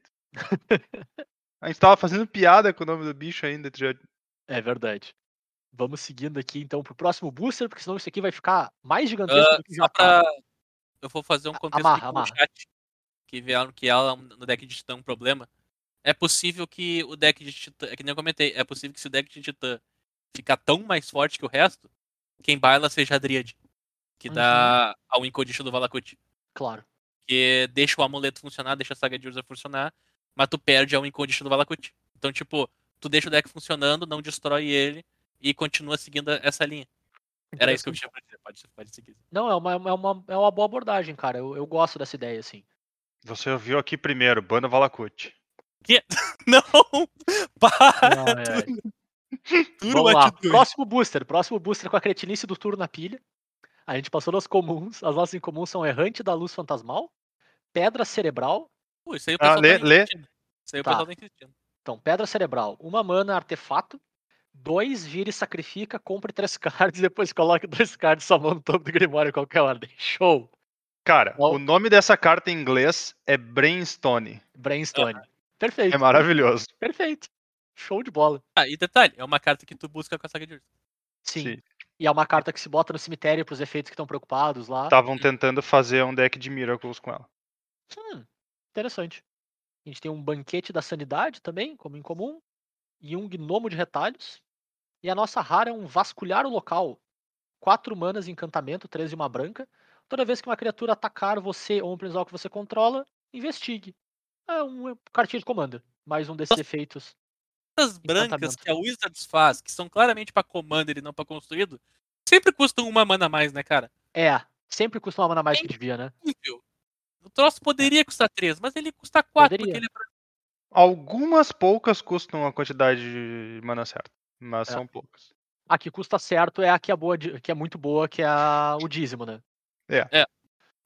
A gente tava fazendo piada com o nome do bicho ainda. Tu já...
É verdade. Vamos seguindo aqui então pro próximo booster, porque senão isso aqui vai ficar mais
Ah,
gigantesco do que já
Só
tá.
pra... Eu vou fazer um contexto
amarra,
aqui pro
amarra.
chat. Que vieram que ela no deck de Titã é um problema. É possível que o deck de Titã. É que nem eu comentei. É possível que se o deck de Titã ficar tão mais forte que o resto, quem baila seja a Dríade. Que dá ao Incodition do Valakut.
Claro.
Porque deixa o amuleto funcionar, deixa a saga de Urza funcionar, mas tu perde ao Incondition do Valakut. Então, tipo, tu deixa o deck funcionando, não destrói ele e continua seguindo essa linha. Era isso que eu tinha pra dizer, pode, pode seguir.
Não, é uma, é, uma, é uma boa abordagem, cara. Eu, eu gosto dessa ideia, assim.
Você ouviu aqui primeiro, Banda Valakut.
Não! Para!
Não, é-
Duro
Vamos lá.
atitude.
Próximo booster. Próximo booster com a cretinice do turno na pilha. A gente passou nas comuns. As nossas incomuns são Errante da Luz Fantasmal, Pedra Cerebral,
Pô, isso aí o
Ah,
pessoal
lê-
tá
lê.
insistindo. Isso aí o
Tá.
pessoal tá insistindo.
Então, Pedra Cerebral, uma mana, artefato. Dois, vira e sacrifica, compre três cards e depois coloque dois cards sua mão no topo do Grimório em qualquer ordem. Show!
Cara,
Qual-
o nome dessa carta em inglês é Brainstone.
Brainstorm. Perfeito.
É maravilhoso.
Perfeito. Show de bola.
Ah, e detalhe, é uma carta que tu busca com a saga de Urza.
Sim.
Sim.
E é uma carta que se bota no cemitério pros efeitos que estão preocupados lá.
Estavam tentando fazer um deck de Miracles com ela.
Hum, interessante. A gente tem um banquete da sanidade também, como em comum. E um gnomo de retalhos. E a nossa rara é um vasculhar o local. Quatro manas encantamento, três e uma branca. Toda vez que uma criatura atacar você ou um principal que você controla, investigue. É uma cartinha de comando. Mais um desses
Nossa.
efeitos. Então
cartas
tá
brancas
Encantamento.
que a Wizards faz, que são claramente pra Commander e não pra construído, sempre custam uma mana a mais, né, cara?
É, sempre custa uma mana a mais que devia, né?
Incrível. O troço poderia custar três, mas ele custa quatro
Poderia.
porque ele é pra-
Algumas poucas custam a quantidade de mana certa, mas
É.
são poucas.
A que custa certo é a que é, boa, de- que é muito boa, que é a- o dízimo, né?
É.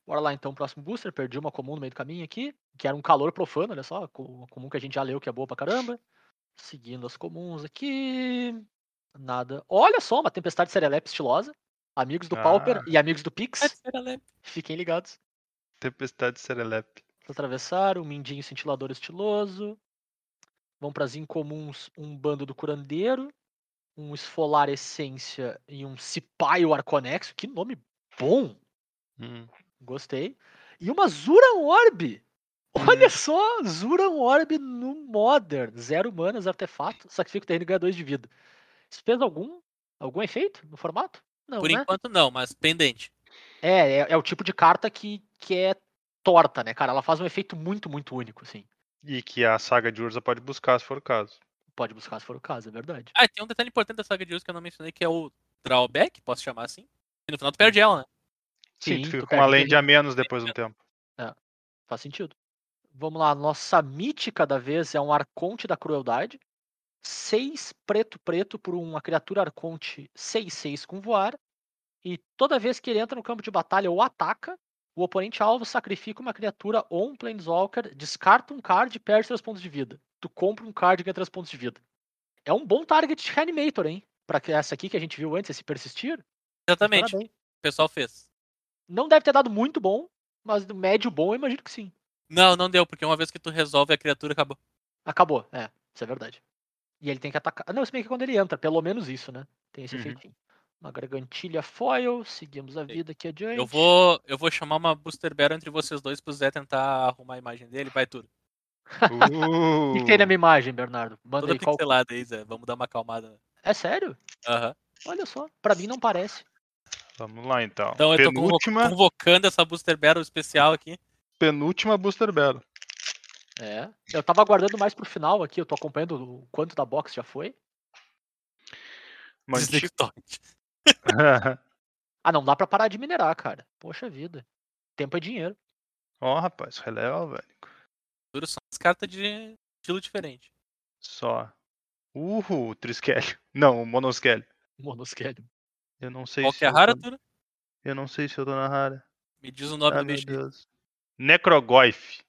Bora lá então, próximo booster. Perdi uma comum no meio do caminho aqui, que era um calor profano, olha só. co- Uma comum que a gente já leu, que é boa pra caramba. Seguindo as comuns aqui. Nada. Olha só, uma tempestade serelepe estilosa. Amigos do Pauper e amigos do Pix.
terceira leve.
Fiquem ligados.
Tempestade Serelepe.
Atravessaram, um mindinho cintilador estiloso. Vão para as incomuns um bando do curandeiro, um esfolar essência e um cipaio arconexo. Que nome bom!
Hum.
Gostei. E uma Zuran Orb! Olha só, Zuran Orb no Modern. Zero manas, artefato, sacrifica o terreno e ganha dois de vida. Isso fez algum, algum efeito no formato? Não,
Por
né?
enquanto não, mas pendente.
É, é, é o tipo de carta que, que é torta, né, cara? Ela faz um efeito muito, muito único, assim.
E que a saga de Urza pode buscar, se for o caso.
Pode buscar se for o caso, é verdade.
Ah, e tem um detalhe importante da saga de uso que eu não mencionei, que é o drawback, posso chamar assim. E no final tu perde ela, né?
Sim,
Sim,
tu
tu
fica com
perde
uma land
terreno.
a menos depois de um tempo.
Faz sentido. Vamos lá, nossa mítica da vez é um Arconte da Crueldade. 6 preto preto por uma criatura Arconte 6-6 com voar. E toda vez que ele entra no campo de batalha ou ataca, o oponente alvo sacrifica uma criatura ou um Planeswalker, descarta um card e perde 3 pontos de vida. Tu compra um card e ganha 3 pontos de vida. É um bom target de Reanimator, hein? Pra que- essa aqui que a gente viu antes, esse persistir.
Exatamente,
parabéns.
o pessoal fez.
Não deve ter dado muito bom, mas do médio bom eu imagino que sim.
Não, não deu, porque uma vez que tu resolve a criatura, acabou.
Acabou, é, isso é verdade. E ele tem que atacar. Não, se bem que quando ele entra, pelo menos isso, né? Tem esse
Uhum.
efeitinho. Uma gargantilha foil, seguimos a vida aqui adiante.
Eu vou, eu vou chamar uma Booster Battle entre vocês dois pro Zé tentar arrumar a imagem dele, vai tudo.
O
Uh,
que que
é
tem na minha imagem, Bernardo? Manda
Toda
aí qual.
pixelada aí, Zé. Vamos dar uma acalmada. né?
É sério?
Aham.
Olha só, pra mim não parece.
Vamos lá então.
Então eu tô convo-
penúltima,
convocando essa Booster Battle especial aqui.
penúltima Booster Battle.
É. Eu tava aguardando mais pro final aqui, eu tô acompanhando o quanto da box já foi.
Desliga o
Mantico.
torrent.
Ah, não dá pra parar de minerar, cara. Poxa vida. Tempo é dinheiro.
Ó, rapaz, releva, velho.
Duro são as cartas de estilo diferente.
Só. Uhul, Triskelho. Não, Monoskelho.
Monosquelho.
Eu não sei
Qual
se.
que é a
eu
rara,
tô-
Duro?
Eu não sei se eu tô na rara.
Me diz o nome
Ah,
do
meu
bicho. aí.
Deus. Necrogoyf.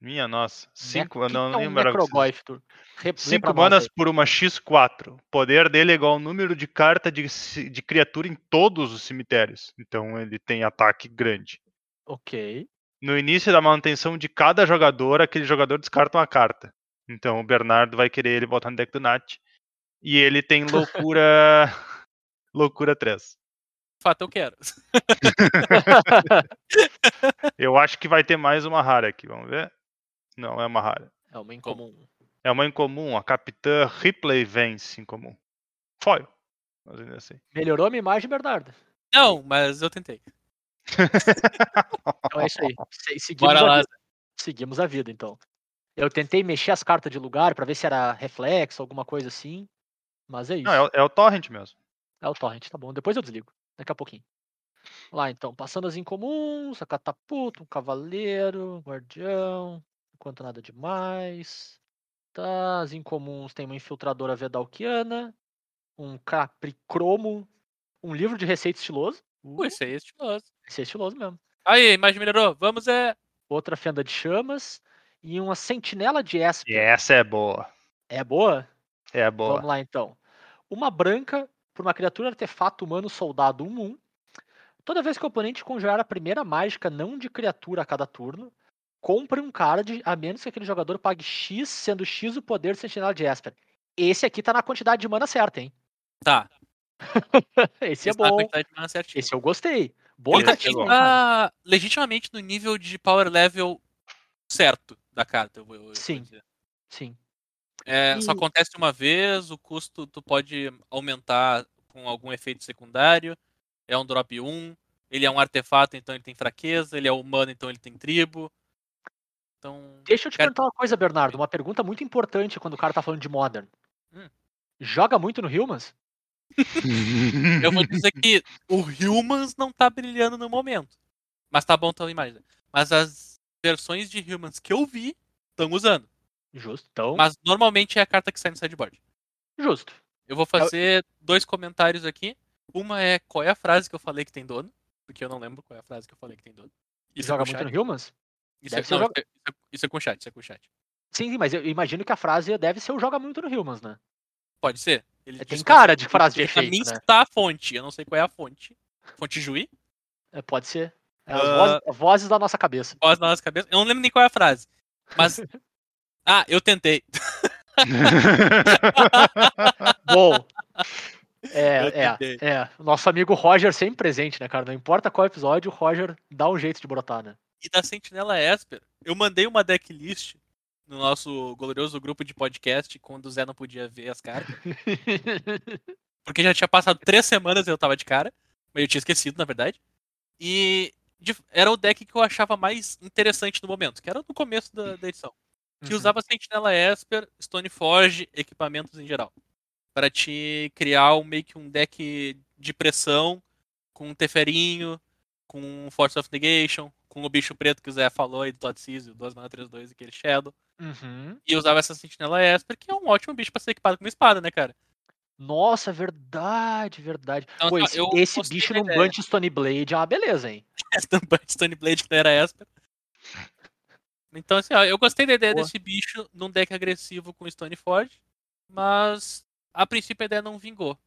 Minha nossa. Cinco, eu
que
não
que é um
lembro.
Necrogoyf, tu? Re- lê pra
Cinco
nós
manas
aí.
por uma X4. Poder dele é igual ao número de carta de, ci- de criatura em todos os cemitérios. Então ele tem ataque grande.
Ok.
No início da manutenção de cada jogador, aquele jogador descarta uma carta. Então o Bernardo vai querer ele botar no deck do Nat. E ele tem loucura. loucura 3.
De fato, eu quero.
Eu acho que vai ter mais uma rara aqui, vamos ver? Não, é uma rara.
É uma incomum.
É uma incomum, a capitã Ripley vence incomum. Foil. Mas ainda assim.
Melhorou a minha imagem, Bernardo?
Não, mas eu tentei.
Então é isso aí. Se- Seguimos,
Bora
a
lá.
vida. Seguimos a vida, então. Eu tentei mexer as cartas de lugar pra ver se era reflexo, alguma coisa assim. Mas é isso.
Não, é, o- é o Torrent mesmo.
É o torrent, tá bom. Depois eu desligo. Daqui a pouquinho. Lá então, passando as incomuns, a catapulta, um cavaleiro, um guardião, enquanto nada demais. Tá, as incomuns tem uma infiltradora vedalquiana, um capricromo, um livro de receita estiloso.
Pô, isso aí é estiloso.
Esse é estiloso mesmo.
Aí, a imagem melhorou. Vamos, é.
outra fenda de chamas e uma sentinela de esp.
E essa é boa.
É boa?
É boa.
Vamos lá então. Uma branca por uma criatura artefato humano soldado 1 1. Toda vez que o oponente conjurar a primeira mágica não de criatura a cada turno, compre um card a menos que aquele jogador pague X, sendo X o poder de sentinela de Esper. Esse aqui tá na quantidade de mana certa, hein?
Tá.
Esse é
Sabe a
bom.
quantidade de mana certinho.
Esse eu gostei.
Ele
Bota
Ele
tá,
aqui.
ele
chegou.
tá legitimamente no nível de power level certo da carta. eu vou- eu vou
Sim.
dizer.
Sim.
É, Só
E-
acontece uma vez, o custo tu pode aumentar com algum efeito secundário. É um drop 1. Ele é um artefato, então ele tem fraqueza. Ele é humano, então ele tem tribo. Então.
Deixa eu te
Cara-
perguntar uma coisa, Bernardo. Uma pergunta muito importante quando o cara tá falando de Modern.
Hum.
Joga muito no Humans?
Eu vou dizer que o Humans não tá brilhando no momento. Mas tá bom também mais. né? Mas as versões de Humans que eu vi estão usando.
Justo. Então,
Mas normalmente é a carta que sai no sideboard.
justo.
Eu vou fazer dois comentários aqui. Uma é qual é a frase que eu falei que tem dono. Porque eu não lembro qual é a frase que eu falei que tem dono. Isso
Joga
é com
muito
chat.
no Humans?
Isso, é,
Deve ser
não,
joga-
isso, é, isso é- isso é com chat, isso é com chat.
Sim, sim, mas eu imagino que a frase deve ser o joga muito no Humans, né?
Pode ser. Ele
É,
diz
Tem
que
cara de frase de
Ele pra mim
efeito, né?
está a fonte. Eu não sei qual é a fonte. Fonte Juí?
É, Pode ser. É as
Ah.
vozes, as vozes da nossa cabeça.
voz na nossa cabeça. Eu não lembro nem qual é a frase. Mas. ah, eu tentei.
Bom.
Eu
É, é,
tentei.
é. O Nosso amigo Roger sempre presente, né, cara? Não importa qual episódio, o Roger dá um jeito de brotar, né?
E da Sentinela Esper, eu mandei uma decklist no nosso glorioso grupo de podcast quando o Zé não podia ver as cartas. Porque já tinha passado três semanas e eu tava de cara. Mas eu tinha esquecido, na verdade. E de- era o deck que eu achava mais interessante no momento, que era no começo da, da edição. Que
Uhum.
usava Sentinela Esper, Stoneforge, equipamentos em geral. Pra te criar um, meio que um deck de pressão, com um Teferinho, com um Force of Negation, com o bicho preto que o Zé falou aí do Todd Caesar, 2 mana 3, 2 e aquele Shadow.
Uhum.
E eu usava essa Sentinela Esper, que é um ótimo bicho pra ser equipado com uma espada, né, cara?
Nossa, verdade, verdade.
Então,
Pô,
assim, ó,
esse,
eu
esse
gostei
bicho
da
num
ideia.
Bunch Stone Blade é uma beleza, hein?
Estampante Stone Blade que não era Esper. Então, assim, ó, eu gostei da ideia
Boa.
desse bicho num deck agressivo com Stoneforge, mas a princípio a ideia não vingou.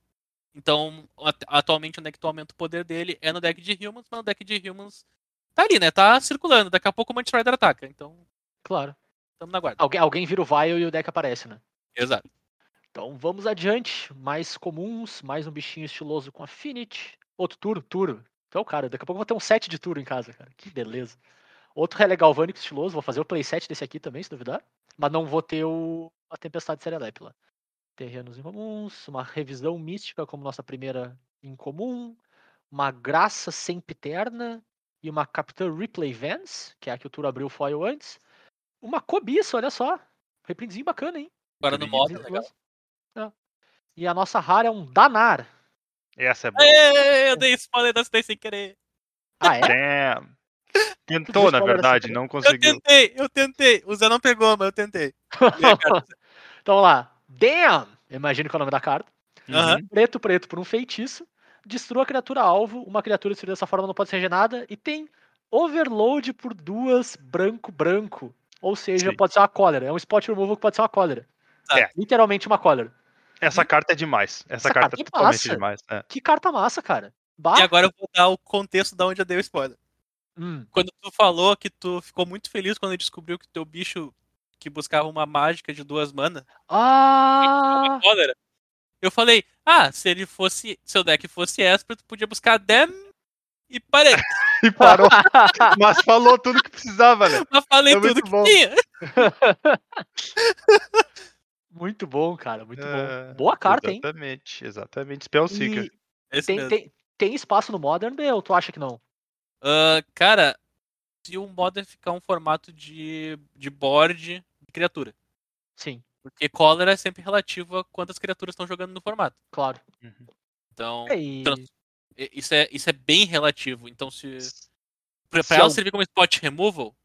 Então, at- atualmente onde é que tu aumenta o poder dele é no deck de Humans, mas no deck de Humans tá ali, né? Tá circulando. Daqui a pouco o Mantis Rider ataca. Então,
Claro.
estamos na guarda.
Alguém, alguém vira o Vile e o deck aparece, né?
Exato.
Então vamos adiante. Mais comuns, mais um bichinho estiloso com Affinity. Outro Turo, Turo. Então, cara, daqui a pouco eu vou ter um set de Turo em casa, cara. Que beleza. Outro Relegalvânico estiloso. Vou fazer o playset desse aqui também, se duvidar. Mas não vou ter o... a Tempestade Serelep lá. Terrenos incomuns, uma revisão mística como nossa primeira incomum, uma graça sempiterna e uma Capitã Replay Vans, que é a que o Turo abriu o foil antes. Uma cobiça, olha só. Reprintzinho bacana, hein?
Agora no modo,
Sim,
legal.
duas. É. tá E a nossa rara é um danar.
Essa é boa.
Ê, eu dei spoiler da cidade sem querer.
Ah, é?
Damn.
Tu
Tentou, na
disse qual era
verdade,
essa?
não
Eu
conseguiu.
tentei, eu tentei. O Zé não pegou, mas eu tentei. Lê a carta.
então vamos lá. Damn! Eu imagino que é o nome da carta.
Aham.
Uhum.
Preto, preto por um feitiço. Destrua a criatura alvo. Uma criatura destruída dessa forma não pode ser regenerada. E tem overload por duas branco, branco. Ou seja,
Sim.
pode ser uma cólera. É um spot removal que pode ser uma cólera.
É.
Literalmente uma cólera.
Essa carta é demais. Essa,
Essa
carta
carta
é
é
totalmente
massa.
demais. É.
Que carta massa, cara. Bah.
E agora eu vou dar o contexto da onde eu dei o spoiler.
Hum,
Quando tu falou que tu ficou muito feliz quando descobriu que teu bicho que buscava uma mágica de duas manas,
Ah!
uma cólera, eu falei, ah, se ele fosse. Seu deck fosse Esper, tu podia buscar Dem e parei.
E parou. Mas falou tudo que precisava, né?
Mas falei
É muito
tudo que
bom.
tinha.
Muito bom, cara. Muito bom. Boa carta, hein?
Exatamente, exatamente. Spell Seeker.
E-
É isso
Tem,
mesmo.
tem, tem espaço no Modern, Bel? Tu acha que não?
Ah, cara, se o Modern ficar um formato de, de board de criatura.
Sim,
Porque cólera é sempre relativo a quantas criaturas estão jogando no formato.
claro.
Então,
É.
E-
trans- i- isso é, isso é bem relativo. Então, se. Pra,
Se
pra ela
al-
servir como spot removal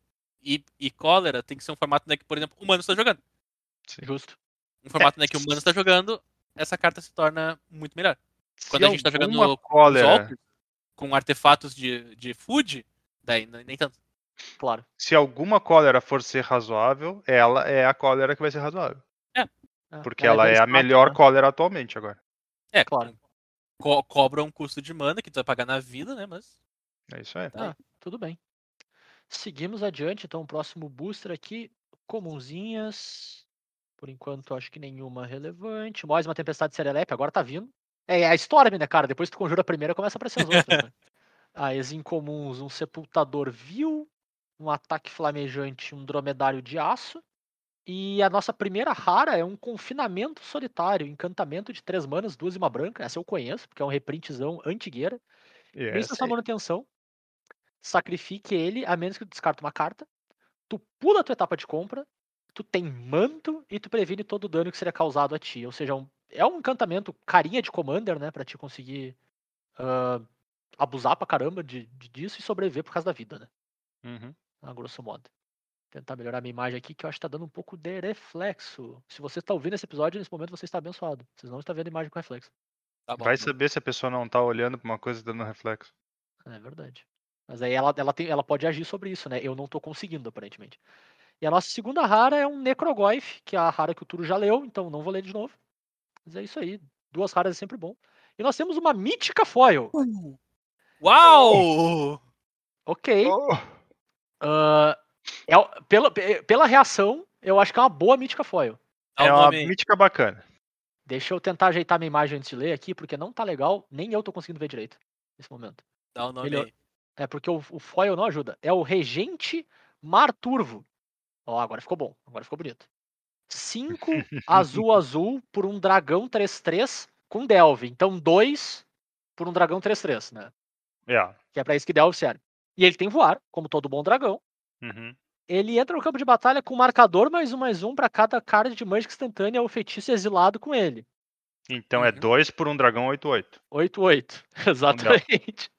e, e cólera, tem que ser um formato né, que, por exemplo, o Mano está jogando.
Justo.
Um formato né, que o Mano está jogando, essa carta se torna muito melhor. Quando a gente tá jogando
alguma
no-
cólera,
Zolkis, com artefatos de, de food, daí n- nem tanto.
Claro.
se alguma cólera for ser razoável, ela é a cólera que vai ser razoável.
Ah,
Porque ela é a
versátil,
melhor
né?
cólera atualmente agora.
É,
Claro.
co- cobra um custo de mana que tu vai pagar na vida, né? Mas.
É isso aí.
Tudo bem. Seguimos adiante, então, o próximo booster aqui. Comunzinhas. Por enquanto, acho que nenhuma relevante. Mais uma tempestade de Serelepe, agora tá vindo. É, é a Storm, né, cara? Depois que tu conjura a primeira, começa a aparecer as outras. né? Aí, as incomuns, um sepultador vil, um ataque flamejante, um dromedário de aço. E a nossa primeira rara é um confinamento solitário, encantamento de três manas, duas e uma branca. Essa eu conheço, porque é um reprintzão antigueira.
É,
Pensa sua manutenção. Sacrifique ele, a menos que tu descarte uma carta. Tu pula a tua etapa de compra. Tu tem manto e tu previne todo o dano que seria causado a ti. Ou seja, um- é um encantamento carinha de commander, né? Pra te conseguir ah, abusar pra caramba de, de- disso e sobreviver por causa da vida, né?
Uhum.
A grosso modo. Tentar melhorar minha imagem aqui, que eu acho que tá dando um pouco de reflexo. Se você está ouvindo esse episódio, nesse momento você está abençoado. Vocês não estão vendo a imagem com reflexo.
Tá bom.
Vai saber se a pessoa não tá olhando pra uma coisa e dando reflexo.
É verdade. Mas aí ela, ela, tem, ela pode agir sobre isso, né? Eu não tô conseguindo, aparentemente. E a nossa segunda rara é um Necrogoyf, que é a rara que o Turo já leu, então não vou ler de novo. Mas é isso aí. Duas raras é sempre bom. E nós temos uma mítica foil.
Uau!
Ok.
Oh!
ah, é o- pela, pe- pela reação, eu acho que é uma boa mítica foil.
Dá tá o
É uma
nome aí.
mítica bacana.
Deixa eu tentar ajeitar minha imagem antes de ler aqui, porque não tá legal, nem eu tô conseguindo ver direito nesse momento.
Dá o nome
Melhor.
aí.
É porque o, o foil não ajuda. É o Regente Mar Turvo. Ó, agora ficou bom. Agora ficou bonito. 5 azul azul por um dragão 3-3 com Delve. Então 2 por um dragão 3-3, né?
É.
Que é pra isso que Delve serve. E ele tem voar, como todo bom dragão.
Uhum.
Ele entra no campo de batalha com marcador mais um mais um pra cada card de mágica instantânea ou feitiço exilado com ele.
Então é
Uhum.
2 por um dragão 8-8.
8-8. Exatamente.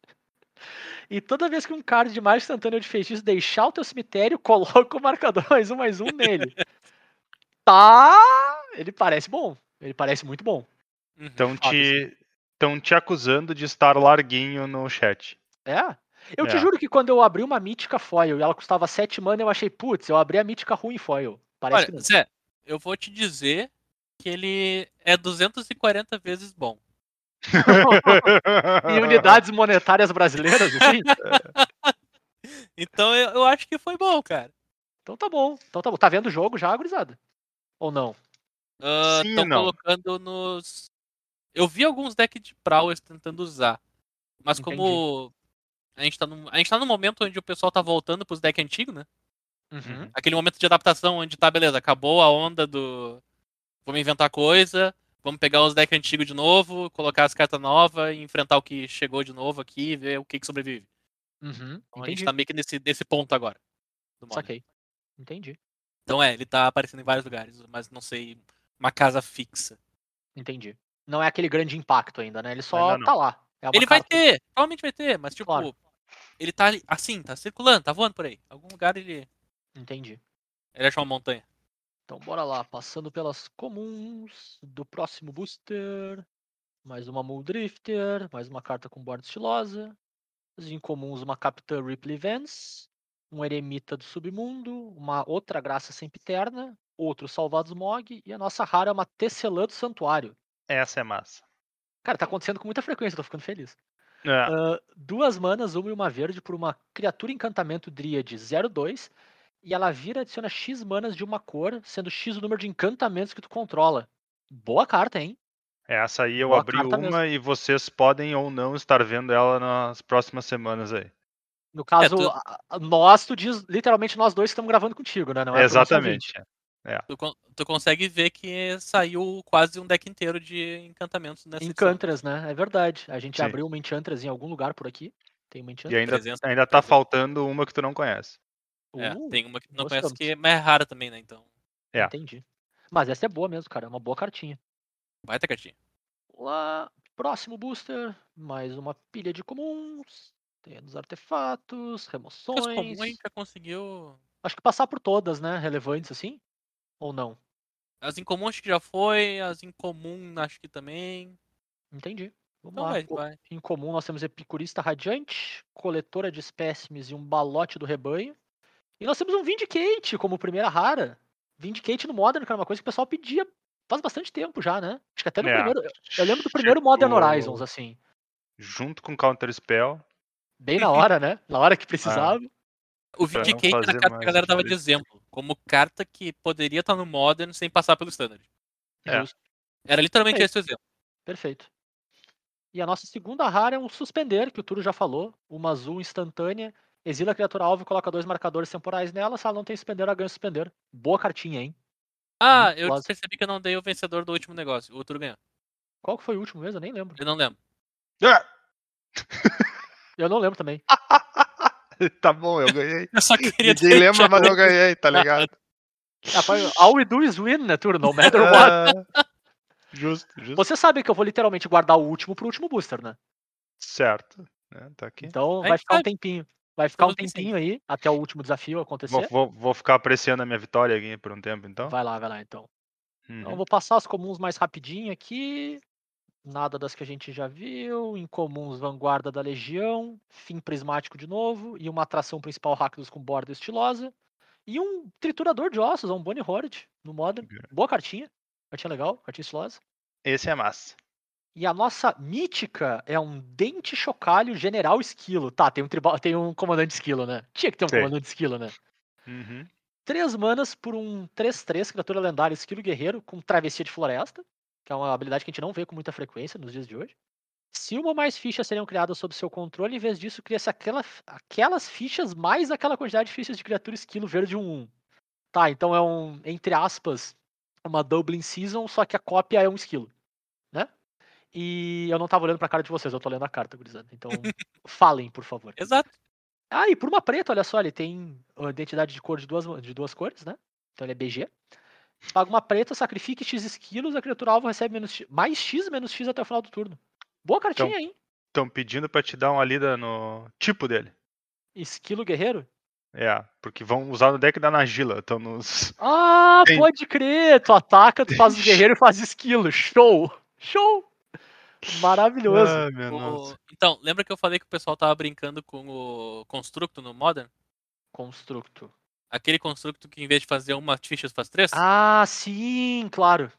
E toda vez que um card de mágica instantânea ou de feitiço deixar o teu cemitério, coloca o marcador mais um mais um nele. Tá! Ele parece bom. Ele parece muito bom.
Uhum.
Estão
fato,
Então, te, tão te acusando de estar larguinho no chat.
É? Eu te
É.
juro que quando eu abri uma mítica foil e ela custava 7 mana, eu achei, putz, eu abri a mítica ruim foil. Parece que
Olha,
não.
Zé, eu vou te dizer que ele é 240 vezes bom.
Em unidades monetárias brasileiras, assim?
Então eu, eu acho que foi bom, cara.
Então tá bom. Então tá bom. Tá vendo o jogo já, gurizada? Ou não?
Sim
Estão
ou não?
Ah, colocando nos. Eu vi alguns decks de Prowlers tentando usar. Mas como a gente, tá num, a gente tá num momento onde o pessoal tá voltando pros decks antigos, né?
Uhum.
Aquele momento de adaptação onde tá, beleza, acabou a onda do. Vamos inventar coisa, vamos pegar os decks antigos de novo, colocar as cartas novas e enfrentar o que chegou de novo aqui e ver o que, que sobrevive.
Uhum.
Então a
Entendi.
gente tá meio que nesse, nesse ponto agora. do Modern.
Saquei. Entendi.
Então é, ele tá aparecendo em vários lugares, mas não sei uma casa fixa.
Entendi. Não é aquele grande impacto ainda, né? Ele só
Ainda não.
tá lá. É uma
ele vai
carta.
ter, provavelmente vai ter, mas tipo,
Claro.
ele tá ali- assim, tá circulando, tá voando por aí. Algum lugar ele,
Entendi.
ele achou uma montanha.
Então bora lá, passando pelas comuns do próximo booster. Mais uma Mul Drifter, mais uma carta com borda estilosa. Os incomuns, uma Capitã Ripley Vance, um Eremita do Submundo, uma outra Graça Sempiterna, outro Salvados Mog e a nossa rara é uma Tecelã do Santuário.
Essa é massa.
Cara, tá acontecendo com muita frequência, eu tô ficando feliz.
É.
Ah, duas manas, uma e uma verde, por uma criatura encantamento Dríade 02. E ela vira e adiciona X manas de uma cor, sendo X o número de encantamentos que tu controla. Boa carta, hein?
Essa aí eu
Boa
abri
carta
uma
mesmo.
e vocês podem ou não estar vendo ela nas próximas semanas aí.
No caso,
tu-
a- a- nós, tu diz literalmente nós dois que estamos gravando contigo, né? Não é pro nosso ouvinte.
Exatamente.
Tu, con- tu consegue ver que saiu quase um deck inteiro de encantamentos nessa edição.
Encantras, né? É verdade. A gente
Sim.
abriu uma Enchantras em algum lugar por aqui. Tem uma
E
Enchantress.
ainda,
Trezentos,
ainda tá
trezentos.
faltando uma que tu não conhece.
É,
Uh,
tem uma que não
gostamos.
conhece que é mais rara também, né? Então,
É.
Entendi. Mas essa é boa mesmo, cara. É uma boa cartinha.
vai ter cartinha.
lá. Próximo booster, mais uma pilha de comuns. Terrenos artefatos,
Mas comum a
remoções.
gente já conseguiu.
Acho que passar por todas, né? Relevantes assim? Ou não?
As incomuns acho que já foi, as incomum acho que também.
Entendi. Vamos
Então
lá.
vai,
O-
vai.
Em comum nós temos Epicurista Radiante, Coletora de Espécimes e um Balote do Rebanho. E nós temos um Vindicate como primeira rara. Vindicate no Modern, que era uma coisa que o pessoal pedia faz bastante tempo já, né? Acho que até no
É,
primeiro. Eu lembro do primeiro Modern
chegou
Horizons, assim.
Junto com Counter Spell.
Bem na hora, né? Na hora que
É,
precisava.
O
Pra não
Vindicate era
fazer
a carta que
mais
a galera dava de
diferença.
exemplo, como carta que poderia estar no Modern sem passar pelo Standard.
É.
Justo.
Era literalmente
É.
esse o exemplo.
Perfeito. E a nossa segunda rara é um suspender, que o Turo já falou, uma azul instantânea. Exila a criatura alvo e coloca dois marcadores temporais nela. Se ela não tem suspender, ela ganha suspender. Boa cartinha, hein?
Ah,
Muito
eu
quase.
percebi que eu não dei o vencedor do último negócio. O outro ganhou.
Qual que foi o último mesmo? Eu nem lembro.
Eu não lembro.
Eu não lembro também.
tá bom, eu ganhei.
Eu só queria
Ninguém lembra,
deixar-
mas eu ganhei, tá ligado?
Ah, foi- All we do is win, né, Turo? No matter what.
Ah, Justo, justo.
Você sabe que eu vou literalmente guardar o último pro último booster, né?
Certo. né, tá aqui.
Então
Aí
vai ficar um
sabe.
tempinho. Vai ficar um
Estamos
tempinho aí até o último desafio
Vou,
acontecer.
vou- vou ficar apreciando a minha vitória aqui por um tempo, então.
é? Vai lá, vai lá então.
Uhum.
Então, eu vou passar as comuns mais rapidinho aqui. Nada das que a gente já viu. Incomuns Vanguarda da Legião. Fim Prismático de novo. E uma atração principal Rakdos com borda estilosa. E um Triturador de Ossos, um Bonnie Hornet no Modern. Boa cartinha. Cartinha legal, cartinha estilosa.
Esse é massa.
E a nossa mítica é um Dente Chocalho General Esquilo. Tá, tem um, tribal, tem um comandante esquilo, né? Tinha que ter um
Tem.
comandante esquilo, né?
Uhum.
Três manas por um 3-3, criatura lendária, esquilo guerreiro, com travessia de floresta, que é uma habilidade que a gente não vê com muita frequência nos dias de hoje. Se uma ou mais fichas seriam criadas sob seu controle, em vez disso, cria-se aquela, aquelas fichas mais aquela quantidade de fichas de criatura esquilo verde 1-1. Tá, então é um, entre aspas, uma Dublin Season, só que a cópia é um esquilo, né? E eu não tava olhando pra cara de vocês, eu tô lendo a carta, gurizada. Então, falem, por favor.
Exato.
Ah, e por uma preta, olha só, ele tem ah, identidade de cor de duas, de duas cores, né? Então ele é BG. Paga uma preta, sacrifique X esquilos, a criatura alvo recebe menos X- mais X menos X até o final do turno. Boa cartinha, hein?
Estão pedindo pra te dar uma lida no tipo dele.
Esquilo guerreiro?
É, porque vão usar no deck da Nagila. Estão nos.
Ah,
Tem.
pode crer! Tu ataca, tu faz o guerreiro e faz esquilo. Show! Show! Maravilhoso.
Ah, meu nossa.
O- Então, lembra que eu falei que o pessoal tava brincando com o Constructo no Modern?
Constructo.
Aquele constructo que em vez de fazer uma ficha faz três?
Ah, sim, claro.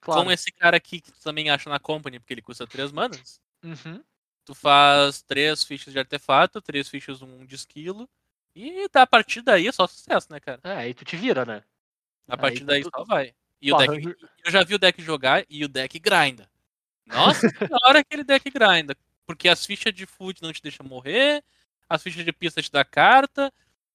Claro.
Com esse cara aqui que tu também acha na Company, porque ele custa três manas.
Uhum.
Tu faz três fichas de artefato, três fichas um de esquilo. E tá, a partir daí é só sucesso, né, cara?
É, aí tu te vira, né?
A partir
tu-
daí
tu-
só vai. E
tu
o deck,
arranja-
eu já vi o deck jogar e o deck grinda. Nossa senhora, aquele deck grinda. Porque as fichas de food não te deixam morrer, as fichas de pista te dá carta,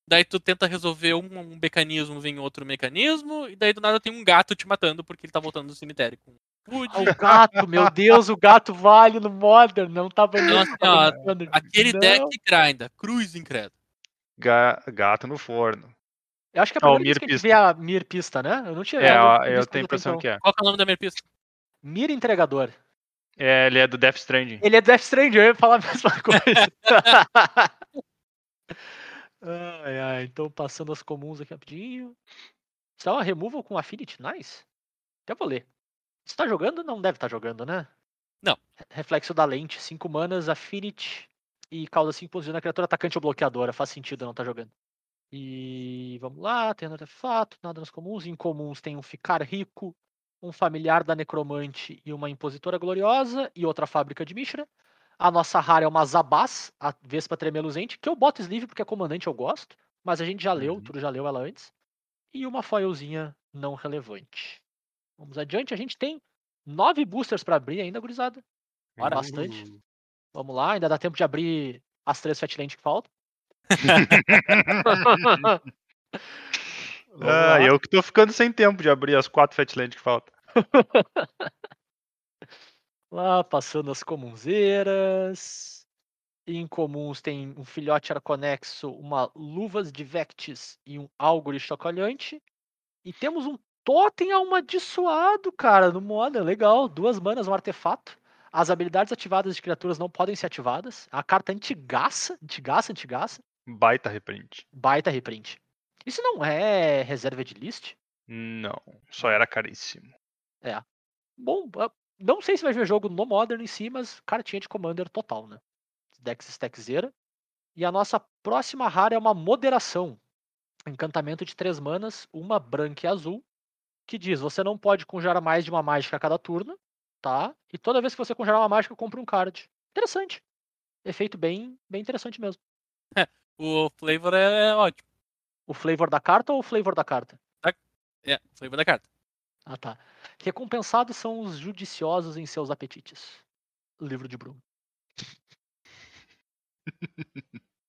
daí tu tenta resolver um, um mecanismo, vem outro mecanismo, e daí do nada tem um gato te matando porque ele tá voltando do cemitério com food.
Ah, o gato, meu Deus, o gato vale no Modern, não tá valendo.
Nossa senhora,
Modern.
Aquele
Não.
deck grinda, cruz incrédulo.
Ga- gato no forno.
Eu acho que é a
Ah, o
primeira vez que a gente vê a
Mirpista.
Mir Pista, né? Eu não tinha
É,
não
ó,
tinha
eu
visto ainda até
tenho a impressão
então.
que é.
Qual que é o nome da minha pista?
Mir Entregador. então.
é. Ele é do Death Stranding.
Ele é Death Stranger, eu ia falar a mesma coisa. ai, ai, então passando as comuns aqui rapidinho. Isso é uma removal com Affinity, nice. Até vou ler. Você tá jogando? Não deve estar jogando, né?
Não.
Re- Reflexo da lente, 5 manas, Affinity e causa 5 pontos de dano na criatura atacante ou bloqueadora. Faz sentido não tá jogando. E vamos lá, tem artefato, nada nos comuns. Incomuns tem um ficar rico, um familiar da necromante e uma impositora gloriosa e outra fábrica de Mishra. A nossa rara é uma Zabaz, a Vespa Tremeluzente, que eu boto sleeve porque é comandante, eu gosto, mas a gente já leu,
Uhum.
tudo já leu ela antes. E uma foilzinha não relevante. Vamos adiante, a gente tem nove boosters para abrir ainda, gurizada.
Bora.
Bastante. Vamos lá, ainda dá tempo de abrir as três fatlands que faltam. Vamos
Ah,
lá.
eu que tô ficando sem tempo de abrir as quatro Fatland que faltam.
Lá passando as comunzeiras. Em comuns tem um filhote arconexo, uma luvas de Vectis e um álgore chocalhante. E temos um totem almadissoado, cara, no moda. Legal. Duas manas, um artefato. As habilidades ativadas de criaturas não podem ser ativadas. A carta antigaça, antigaça, antigaça.
Baita reprint.
Baita reprint. Isso não é reserva de list?
Não, só era caríssimo.
Bom, ah, não sei se vai ver jogo no Modern em si, mas cartinha de Commander total, né? Dex stack zera. E a nossa próxima rara é uma moderação. Encantamento de três manas, uma branca e azul, que diz: você não pode conjurar mais de uma mágica a cada turno, tá? E toda vez que você conjurar uma mágica, compra um card. Interessante. Efeito bem, bem interessante mesmo.
O flavor é ótimo.
O flavor da carta ou o flavor da carta?
É, o flavor da carta.
Ah, tá. Recompensados são os judiciosos em seus apetites. Livro de Bruno.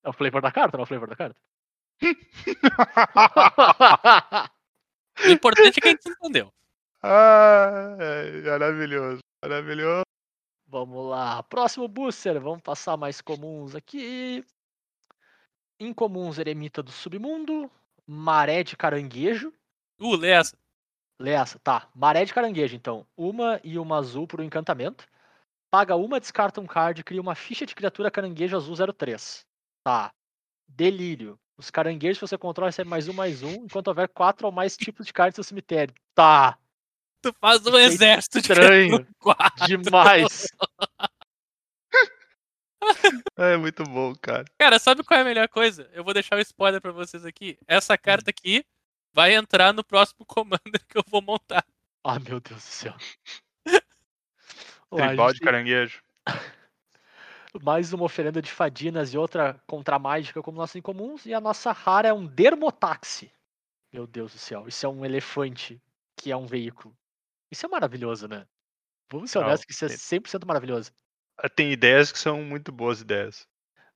É o flavor da carta, não é o flavor da carta?
O importante é que a gente entendeu.
ah, é maravilhoso, maravilhoso.
Vamos lá. Próximo booster. Vamos passar mais comuns aqui. Incomuns Eremita do Submundo. Maré de Caranguejo.
Uh, lê essa.
Lê essa, tá. Maré de Caranguejo, então. Uma e uma azul pro encantamento. Paga uma, descarta um card, cria uma ficha de criatura caranguejo azul 03. Tá. Delírio. Os caranguejos que você controla recebem mais um, mais um, enquanto houver quatro ou mais tipos de cards no seu cemitério. Tá.
Tu faz um
Fiquei
exército de
estranho.
quatro.
Demais.
É muito bom, cara.
Cara, sabe qual é a melhor coisa? Eu vou deixar o spoiler pra vocês aqui. Essa carta aqui vai entrar no próximo Commander que eu vou montar.
Ah, meu Deus do céu. Ó, a
Tribal de
gente tem
caranguejo.
mais uma oferenda de fadinas e outra contra mágica como nossa incomuns. E a nossa rara é um dermotáxi. Meu Deus do céu, isso é um elefante que é um veículo. Isso é maravilhoso, né? Vamos ser
Não,
honestos que isso é
é-
100% maravilhoso.
Ah, Tem ideias que são muito boas ideias.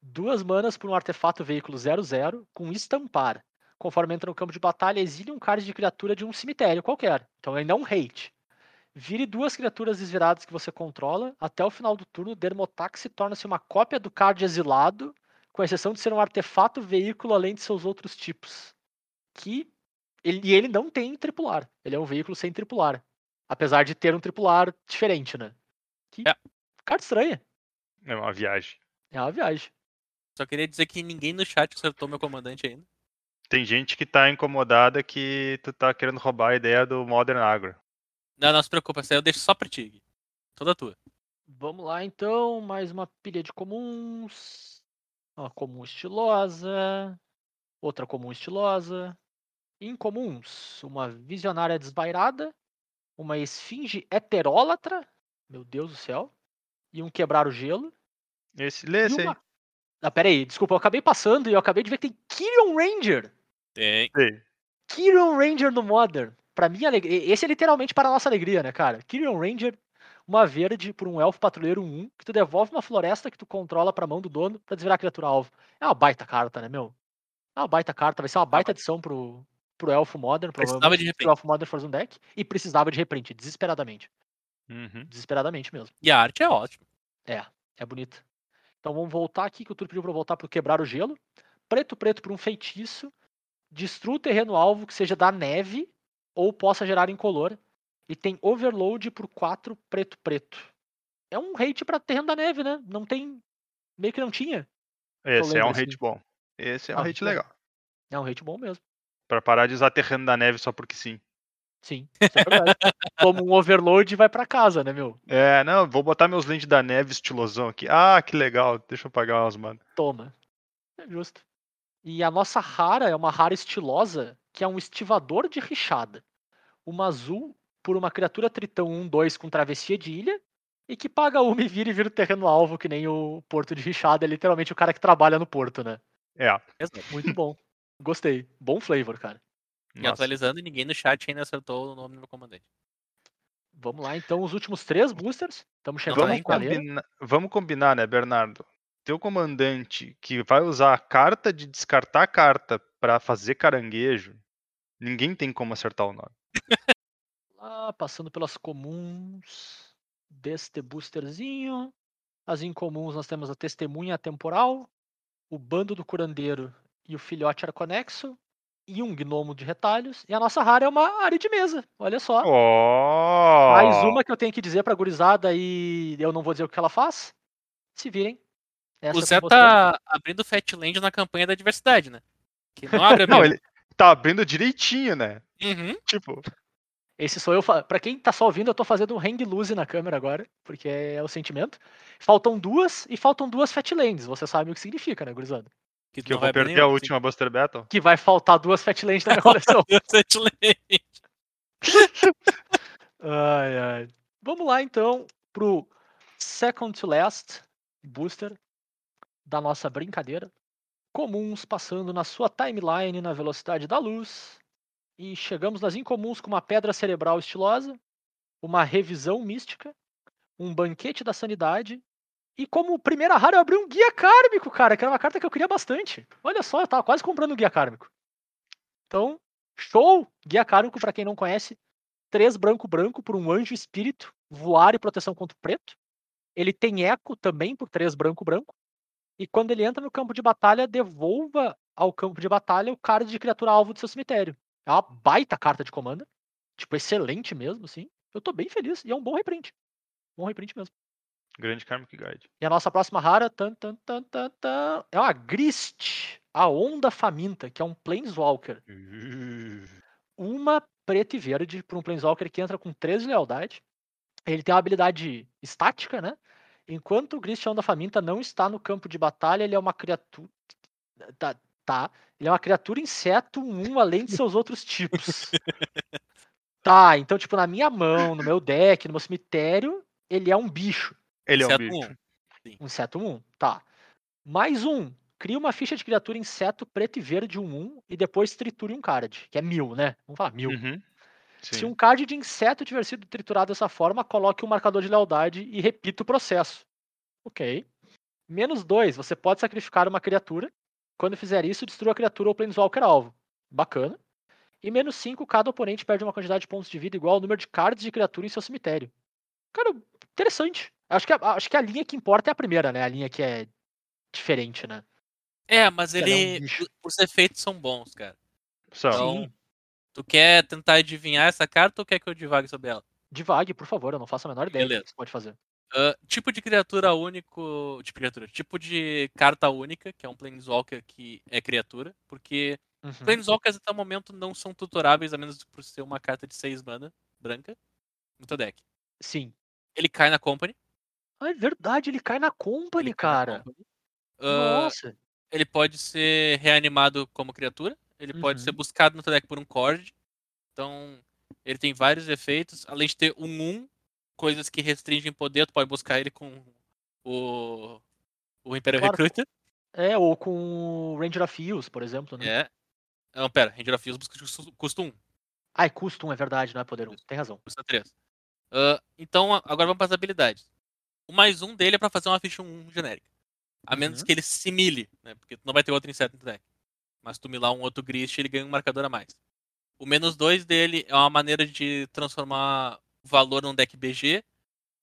Duas manas por um artefato veículo 00 com estampar. Conforme entra no campo de batalha, exile um card de criatura de um cemitério qualquer. Então ainda é um hate. Vire duas criaturas desviradas que você controla. Até o final do turno, Dermotaxi torna-se uma cópia do card exilado, com exceção de ser um artefato veículo além de seus outros tipos. Que ele, e ele não tem tripular. Ele é um veículo sem tripular. Apesar de ter um tripular diferente, né? Que
É.
carta estranha.
É uma viagem.
É uma viagem.
Só queria dizer que ninguém no chat acertou meu comandante ainda.
Tem gente que tá incomodada que tu tá querendo roubar a ideia do Modern Agro.
Não, não se preocupa, essa aí eu deixo só pra ti. Gui. Toda tua.
Vamos lá então, mais uma pilha de comuns. Uma comum estilosa, outra comum estilosa. Incomuns, uma visionária desvairada, uma esfinge heterólatra, meu Deus do céu, e um quebrar o gelo.
Esse, lê
e
esse aí.
uma... Ah, peraí, desculpa, eu acabei passando e eu acabei de ver que tem Kyrion Ranger.
Tem.
Lê.
Kyrian Ranger no Modern. Pra minha alegria. Esse é literalmente para a nossa alegria, né, cara? Kyrian Ranger, uma verde por um elfo patrulheiro 1, que tu devolve uma floresta que tu controla pra mão do dono pra desvirar a criatura alvo. É uma baita carta, né, meu? É uma baita carta, vai ser uma baita adição pro, pro elfo Modern,
Precisava
provavelmente.
de
se
reprint.
o elfo Modern for um deck. E precisava de reprint, desesperadamente.
Uhum.
Desesperadamente mesmo.
E a arte é ótima.
É bonito. Então vamos voltar aqui, que o Tur pediu pra eu voltar pro quebrar o gelo. Preto, preto por um feitiço. Destrua o terreno alvo que seja da neve ou possa gerar incolor. E tem overload por 4 preto, preto. É um hate pra terreno da neve, né? Não tem. Meio que não tinha.
Esse é
lendo
um
esse
hate bom. Esse é um
Ah,
hate
muito bem.
legal.
É um hate bom mesmo.
Pra parar de usar terreno da neve só porque sim.
Sim, isso é verdade. Toma um overload e vai pra casa, né, meu?
É, não, vou botar meus lentes da neve estilosão aqui. Ah, que legal. Deixa eu pagar umas, mano.
Toma. É justo. E a nossa rara é uma rara estilosa, que é um estivador de rixada. Uma azul por uma criatura tritão 1-2 com travessia de ilha. E que paga uma e vira e vira o terreno alvo, que nem o Porto de Rixada. É literalmente o cara que trabalha no Porto, né?
É.
Exato.
Muito bom. Gostei. Bom flavor, cara.
E
nossa.
atualizando, ninguém no chat ainda acertou o nome do meu comandante.
Vamos lá, então, os últimos três boosters. Estamos chegando
tá
aí
Vamos,
em 40.
combina- vamos combinar, né, Bernardo? Teu comandante que vai usar a carta de descartar a carta pra fazer caranguejo, ninguém tem como acertar o nome.
lá, passando pelas comuns deste boosterzinho. As incomuns nós temos a testemunha temporal, o bando do curandeiro e o filhote arconexo, e um gnomo de retalhos. E a nossa rara é uma área de mesa, olha só. Ah,
Oh!
Mais uma que eu tenho que dizer pra gurizada e eu não vou dizer o que ela faz. Se virem. Essa
o
é
Zé
com
tá abrindo Fatland na campanha da diversidade, né? Que não abre a
Não,
mão.
ele tá abrindo direitinho, né?
Uhum.
Tipo,
Esse sou eu. fa- Pra quem tá só ouvindo, eu tô fazendo um hang loose na câmera agora, porque é o sentimento. Faltam duas e faltam duas Fatlands. Você sabe o que significa, né, gurizada?
Que, tu
que eu vou
não vai abrir
perder a
nenhum,
última Buster Battle.
Que vai faltar duas Fatlands na minha coleção.
assim. Fatland.
ai, ai. Vamos lá, então, pro second to last booster da nossa brincadeira. Comuns passando na sua timeline na velocidade da luz. E chegamos nas incomuns com uma pedra cerebral estilosa, uma revisão mística, um banquete da sanidade. E como primeira rara eu abri um guia kármico, cara, que era uma carta que eu queria bastante. Olha só, eu tava quase comprando um guia kármico. Então, show! Guia kármico, pra quem não conhece, três branco branco por um anjo espírito, voar e proteção contra o preto. Ele tem eco também por três branco branco. E quando ele entra no campo de batalha, devolva ao campo de batalha o card de criatura alvo do seu cemitério. É uma baita carta de comanda. Tipo, excelente mesmo, assim. Eu tô bem feliz. E é um bom reprint. Bom reprint mesmo.
Grande Karmic Guide.
E a nossa próxima rara tan, tan, tan, tan, tan, é uma Grist, a Onda Faminta, que é um Planeswalker. Uma preta e verde para um Planeswalker que entra com 3 de lealdade. Ele tem uma habilidade estática, né? Enquanto o Grist, a Onda Faminta, não está no campo de batalha, ele é uma criatura. Tá, tá. Ele é uma criatura inseto, um além de seus outros tipos. Tá, então, tipo, na minha mão, no meu deck, no meu cemitério, ele é um bicho.
Ele é um
Inseto
bicho.
um.
Um inseto 1, tá. Mais um. Cria uma ficha de criatura inseto preto e verde 1 1 e depois triture um card, que é mil, né? Vamos falar
um.
mil.
Uhum.
Se
Sim.
um card de inseto tiver sido triturado dessa forma, coloque um marcador de lealdade e repita o processo. Ok. Menos dois, você pode sacrificar uma criatura. Quando fizer isso, destrua a criatura ou planeswalker alvo. Bacana. E menos cinco, cada oponente perde uma quantidade de pontos de vida igual ao número de cards de criatura em seu cemitério. Cara, interessante. Acho que, a, acho que a linha que importa é a primeira, né? A linha que é diferente, né?
É, mas
Cara, é um
ele.
bicho.
os efeitos são bons, cara.
São.
Então, tu quer tentar adivinhar essa carta ou quer que eu divague sobre ela?
Divague, por favor, eu não faço a menor ideia do
Beleza.
que você pode fazer.
Ah, tipo de criatura único. Tipo de criatura. Tipo de carta única, que é um Planeswalker que é criatura. Porque
Uhum.
Planeswalkers até o momento não são tutoráveis, a menos por ser uma carta de 6 mana branca no teu deck.
Sim.
Ele cai na Company.
Ah, é verdade, ele cai na company,
ele cai na
cara.
Company. Ah,
Nossa.
ele pode ser reanimado como criatura, ele pode
Uhum.
ser buscado no teu deck por um cord. Então, ele tem vários efeitos. Além de ter um 1, coisas que restringem poder, tu pode buscar ele com o, o Imperial
Claro.
Recruiter.
É, ou com o Ranger of Fields, por exemplo, né?
É. Não, pera, Ranger of Fields busca de custo- custo 1,
Ah, é custo 1, é verdade, não é poder 1. Tem razão.
custa 3. então, a- agora vamos para as habilidades. O mais um dele é para fazer uma ficha 1 genérica. A menos
Uhum.
que ele se mile, né? Porque tu não vai ter outro inseto no teu deck. Mas tu milar um outro Grist, ele ganha um marcador a mais. O menos 2 dele é uma maneira de transformar valor num deck BG.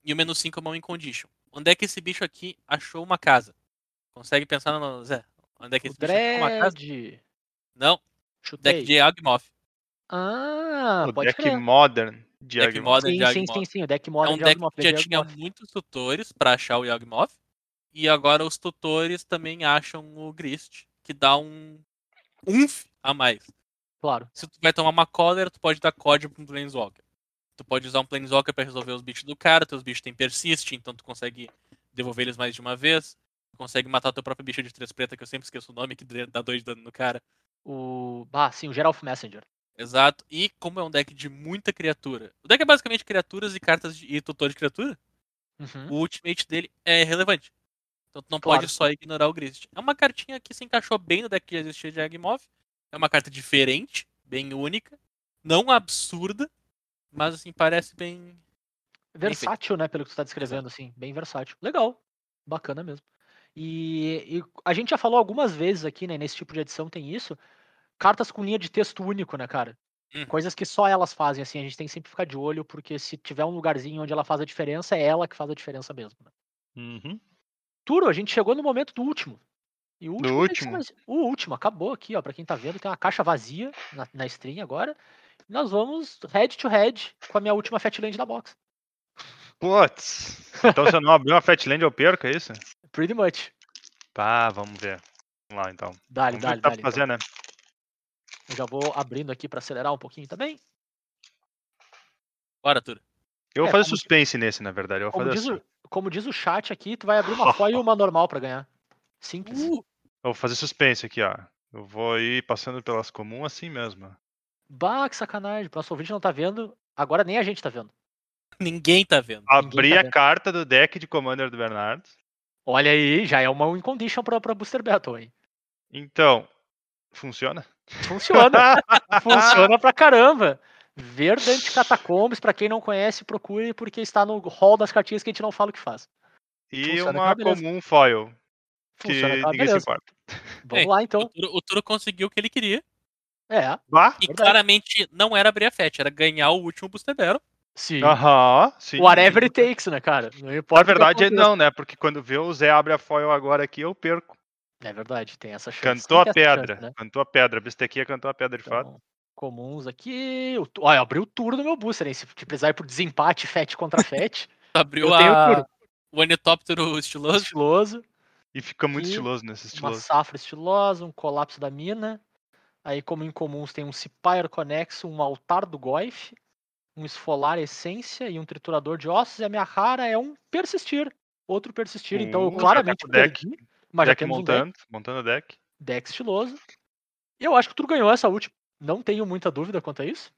E o menos 5 é uma win condition. Onde é que esse bicho aqui achou uma casa? Consegue pensar no Zé? Onde é que
O
esse bicho achou uma casa?
Dread.
Não, deck
Chutei.
de Agmoth.
Ah,
o
pode
deck
crer.
modern de
Deck
Agmon.
Modern
Sim,
de
sim,
Agmoth.
sim, sim. O deck
É
modern
um
de
deck
Agmoth,
que já
de
tinha
Agmoth.
muitos tutores para achar o Yawgmoth. E agora os tutores também acham o Grist, que dá um umf a mais.
Claro.
Se tu vai tomar uma cólera, tu pode dar código pra um Planeswalker. Tu pode usar um Planeswalker pra resolver os bichos do cara, teus bichos têm persist, então tu consegue devolver eles mais de uma vez. Tu consegue matar teu próprio bicho de três preta, que eu sempre esqueço o nome, que dê- dá dois de dano no cara.
O. Ah, sim, o Geralf Messenger.
Exato. E como é um deck de muita criatura. O deck é basicamente criaturas e cartas de... e tutor de criatura.
Uhum.
o ultimate dele é relevante. Então tu não
Claro.
pode só ignorar o Grist. É uma cartinha que se encaixou bem no deck que já existia de Agmov. É uma carta diferente, bem única, não absurda, mas assim, parece bem.
Versátil, né? Pelo que tu tá descrevendo, assim. Bem versátil. Legal. Bacana mesmo. E, e a gente já falou algumas vezes aqui, né? Nesse tipo de edição tem isso. Cartas com linha de texto único, né, cara?
Uhum.
Coisas que só elas fazem, assim. A gente tem que sempre ficar de olho, porque se tiver um lugarzinho onde ela faz a diferença, é ela que faz a diferença mesmo. né?
Uhum.
Turo, a gente chegou no momento do último. E o último, vai ser
último?
mais- o último, acabou aqui, ó. Pra quem tá vendo, tem uma caixa vazia na, na stream agora. Nós vamos head to head com a minha última Fatland da box.
Putz. Então se eu não abrir uma Fatland eu perco, é isso?
Pretty much.
Tá, vamos ver. Vamos lá então.
Dá-lhe,
Vamos ver
dá-lhe,
o que dá
dá-lhe.
pra fazer, né?
Eu já vou abrindo aqui pra acelerar um pouquinho também.
Bora, Arthur.
Eu vou
É,
fazer
como-
suspense nesse, na verdade. Eu vou
Como
fazer
diz,
assim.
o, como diz o chat aqui, tu vai abrir uma foil e uma normal pra ganhar. Simples.
Uh. Eu vou fazer suspense aqui, ó. Eu vou ir passando pelas comuns assim mesmo. ó.
Bah, que sacanagem. O nosso ouvinte não tá vendo. Agora nem a gente tá vendo.
Ninguém tá vendo.
Abri
tá
a
vendo.
carta do deck de Commander do Bernardo.
Olha aí, já é uma win condition pra, pra Booster Battle, hein?
Então, funciona?
Funciona. Funciona pra caramba. Verdante Catacombs, pra quem não conhece, procure, porque está no hall das cartinhas que a gente não fala o que faz.
E
Funciona,
uma
tá, beleza.
comum foil, que
Funciona, tá?
ninguém
Beleza.
se importa.
Vamos
É,
lá,
O
então.
Turo, o Turo conseguiu o que ele queria.
É,
Bah?
E
Verdade.
claramente não era abrir a fetch, era ganhar o último Booster Battle.
sim.
Aham, Ah, sim.
Whatever it takes, né, cara? Não importa.
Na
o que
verdade, é
aconteça.
não, né? Porque quando vê o Zé abre a foil agora aqui, eu perco.
É verdade, tem essa chance.
Cantou a
Tem que ter essa
pedra.
chance, né?
Cantou a pedra. A bistequinha cantou a pedra, de fato.
Então, comuns aqui. o tu- Olha, abriu o turno do meu booster, hein? Se te precisar ir por desempate, fete contra fete.
Abriu
eu tenho o
a,
turno.
o Anitóptero estiloso.
Estiloso.
E fica muito
E
estiloso nesse
Uma
estiloso.
safra estilosa, um colapso da mina. Aí, como incomuns, tem um Cipire Conexo, um altar do Goif, um esfolar essência e um triturador de ossos. E a minha rara é um persistir. Outro persistir, então eu
Uh, já tá
claramente
com o deck.
perdi, mas já
deck
temos um deck.
montando, montando o deck.
deck estiloso. E eu acho que o Turo ganhou essa última. Não tenho muita dúvida quanto a isso.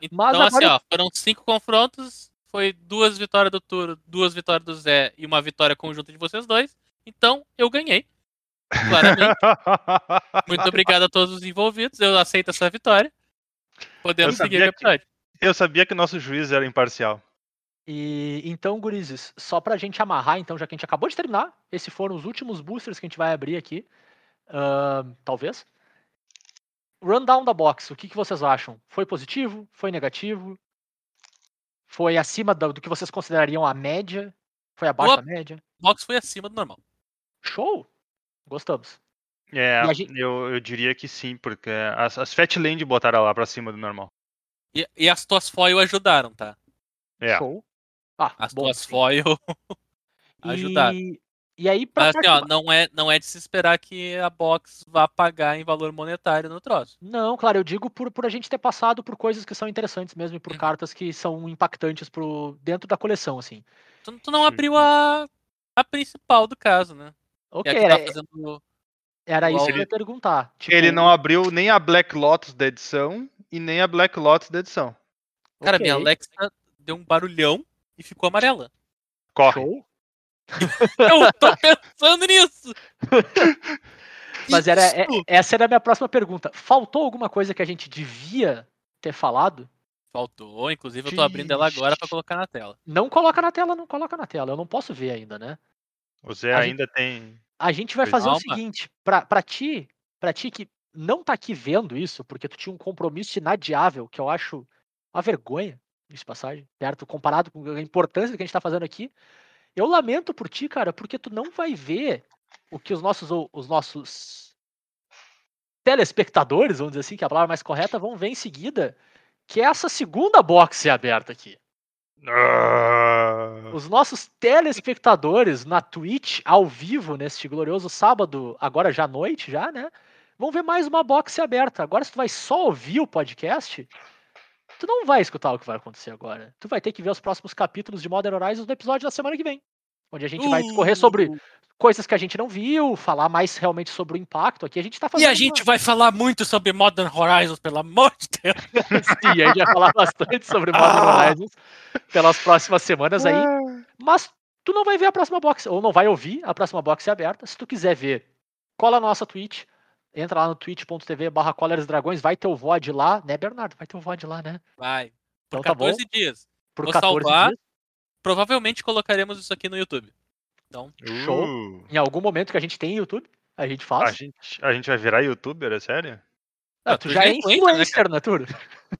Então,
Mas
assim,
agora-
ó, foram cinco confrontos, foi duas vitórias do Turo, duas vitórias do Zé e uma vitória conjunta de vocês dois. Então, eu ganhei. Claramente. Muito obrigado a todos os envolvidos. Eu aceito essa vitória. Podemos
Eu
seguir
sabia
o episódio.
eu sabia que o nosso juiz era imparcial.
E então, gurizes, só pra gente amarrar, então, já que a gente acabou de terminar, esses foram os últimos boosters que a gente vai abrir aqui. ahn, talvez. Rundown da box, o que, que vocês acham? Foi positivo? Foi negativo? Foi acima da- do, que vocês considerariam a média? Foi abaixo
Boa.
da média?
O box foi acima do normal.
Show! Gostamos.
É,
E a gente-
eu, eu diria que sim, porque as, as Fatland botaram lá pra cima do normal.
E, e as tuas foil ajudaram, tá?
É.
Show. Ah,
As
bom,
tuas
sim.
foil ajudaram.
E, e aí, pra
Mas assim, ó,
parte-
não é, não é de se esperar que a box vá pagar em valor monetário no troço.
Não, claro, eu digo por, por a gente ter passado por coisas que são interessantes mesmo e por
Uhum.
cartas que são impactantes pro, dentro da coleção, assim.
É, Tu, tu não
Sim,
abriu
sim.
a, a principal do caso, né? Que
Ok,
é a que tá
era,
fazendo
era isso
igual
que eu ia
ele-
perguntar. tipo,
Ele não abriu nem a Black Lotus da edição e nem a Black Lotus da edição.
Cara,
ok,
minha Alexa deu um barulhão e ficou amarela.
Corre.
show.
Eu tô pensando nisso!
Mas era, é-
Isso!
essa era a minha próxima pergunta. Faltou alguma coisa que a gente devia ter falado?
Faltou, inclusive eu tô abrindo ela agora pra colocar na tela.
Não coloca na tela, não coloca na tela. Eu não posso ver ainda, né?
O Zé
A
ainda tem.
A gente vai
Pois
fazer
calma.
o seguinte, pra, pra ti, pra ti que não tá aqui vendo isso, porque tu tinha um compromisso inadiável, que eu acho uma vergonha, isso de passagem, certo? Comparado com a importância do que a gente tá fazendo aqui. Eu lamento por ti, cara, porque tu não vai ver o que os nossos, ou- os nossos telespectadores, vamos dizer assim, que é a palavra mais correta, vão ver em seguida, que é essa segunda box aberta aqui.
Ah,
Os nossos telespectadores na Twitch, ao vivo, neste glorioso sábado, agora já à noite, já, né? Vão ver mais uma box aberta. Agora, se tu vai só ouvir o podcast, tu não vai escutar o que vai acontecer agora. Tu vai ter que ver os próximos capítulos de Modern Horizons do episódio da semana que vem. Onde a gente vai
Uh!
discorrer sobre coisas que a gente não viu, falar mais realmente sobre o impacto aqui. A gente tá
E
fazendo.
a gente vai falar muito sobre Modern Horizons, pelo amor de Deus!
uma- Sim, a gente vai falar bastante sobre Modern
Ah!
Horizons pelas próximas semanas aí. Mas tu não vai ver a próxima box, ou não vai ouvir a próxima box aberta. Se tu quiser ver, cola na nossa Twitch. Entra lá no twitch.tv barra Colheres Dragões, vai ter o VOD lá, né, Bernardo? Vai ter o VOD lá, né?
Vai,
Então
por
tá bom.
14 dias.
Por
vou
14
salvar.
dias.
Provavelmente colocaremos isso aqui no YouTube.
Show.
uh,
Em algum momento que a gente tem YouTube, a gente
a,
faz.
gente, a gente vai virar youtuber, é sério?
Ah,
Ah,
tu
tu
já
já
é
é influencer, né,
influencer, né, Turo?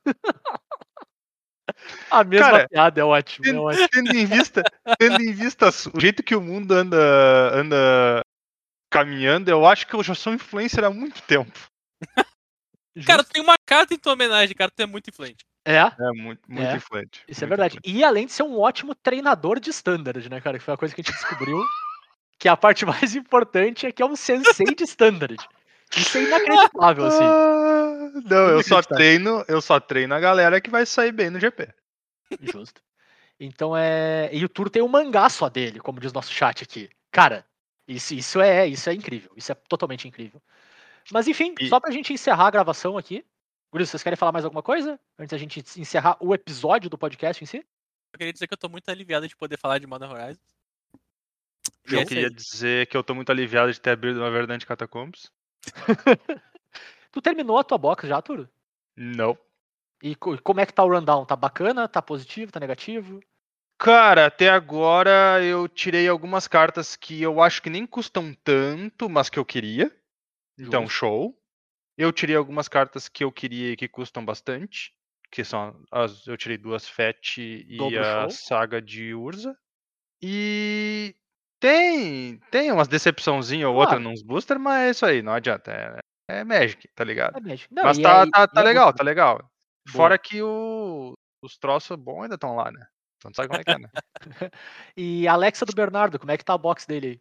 a mesma
Cara,
piada, é ótimo, é
tendo-
ótimo.
tendo em vista, tendo em vista as- o jeito que o mundo anda, anda caminhando, eu acho que eu já sou um influencer há muito tempo.
Cara,
Justo.
tu tem uma carta em tua homenagem, cara, tu é muito influente.
É,
É muito, muito
É,
influente.
Isso é
muito
verdade. E além de ser um ótimo treinador de standard, né, cara? Que foi uma coisa que a gente descobriu. que a parte mais importante é que é um sensei de standard. Isso é
Tipo
inacreditável, assim.
Ah, não, eu só
Inacreditável.
treino, eu só treino a galera que vai sair bem no GP.
Justo. Então é. E o Turo tem um mangá só dele, como diz nosso chat aqui. Cara, isso, isso é isso é incrível. Isso é totalmente incrível. Mas enfim,
E-
só pra gente encerrar a gravação aqui. Guri, vocês querem falar mais alguma coisa? Antes da gente encerrar o episódio do podcast em si?
Eu queria dizer que eu tô muito aliviado de poder falar de Modern Horizons. E
Eu
é isso aí.
queria dizer que eu tô muito aliviado de ter abrido uma verdade Catacombs.
Tu terminou a tua box já, Turo?
Não.
E co- como é que tá o rundown? Tá bacana? Tá positivo? Tá negativo?
Cara, até agora eu tirei algumas cartas que eu acho que nem custam tanto, mas que eu queria. Então,
Justo.
show. Eu tirei algumas cartas que eu queria e que custam bastante. Que são as. Eu tirei duas Fetch e
Dobro
a
show.
saga de Urza. E tem. Tem umas decepçãozinha ou outra
Claro.
nos booster, mas é isso aí, não adianta. É, é Magic, tá ligado?
É médio. Não,
mas
e
tá,
é-
tá, tá
e é
legal,
muito-
tá legal.
Boa.
Fora que o- os troços bons ainda estão lá, né? Então tu sabe como é que é, né?
E a Alexa do Bernardo, como é que tá a box dele aí?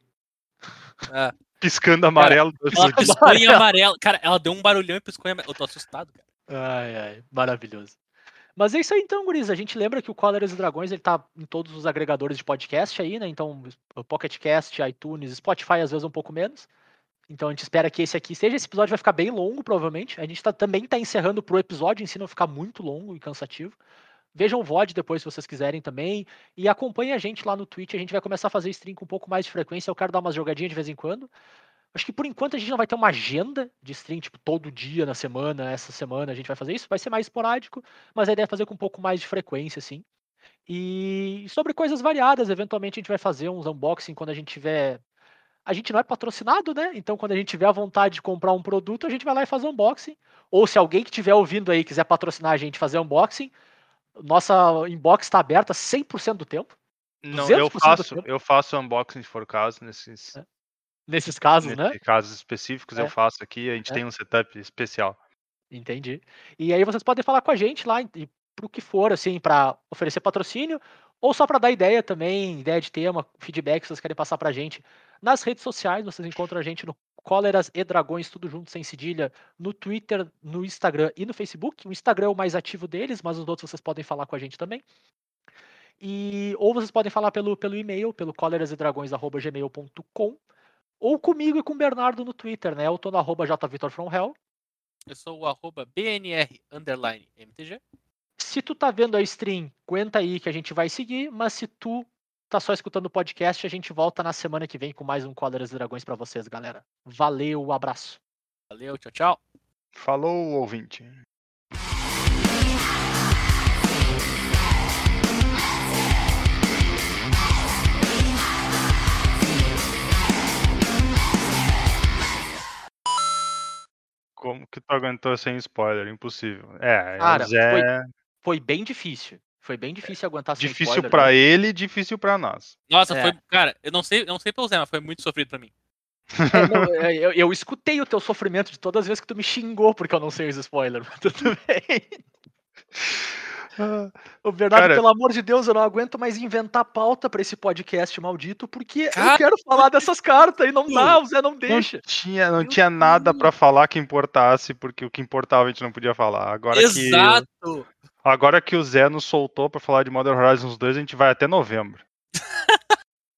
Piscando amarelo.
Ela
assim,
piscou em amarelo. Cara, ela deu um barulhão e piscou em amarelo. Eu tô assustado, cara.
Ai, ai, maravilhoso. Mas é isso aí então, guris. A gente lembra que o Colares e Dragões ele tá em todos os agregadores de podcast aí, né? Então, o Pocket Cast, iTunes, Spotify, às vezes um pouco menos. Então a gente espera que esse aqui seja. Esse episódio vai ficar bem longo, provavelmente. A gente tá, também tá encerrando pro episódio em si não ficar muito longo e cansativo. Vejam o VOD depois se vocês quiserem também. E acompanhe a gente lá no Twitch. A gente vai começar a fazer stream com um pouco mais de frequência. Eu quero dar umas jogadinhas de vez em quando. Acho que por enquanto a gente não vai ter uma agenda de stream, tipo, todo dia na semana, essa semana a gente vai fazer isso, vai ser mais esporádico, mas a ideia é fazer com um pouco mais de frequência, assim. E sobre coisas variadas, eventualmente a gente vai fazer uns unboxing quando a gente tiver. A gente não é patrocinado, né? Então quando a gente tiver a vontade de comprar um produto, a gente vai lá e faz unboxing. Ou se alguém que estiver ouvindo aí quiser patrocinar a gente e fazer unboxing, nossa inbox está aberta 100% do tempo,
Não, eu
200% do
faço,
tempo.
eu faço unboxing se for o caso, nesses,
nesses casos, né?
nesses casos específicos
É.
eu faço aqui, a gente
É.
tem um setup especial.
Entendi. E aí vocês podem falar com a gente lá e pro que for, assim, para oferecer patrocínio ou só para dar ideia também, ideia de tema, feedback que vocês querem passar pra gente. Nas redes sociais, vocês encontram a gente no Cóleras e Dragões, tudo junto, sem cedilha, no Twitter, no Instagram e no Facebook. O Instagram é o mais ativo deles, mas os outros vocês podem falar com a gente também. E, ou vocês podem falar pelo, pelo e-mail, pelo colerasedragões.gmail.com ou comigo e com o Bernardo no Twitter, né? Eu tô no arroba jvitorfromhell.
Eu sou o arroba BNR underline MTG.
Se tu tá vendo a stream, aguenta aí que a gente vai seguir, mas se tu tá só escutando o podcast, a gente volta na semana que vem com mais um Quadras e Dragões pra vocês, galera. Valeu, abraço.
Valeu, tchau, tchau.
Falou, ouvinte. Como que tu aguentou sem spoiler? Impossível. É,
Cara,
o Zé
foi
é
Foi bem difícil. Foi bem difícil aguentar sem
difícil
spoiler,
pra
né?
ele, difícil pra nós.
Nossa,
É.
foi. Cara, eu não sei, eu não sei pelo Zé, mas foi muito sofrido pra mim.
É, não, é, eu, eu escutei o teu sofrimento de todas as vezes que tu me xingou porque eu não sei os spoilers, mas tudo bem. O Bernardo,
Cara-
pelo amor de Deus, eu não aguento mais inventar pauta pra esse podcast maldito porque eu
Cara,
quero falar dessas cartas e não dá, o Zé não deixa.
Não tinha, não tinha nada pra falar que importasse, porque o que importava a gente não podia falar. Agora que
Exato!
Agora que o Zé nos soltou pra falar de Modern Horizons 2, a gente vai até novembro.